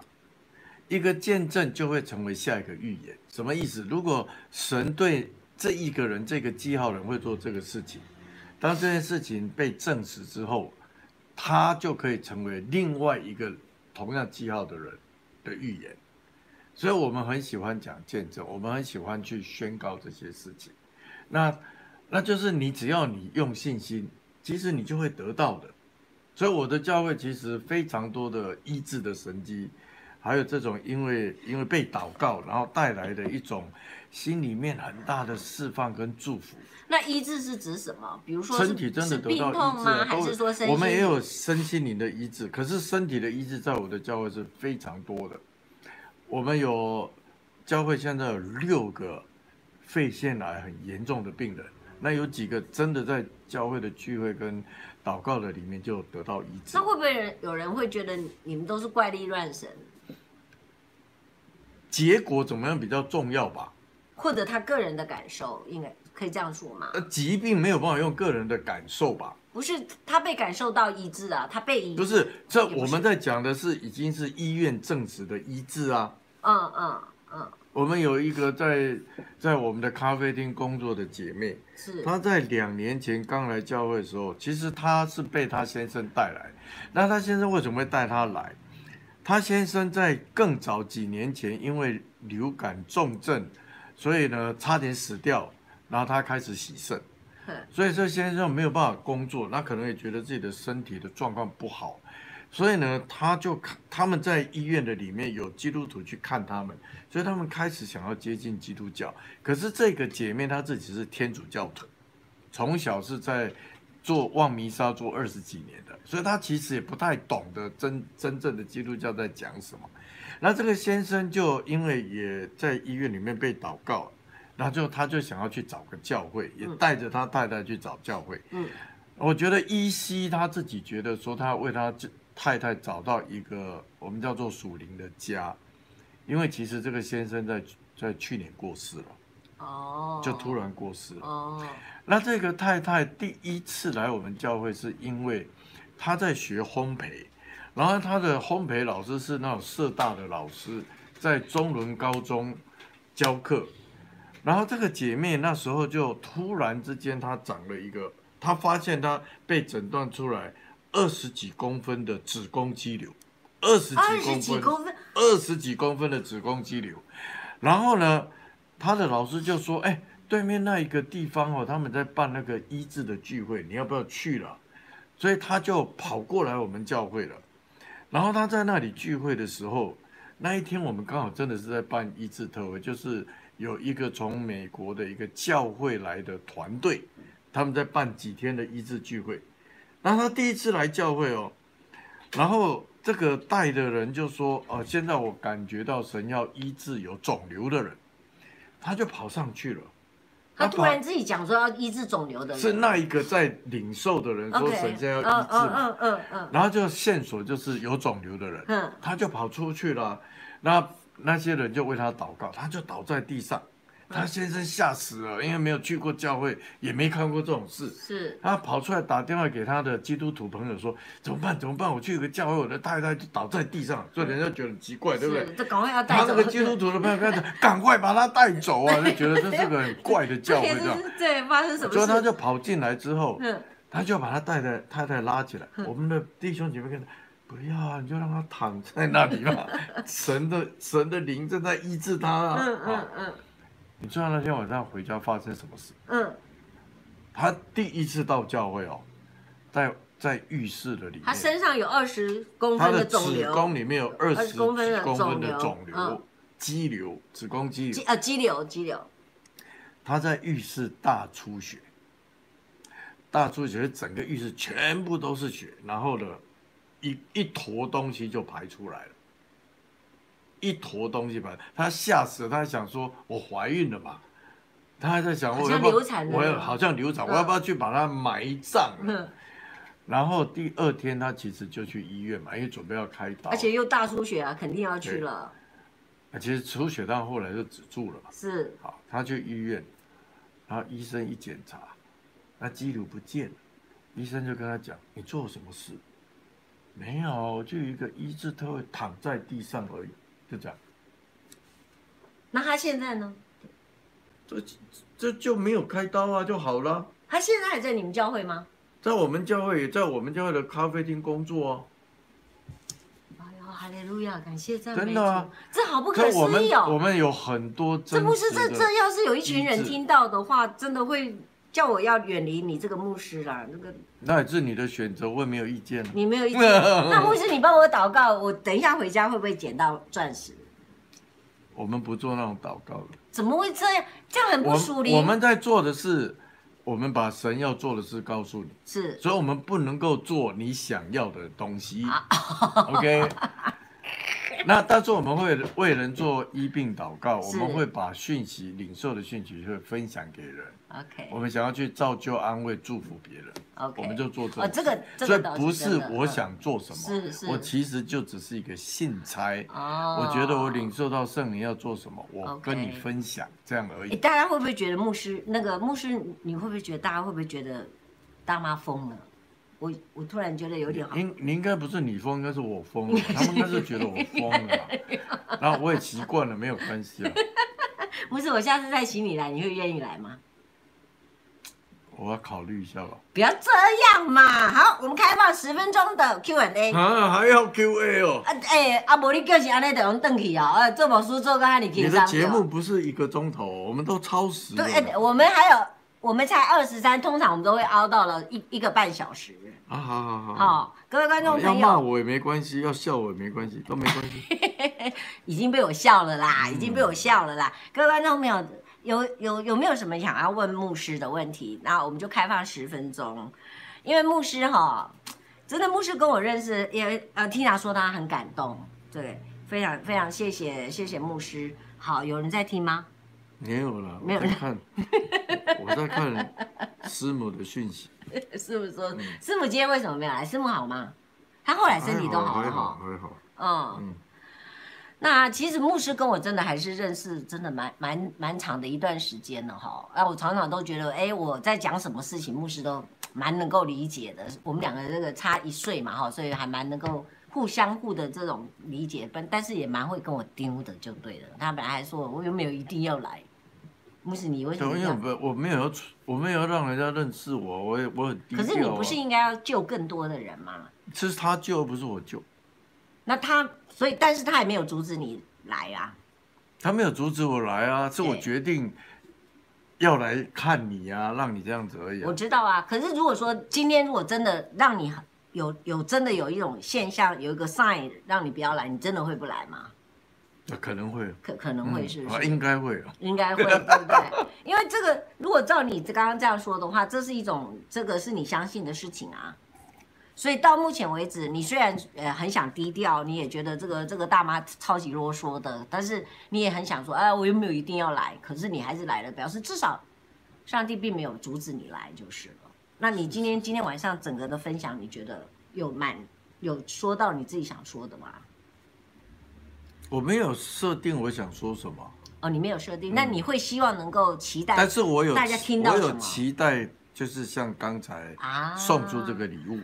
Speaker 2: 一个见证就会成为下一个预言。什么意思？如果神对这一个人这个记号人会做这个事情，当这件事情被证实之后，他就可以成为另外一个同样记号的人的预言。所以我们很喜欢讲见证，我们很喜欢去宣告这些事情。那那就是你只要你用信心，其实你就会得到的。所以我的教会其实非常多的医治的神迹，还有这种因为因为被祷告然后带来的一种心里面很大的释放跟祝福。
Speaker 1: 那医治是指什么？比如说是
Speaker 2: 身体真的
Speaker 1: 是
Speaker 2: 得
Speaker 1: 病
Speaker 2: 到
Speaker 1: 痛
Speaker 2: 医治
Speaker 1: 吗？
Speaker 2: 了，
Speaker 1: 还
Speaker 2: 都
Speaker 1: 是说身
Speaker 2: 我们
Speaker 1: 心
Speaker 2: 也有身心灵的医治，可是身体的医治在我的教会是非常多的。我们有教会现在有六个肺腺癌很严重的病人，那有几个真的在教会的聚会跟祷告的里面就得到医治
Speaker 1: 那。会不会人有人会觉得你们都是怪力乱神，
Speaker 2: 结果怎么样比较重要吧？
Speaker 1: 或者他个人的感受，应该可以这样说吗
Speaker 2: 呃？，疾病没有办法用个人的感受吧？
Speaker 1: 不是他被感受到医治啊，他被医
Speaker 2: 不，是，这
Speaker 1: 也不
Speaker 2: 我
Speaker 1: 是
Speaker 2: 们在讲的是已经是医院证实的医治啊。
Speaker 1: 嗯嗯嗯，
Speaker 2: 我们有一个在在我们的咖啡厅工作的姐妹，
Speaker 1: 是
Speaker 2: 她在两年前刚来教会的时候，其实她是被她先生带来。那她先生为什么会带她来？她先生在更早几年前因为流感重症，所以呢差点死掉，然后她开始洗肾
Speaker 1: 嗯，
Speaker 2: 所以这先生没有办法工作，那可能也觉得自己的身体的状况不好，所以呢他就看他们在医院的里面有基督徒去看他们，所以他们开始想要接近基督教。可是这个姐妹她自己是天主教徒，从小是在做望弥撒做二十几年的，所以他其实也不太懂得真真正的基督教在讲什么。那这个先生就因为也在医院里面被祷告，然后就他就想要去找个教会，也
Speaker 1: 嗯
Speaker 2: 带着他太太去找教会。
Speaker 1: 嗯，
Speaker 2: 我觉得依稀他自己觉得说，他为他这太太找到一个我们叫做属灵的家，因为其实这个先生在在去年过世了，
Speaker 1: 哦，
Speaker 2: 就突然过世了。
Speaker 1: 哦，
Speaker 2: 那这个太太第一次来我们教会，是因为她在学烘焙，然后她的烘焙老师是那种社大的老师，在中伦高中教课。然后这个姐妹那时候就突然之间，她长了一个，她发现她被诊断出来二十几公分的子宫肌瘤，二十
Speaker 1: 二
Speaker 2: 几
Speaker 1: 十啊
Speaker 2: 公
Speaker 1: 几
Speaker 2: 分，
Speaker 1: 公分，
Speaker 2: 二十几公分的子宫肌瘤。然后呢，他的老师就说：“哎，对面那一个地方哦，他们在办那个医治的聚会，你要不要去了？”所以他就跑过来我们教会了。然后他在那里聚会的时候，那一天我们刚好真的是在办医治特会，就是有一个从美国的一个教会来的团队，他们在办几天的医治聚会。然后他第一次来教会哦，然后这个带的人就说：“哦、现在我感觉到神要医治有肿瘤的人。”他就跑上去了。
Speaker 1: 他
Speaker 2: 跑
Speaker 1: 突然自己讲说要医治肿瘤的人，
Speaker 2: 是那一个在领受的人说
Speaker 1: OK，
Speaker 2: 神现在要医治嘛，
Speaker 1: 嗯嗯嗯嗯
Speaker 2: 然后就线索就是有肿瘤的人，
Speaker 1: 嗯
Speaker 2: 他就跑出去了，那那些人就为他祷告，他就倒在地上，他先生吓死了，因为没有去过教会，也没看过这种事，
Speaker 1: 是
Speaker 2: 他跑出来打电话给他的基督徒朋友说：“怎么办？怎么办？我去一个教会，我的太太就倒在地上，所以人家觉得很奇怪，对不对
Speaker 1: 是，？”这赶快要带
Speaker 2: 他
Speaker 1: 走
Speaker 2: 那个基督徒的朋友 跟他讲：“赶快把他带走啊！”就觉得这是个很怪的教会，这样，
Speaker 1: 对对，发生什么事？
Speaker 2: 所以他就跑进来之后，
Speaker 1: 嗯
Speaker 2: 他就把他太太太太拉起来，我们的弟兄姐妹跟他。不要啊，你就让他躺在那里嘛。 神的神的灵正在医治他啊。
Speaker 1: 嗯
Speaker 2: 啊
Speaker 1: 嗯嗯
Speaker 2: 你知道那天晚上回家发生什么事？
Speaker 1: 嗯，
Speaker 2: 他第一次到教会哦，在在浴室的里面，
Speaker 1: 他身上有二十公
Speaker 2: 他
Speaker 1: 分
Speaker 2: 的
Speaker 1: 肿
Speaker 2: 子
Speaker 1: 瘤，
Speaker 2: 宫里面有二
Speaker 1: 20
Speaker 2: 十
Speaker 1: 公分的
Speaker 2: 公分的
Speaker 1: 肿
Speaker 2: 肿
Speaker 1: 瘤
Speaker 2: 瘤
Speaker 1: 嗯、
Speaker 2: 肌瘤、子宫肌
Speaker 1: 肌
Speaker 2: 瘤。
Speaker 1: 呃肌瘤肌瘤，
Speaker 2: 他在浴室大出血，大出血，整个浴室全部都是血，然后呢，一一坨东西就排出来了，一坨东西排，他吓死了，他还想说我怀孕了嘛，他还在想
Speaker 1: 好
Speaker 2: 我
Speaker 1: 像
Speaker 2: 要不要
Speaker 1: 流产了
Speaker 2: 我要好像流产，
Speaker 1: 嗯
Speaker 2: 我要不要去把它埋葬啊了？
Speaker 1: 嗯，
Speaker 2: 然后第二天他其实就去医院嘛，因为准备要开刀，
Speaker 1: 而且又大出血啊，肯定要去
Speaker 2: 对
Speaker 1: 了，
Speaker 2: 其实出血到后来就止住了嘛。
Speaker 1: 是
Speaker 2: 好，他去医院，然后医生一检查，那肌瘤不见了，医生就跟他讲：“你做了什么事？”没有，就一个医治特会躺在地上而已，就这样，
Speaker 1: 那他现在呢？
Speaker 2: 这这就没有开刀啊，就好了。
Speaker 1: 他现在还在你们教会吗？
Speaker 2: 在我们教会也在我们教会的咖啡厅工作哦。
Speaker 1: 哎呦，哈利路亚，感谢赞美
Speaker 2: 真的啊
Speaker 1: 主这好不可
Speaker 2: 这
Speaker 1: 思
Speaker 2: 我们
Speaker 1: 议
Speaker 2: 我
Speaker 1: 哦！
Speaker 2: 们有很多真
Speaker 1: 这牧师，
Speaker 2: 实
Speaker 1: 这
Speaker 2: 的
Speaker 1: 这要是有一群人
Speaker 2: 医治
Speaker 1: 听到的话，真的会叫我要远离你这个牧师啦。那个
Speaker 2: 那也是你的选择，我也没有意见啊。
Speaker 1: 你没 有意见，那牧师你帮我祷告，我等一下回家会不会捡到钻石？
Speaker 2: 我们不做那种祷告的。
Speaker 1: 怎么会这样？这样很不
Speaker 2: 我
Speaker 1: 属
Speaker 2: 们
Speaker 1: 灵。
Speaker 2: 我们在做的是，我们把神要做的事告诉你，
Speaker 1: 是
Speaker 2: 所以我们不能够做你想要的东西。OK。那但是我们会为人做医病祷告，我
Speaker 1: 是
Speaker 2: 们会把讯息领受的讯息会分享给人，
Speaker 1: OK
Speaker 2: 我们想要去造就、安慰、祝福别人，
Speaker 1: OK，
Speaker 2: 我们就做这
Speaker 1: 哦
Speaker 2: 种
Speaker 1: 哎
Speaker 2: 事。
Speaker 1: 这个这
Speaker 2: 所
Speaker 1: 个
Speaker 2: 以
Speaker 1: 倒
Speaker 2: 不
Speaker 1: 真
Speaker 2: 是
Speaker 1: 的
Speaker 2: 我
Speaker 1: 嗯
Speaker 2: 想做什么，
Speaker 1: 是是
Speaker 2: 我其实就只是一个信差。
Speaker 1: 哦，
Speaker 2: 我觉得我领受到圣灵要做什么，我
Speaker 1: OK
Speaker 2: 跟你分享这样而
Speaker 1: 诶
Speaker 2: 已。
Speaker 1: 大家会不会觉得牧师那个牧师，你会不会觉得大家会不会觉得大妈疯了？我我突然觉得有点啊好，
Speaker 2: 应你应该不是你疯，应该是我疯了，他们应该是觉得我疯了吧，然后我也习惯了，没有关系啊。
Speaker 1: 牧师，我下次再请你来，你会愿意来吗？
Speaker 2: 我要考虑一下吧。
Speaker 1: 不要这样嘛！好，我们开放十分钟的 Q&A。
Speaker 2: 啊，还要 Q&A 哦？
Speaker 1: 啊，诶、啊，无你叫是安尼，就用转去啊！啊，做牧师做到安尼
Speaker 2: 你
Speaker 1: 轻松
Speaker 2: 的节目不是一个钟头，哦我们都超时
Speaker 1: 对哎
Speaker 2: 了啊
Speaker 1: 吧对，诶我们还有，我们才二十三，通常我们都会熬到了一一个半小时。
Speaker 2: 啊！好好好，
Speaker 1: 哦，各位观众
Speaker 2: 要
Speaker 1: 朋
Speaker 2: 骂
Speaker 1: 友，
Speaker 2: 我也没关系，要笑我也没关系，都没关 系。
Speaker 1: 已经被我笑了啦，
Speaker 2: 嗯
Speaker 1: 已经被我笑了啦。各位观众朋友，有有有没有什么想要问牧师的问题？那我们就开放十分钟，因为牧师哈，真的牧师跟我认识，也呃，Tina 说他很感动，对，非常非常谢谢谢谢牧师。好，有人在听吗？
Speaker 2: 没有了，
Speaker 1: 没有
Speaker 2: 我在
Speaker 1: 了
Speaker 2: 看，我在看师母的讯息。
Speaker 1: 师母说
Speaker 2: 嗯，
Speaker 1: 师母今天为什么没有来？师母好吗？她后来身体都好
Speaker 2: 啊还
Speaker 1: 了
Speaker 2: 好，
Speaker 1: 哈。
Speaker 2: 还好，
Speaker 1: 嗯，
Speaker 2: 嗯，
Speaker 1: 那其实牧师跟我真的还是认识，真的蛮蛮蛮长的一段时间了哈。啊，我常常都觉得，哎，我在讲什么事情，牧师都蛮能够理解的。我们两个这个差一岁嘛哈，所以还蛮能够互相互的这种理解，但但是也蛮会跟我丢的，就对了。他本来还说我有没有一定要来，牧师你为什
Speaker 2: 对
Speaker 1: 么
Speaker 2: 因为
Speaker 1: 要
Speaker 2: 我？不，我没有要，我没有要让人家认识我，我也我很低调、
Speaker 1: 可
Speaker 2: 啊。
Speaker 1: 是你不是应该要救更多的人吗？
Speaker 2: 是他救，不是我救。
Speaker 1: 那他，所以，但是他也没有阻止你来啊。
Speaker 2: 他没有阻止我来啊，是我
Speaker 1: 对
Speaker 2: 决定要来看你啊，让你这样子而已、啊
Speaker 1: 我。知道啊，可是如果说今天如果真的让你有有真的有一种现象，有一个 sign 让你不要来，你真的会不来吗？
Speaker 2: 那啊可能会，
Speaker 1: 可可能会
Speaker 2: 嗯
Speaker 1: 是不
Speaker 2: 啊
Speaker 1: 是？
Speaker 2: 应该会啊。
Speaker 1: 应该 会，对不对？因为这个，如果照你刚刚这样说的话，这是一种这个是你相信的事情啊。所以到目前为止，你虽然呃很想低调，你也觉得这个这个大妈超级啰嗦的，但是你也很想说，哎，我又没有一定要来，可是你还是来了，表示至少上帝并没有阻止你来就是了。那你今天今天晚上整个的分享，你觉得有满有说到你自己想说的吗？
Speaker 2: 我没有设定我想说什么，
Speaker 1: 哦，你没有设定，那你会希望能够期待
Speaker 2: 但是我有
Speaker 1: 大家听到
Speaker 2: 我
Speaker 1: 什么
Speaker 2: 有期待，就是像刚才
Speaker 1: 啊
Speaker 2: 送出这个礼物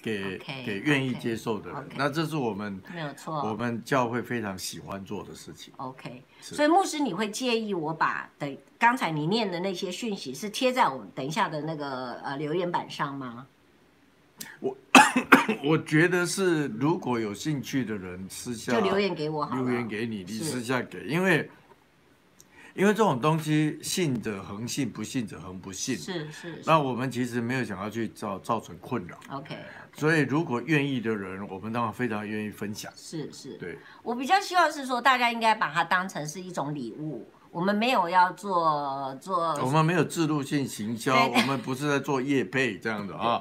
Speaker 2: 给、
Speaker 1: OK，
Speaker 2: 给愿意
Speaker 1: OK，
Speaker 2: 接受的人
Speaker 1: OK 哦
Speaker 2: 那这是我们
Speaker 1: 没有错，
Speaker 2: 我们教会非常喜欢做的事情。
Speaker 1: OK，
Speaker 2: 是
Speaker 1: 所以牧师，你会介意我把等刚才你念的那些讯息是贴在我们等一下的那个呃留言板上吗？
Speaker 2: 我觉得是如果有兴趣的人私下
Speaker 1: 就留言给我好了。
Speaker 2: 啊留言给你，你
Speaker 1: 是
Speaker 2: 私下给，因为因为这种东西信者恒信，不信者恒不信。
Speaker 1: 是是是
Speaker 2: 那我们其实没有想要去造造成困扰，
Speaker 1: ，OK，
Speaker 2: 所以如果愿意的人，我们当然非常愿意分享。
Speaker 1: 是是。
Speaker 2: 对，
Speaker 1: 我比较希望是说，大家应该把它当成是一种礼物，我们没有要做
Speaker 2: 我
Speaker 1: 做，
Speaker 2: 们没有制度性行销，
Speaker 1: 对
Speaker 2: 我们不是在做业配这样 的啊，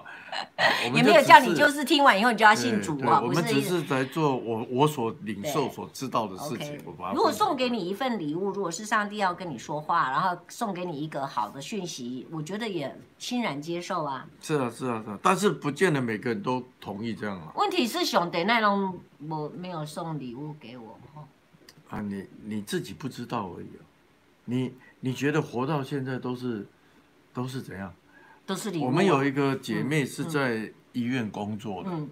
Speaker 2: 我们
Speaker 1: 也
Speaker 2: 就
Speaker 1: 没有叫
Speaker 2: 只
Speaker 1: 你就是听完以后你就要
Speaker 2: 对
Speaker 1: 信主
Speaker 2: 对
Speaker 1: 啊，
Speaker 2: 我
Speaker 1: 不
Speaker 2: 们只
Speaker 1: 是
Speaker 2: 是在做我我所领受
Speaker 1: 对
Speaker 2: 所知道的事情
Speaker 1: OK，。
Speaker 2: 我把它
Speaker 1: 如果
Speaker 2: 分享
Speaker 1: 送给
Speaker 2: 出来
Speaker 1: 你一份礼物，如果是上帝要跟你说话，然后送给你一个好的讯息，我觉得也欣然接受啊。
Speaker 2: 是啊是啊是啊，但是不见得每个人都同意这样啊。
Speaker 1: 问题是熊得那种我没有送礼物给我哦
Speaker 2: 啊，你你自己不知道而已、啊。你你觉得活到现在都是都是怎样？
Speaker 1: 都是礼物。
Speaker 2: 我们有一个姐妹是在医院工作的，
Speaker 1: 嗯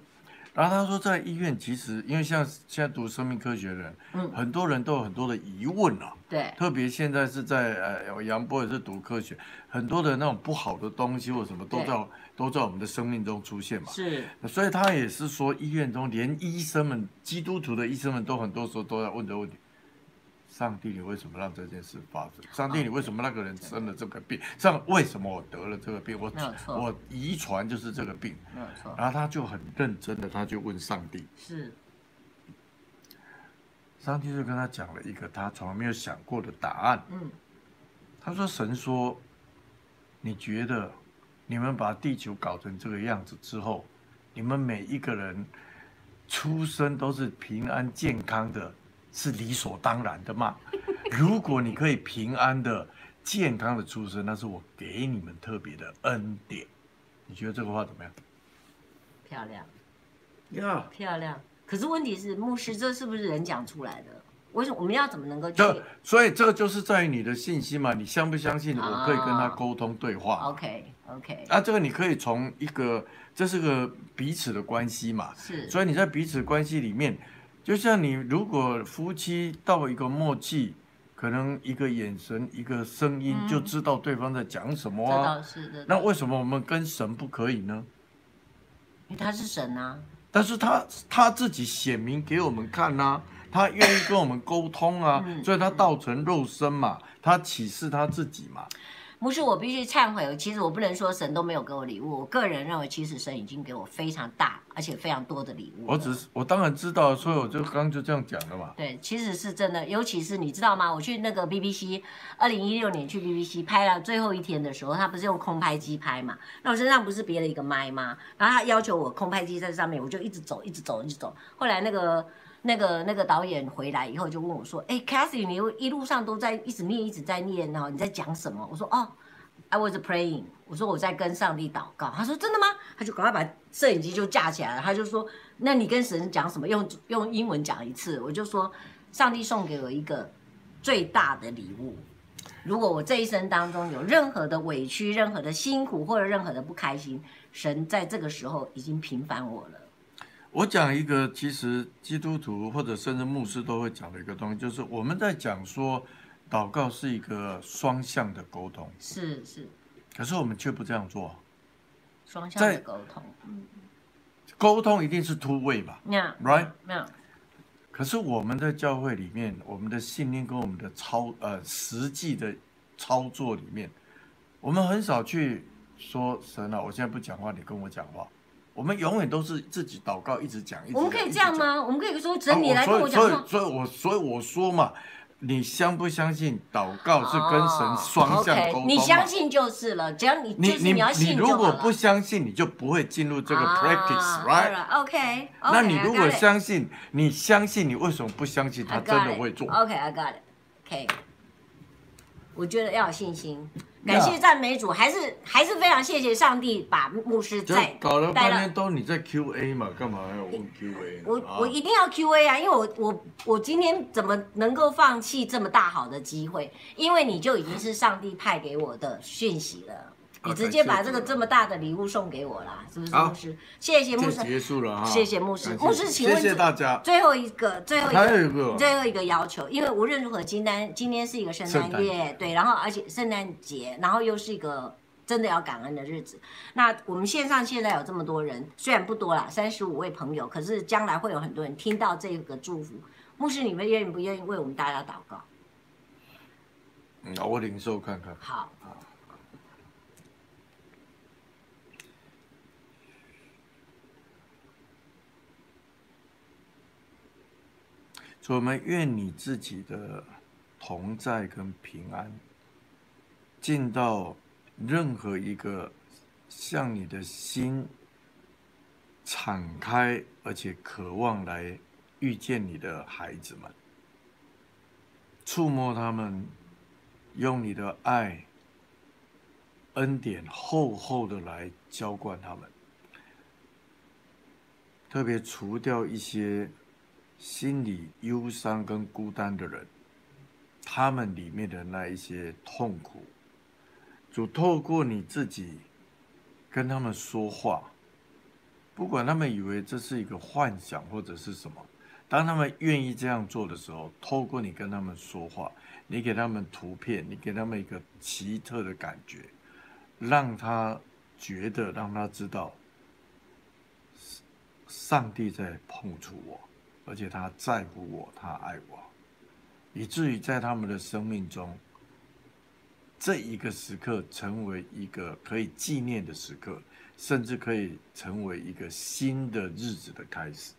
Speaker 2: 然后她说在医院其实因为像现在读生命科学的人，
Speaker 1: 嗯，
Speaker 2: 很多人都有很多的疑问啊。
Speaker 1: 对，
Speaker 2: 特别现在是在呃，杨波也是读科学，很多的那种不好的东西或什么都
Speaker 1: 对
Speaker 2: 在都在我们的生命中出现嘛。
Speaker 1: 是
Speaker 2: 所以他也是说，医院中连医生们，基督徒的医生们都很多时候都在问这个问题：上帝，你为什么让这件事发生？上帝，你为什么那个人生了这个病？上为什么我得了这个病？我
Speaker 1: 没有错
Speaker 2: 我遗传就是这个病。
Speaker 1: 没有错，
Speaker 2: 然后他就很认真的，他就问上帝，
Speaker 1: 是
Speaker 2: 上帝就跟他讲了一个他从来没有想过的答案。
Speaker 1: 嗯
Speaker 2: 他说：“神说，你觉得你们把地球搞成这个样子之后，你们每一个人出生都是平安健康的，是理所当然的吗？ 如果你可以平安的、健康的出生，那是我给你们特别的恩典。你觉得这个话怎么样？”
Speaker 1: 漂亮
Speaker 2: 呀、
Speaker 1: 漂亮。可是问题是，牧师这是不是人讲出来的？为什么我们要怎么能够去
Speaker 2: 这所以这个就是在于你的信心嘛，你相不相信我可以跟他沟通对话？
Speaker 1: ？OK OK，
Speaker 2: 啊，这个你可以从一个，这是个彼此的关系嘛，
Speaker 1: 是
Speaker 2: 呃所以你在彼此关系里面，就像你如果夫妻到一个默契，可能一个眼神、一个声音
Speaker 1: 嗯
Speaker 2: 就知道对方在讲什
Speaker 1: 这
Speaker 2: 么啊。
Speaker 1: 倒是的。
Speaker 2: 那为什么我们跟神不可以呢？
Speaker 1: 因为他是神啊，
Speaker 2: 但是他他自己显明给我们看呐、他愿意跟我们沟通啊，
Speaker 1: 嗯
Speaker 2: 所以他道成肉身嘛，他启示他自己嘛。
Speaker 1: 牧师，我必须忏悔，其实我不能说神都没有给我礼物，我个人认为，其实神已经给我非常大而且非常多的礼物了。
Speaker 2: 我只是我当然知道，所以我就刚就这样讲了嘛。
Speaker 1: 对，其实是真的，尤其是你知道吗？我去那个 BBC，二零一六年去 BBC 拍了最后一天的时候，他不是用空拍机拍嘛？那我身上不是别了一个麦吗？然后他要求我空拍机在上面，我就一直走，一直走，一直走。后来那个那个那个导演回来以后就问我说：“哎 c a t h y 你一路上都在一直念，一直在念哦，你在讲什么？”我说：“哦。” I was praying，我说我在跟上帝祷告。他说真的吗？他就赶快把摄影机就架起来了。他就说，那你跟神讲什么？用用英文讲一次。我就说，上帝送给我一个最大的礼物。如果我这一生当中有任何的委屈、任何的辛苦或者任何的不开心，神在这个时候已经平反我了。
Speaker 2: 我讲一个，其实基督徒或者甚至牧师都会讲的一个东西，就是我们在讲说，祷告是一个双向的沟通，
Speaker 1: 是是，
Speaker 2: 可是我们却不这样做。
Speaker 1: 双向的
Speaker 2: 在
Speaker 1: 沟通。
Speaker 2: 沟通一定是 two way 嘛
Speaker 1: 那
Speaker 2: ，right？
Speaker 1: 那
Speaker 2: 可是我们在教会里面，我们的信念跟我们的操呃实际的操作里面，我们很少去说神啊，我现在不讲话，你跟我讲话。我们永远都是自己祷告，一直讲，一直讲
Speaker 1: 我们可以这样？吗？我们可以说，
Speaker 2: 一直讲
Speaker 1: 神你来跟
Speaker 2: 啊
Speaker 1: 我
Speaker 2: 我
Speaker 1: 讲
Speaker 2: 所以
Speaker 1: 话。
Speaker 2: 所以所以我所以我说嘛，你相不相信祷告是跟神双向沟通嘛、
Speaker 1: o k 哦你相信就是了，只要你
Speaker 2: 你
Speaker 1: 就是要
Speaker 2: 你
Speaker 1: 信就
Speaker 2: 如
Speaker 1: 好
Speaker 2: 果
Speaker 1: 了啊
Speaker 2: 不相信，你就不会进入这个 practice，right？、
Speaker 1: o k
Speaker 2: 那你如果相信，你相信，你为什么不相信他真的会做？
Speaker 1: OK，I got it，OK、我觉得要有信心，感
Speaker 2: Yeah
Speaker 1: 谢赞美主，还是还是非常谢谢上帝把牧师
Speaker 2: 就
Speaker 1: 在
Speaker 2: 搞了
Speaker 1: 带
Speaker 2: 半
Speaker 1: 了
Speaker 2: 天都你在 Q&A 嘛，干嘛要问 Q&A？呢
Speaker 1: 我
Speaker 2: 啊
Speaker 1: 我一定要 Q A 啊，因为我我我今天怎么能够放弃这么大好的机会？因为你就已经是上帝派给我的讯息了，
Speaker 2: 啊
Speaker 1: 你直接把这个这么大的礼物送给我啦，是不是
Speaker 2: 好
Speaker 1: 牧师？谢谢牧
Speaker 2: 就
Speaker 1: 师。
Speaker 2: 结束了哈。
Speaker 1: 谢谢牧师
Speaker 2: 感
Speaker 1: 牧师请问
Speaker 2: 谢谢大家。
Speaker 1: 最后一个，最后一
Speaker 2: 还有
Speaker 1: 个，
Speaker 2: 一个
Speaker 1: 最后一个要求，因为无论如何，今天今天是一个圣
Speaker 2: 圣
Speaker 1: 诞
Speaker 2: 诞
Speaker 1: 夜，对，然后而且圣诞节，然后又是一个真的要感恩的日子。那我们线上现在有这么多人，虽然不多啦，三十五位朋友，可是将来会有很多人听到这个祝福。牧师，你们愿意不愿意为我们大家祷告？
Speaker 2: 嗯，我领受看看。
Speaker 1: 好，
Speaker 2: 主，我们愿你自己的同在跟平安，进到任何一个向你的心敞开而且渴望来遇见你的孩子们，触摸他们，用你的爱、恩典厚厚的来浇灌他们，特别除掉一些心里忧伤跟孤单的人，他们里面的那一些痛苦，主透过你自己跟他们说话，不管他们以为这是一个幻想或者是什么，当他们愿意这样做的时候，透过你跟他们说话，你给他们图片，你给他们一个奇特的感觉，让他觉得，让他知道，上帝在碰触我。而且他在乎我，他爱我，以至于在他们的生命中，这一个时刻成为一个可以纪念的时刻，甚至可以成为一个新的日子的开始。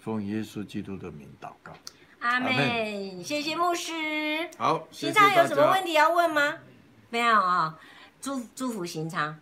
Speaker 2: 奉耶稣基督的名祷告。
Speaker 1: 阿
Speaker 2: 阿
Speaker 1: 门。谢谢牧师。
Speaker 2: 好，
Speaker 1: 行昌有什么问题要问吗？没有啊、祝祝福行昌。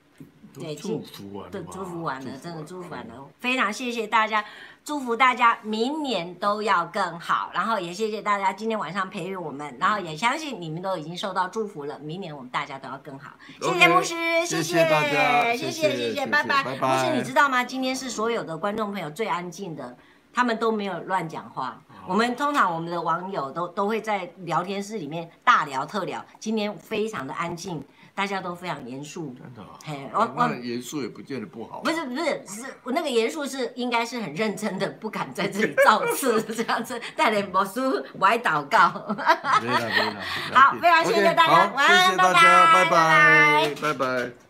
Speaker 1: 对
Speaker 2: 祝福啊完了吧，
Speaker 1: 对，祝福完了，真的祝福完
Speaker 2: 了。
Speaker 1: 了，非常谢谢大家，祝福大家明年都要更好，然后也谢谢大家今天晚上陪我们，然后也相信你们都已经受到祝福了，明年我们大家都要更好。谢谢
Speaker 2: OK，
Speaker 1: 牧师，
Speaker 2: 谢
Speaker 1: 谢
Speaker 2: 谢大家
Speaker 1: 谢谢
Speaker 2: 谢
Speaker 1: 谢
Speaker 2: 谢谢谢
Speaker 1: 拜拜。
Speaker 2: 拜
Speaker 1: 牧师，
Speaker 2: 拜
Speaker 1: 你知道吗？今天是所有的观众朋友最安静的。他们都没有乱讲话。我们通常我们的网友都都会在聊天室里面大聊特聊，今天非常的安静，大家都非常严肃。
Speaker 2: 真的啊
Speaker 1: 嘿，我我
Speaker 2: 那严肃也不见得不好。
Speaker 1: 不是不是，是我那个严肃是应该是很认真的，不敢在这里造次 这样子，带点魔术歪祷告。
Speaker 2: 没了没了。
Speaker 1: 好非常谢谢大家
Speaker 2: OK，好
Speaker 1: 晚安
Speaker 2: 谢谢大家，
Speaker 1: 拜拜
Speaker 2: 拜拜。拜拜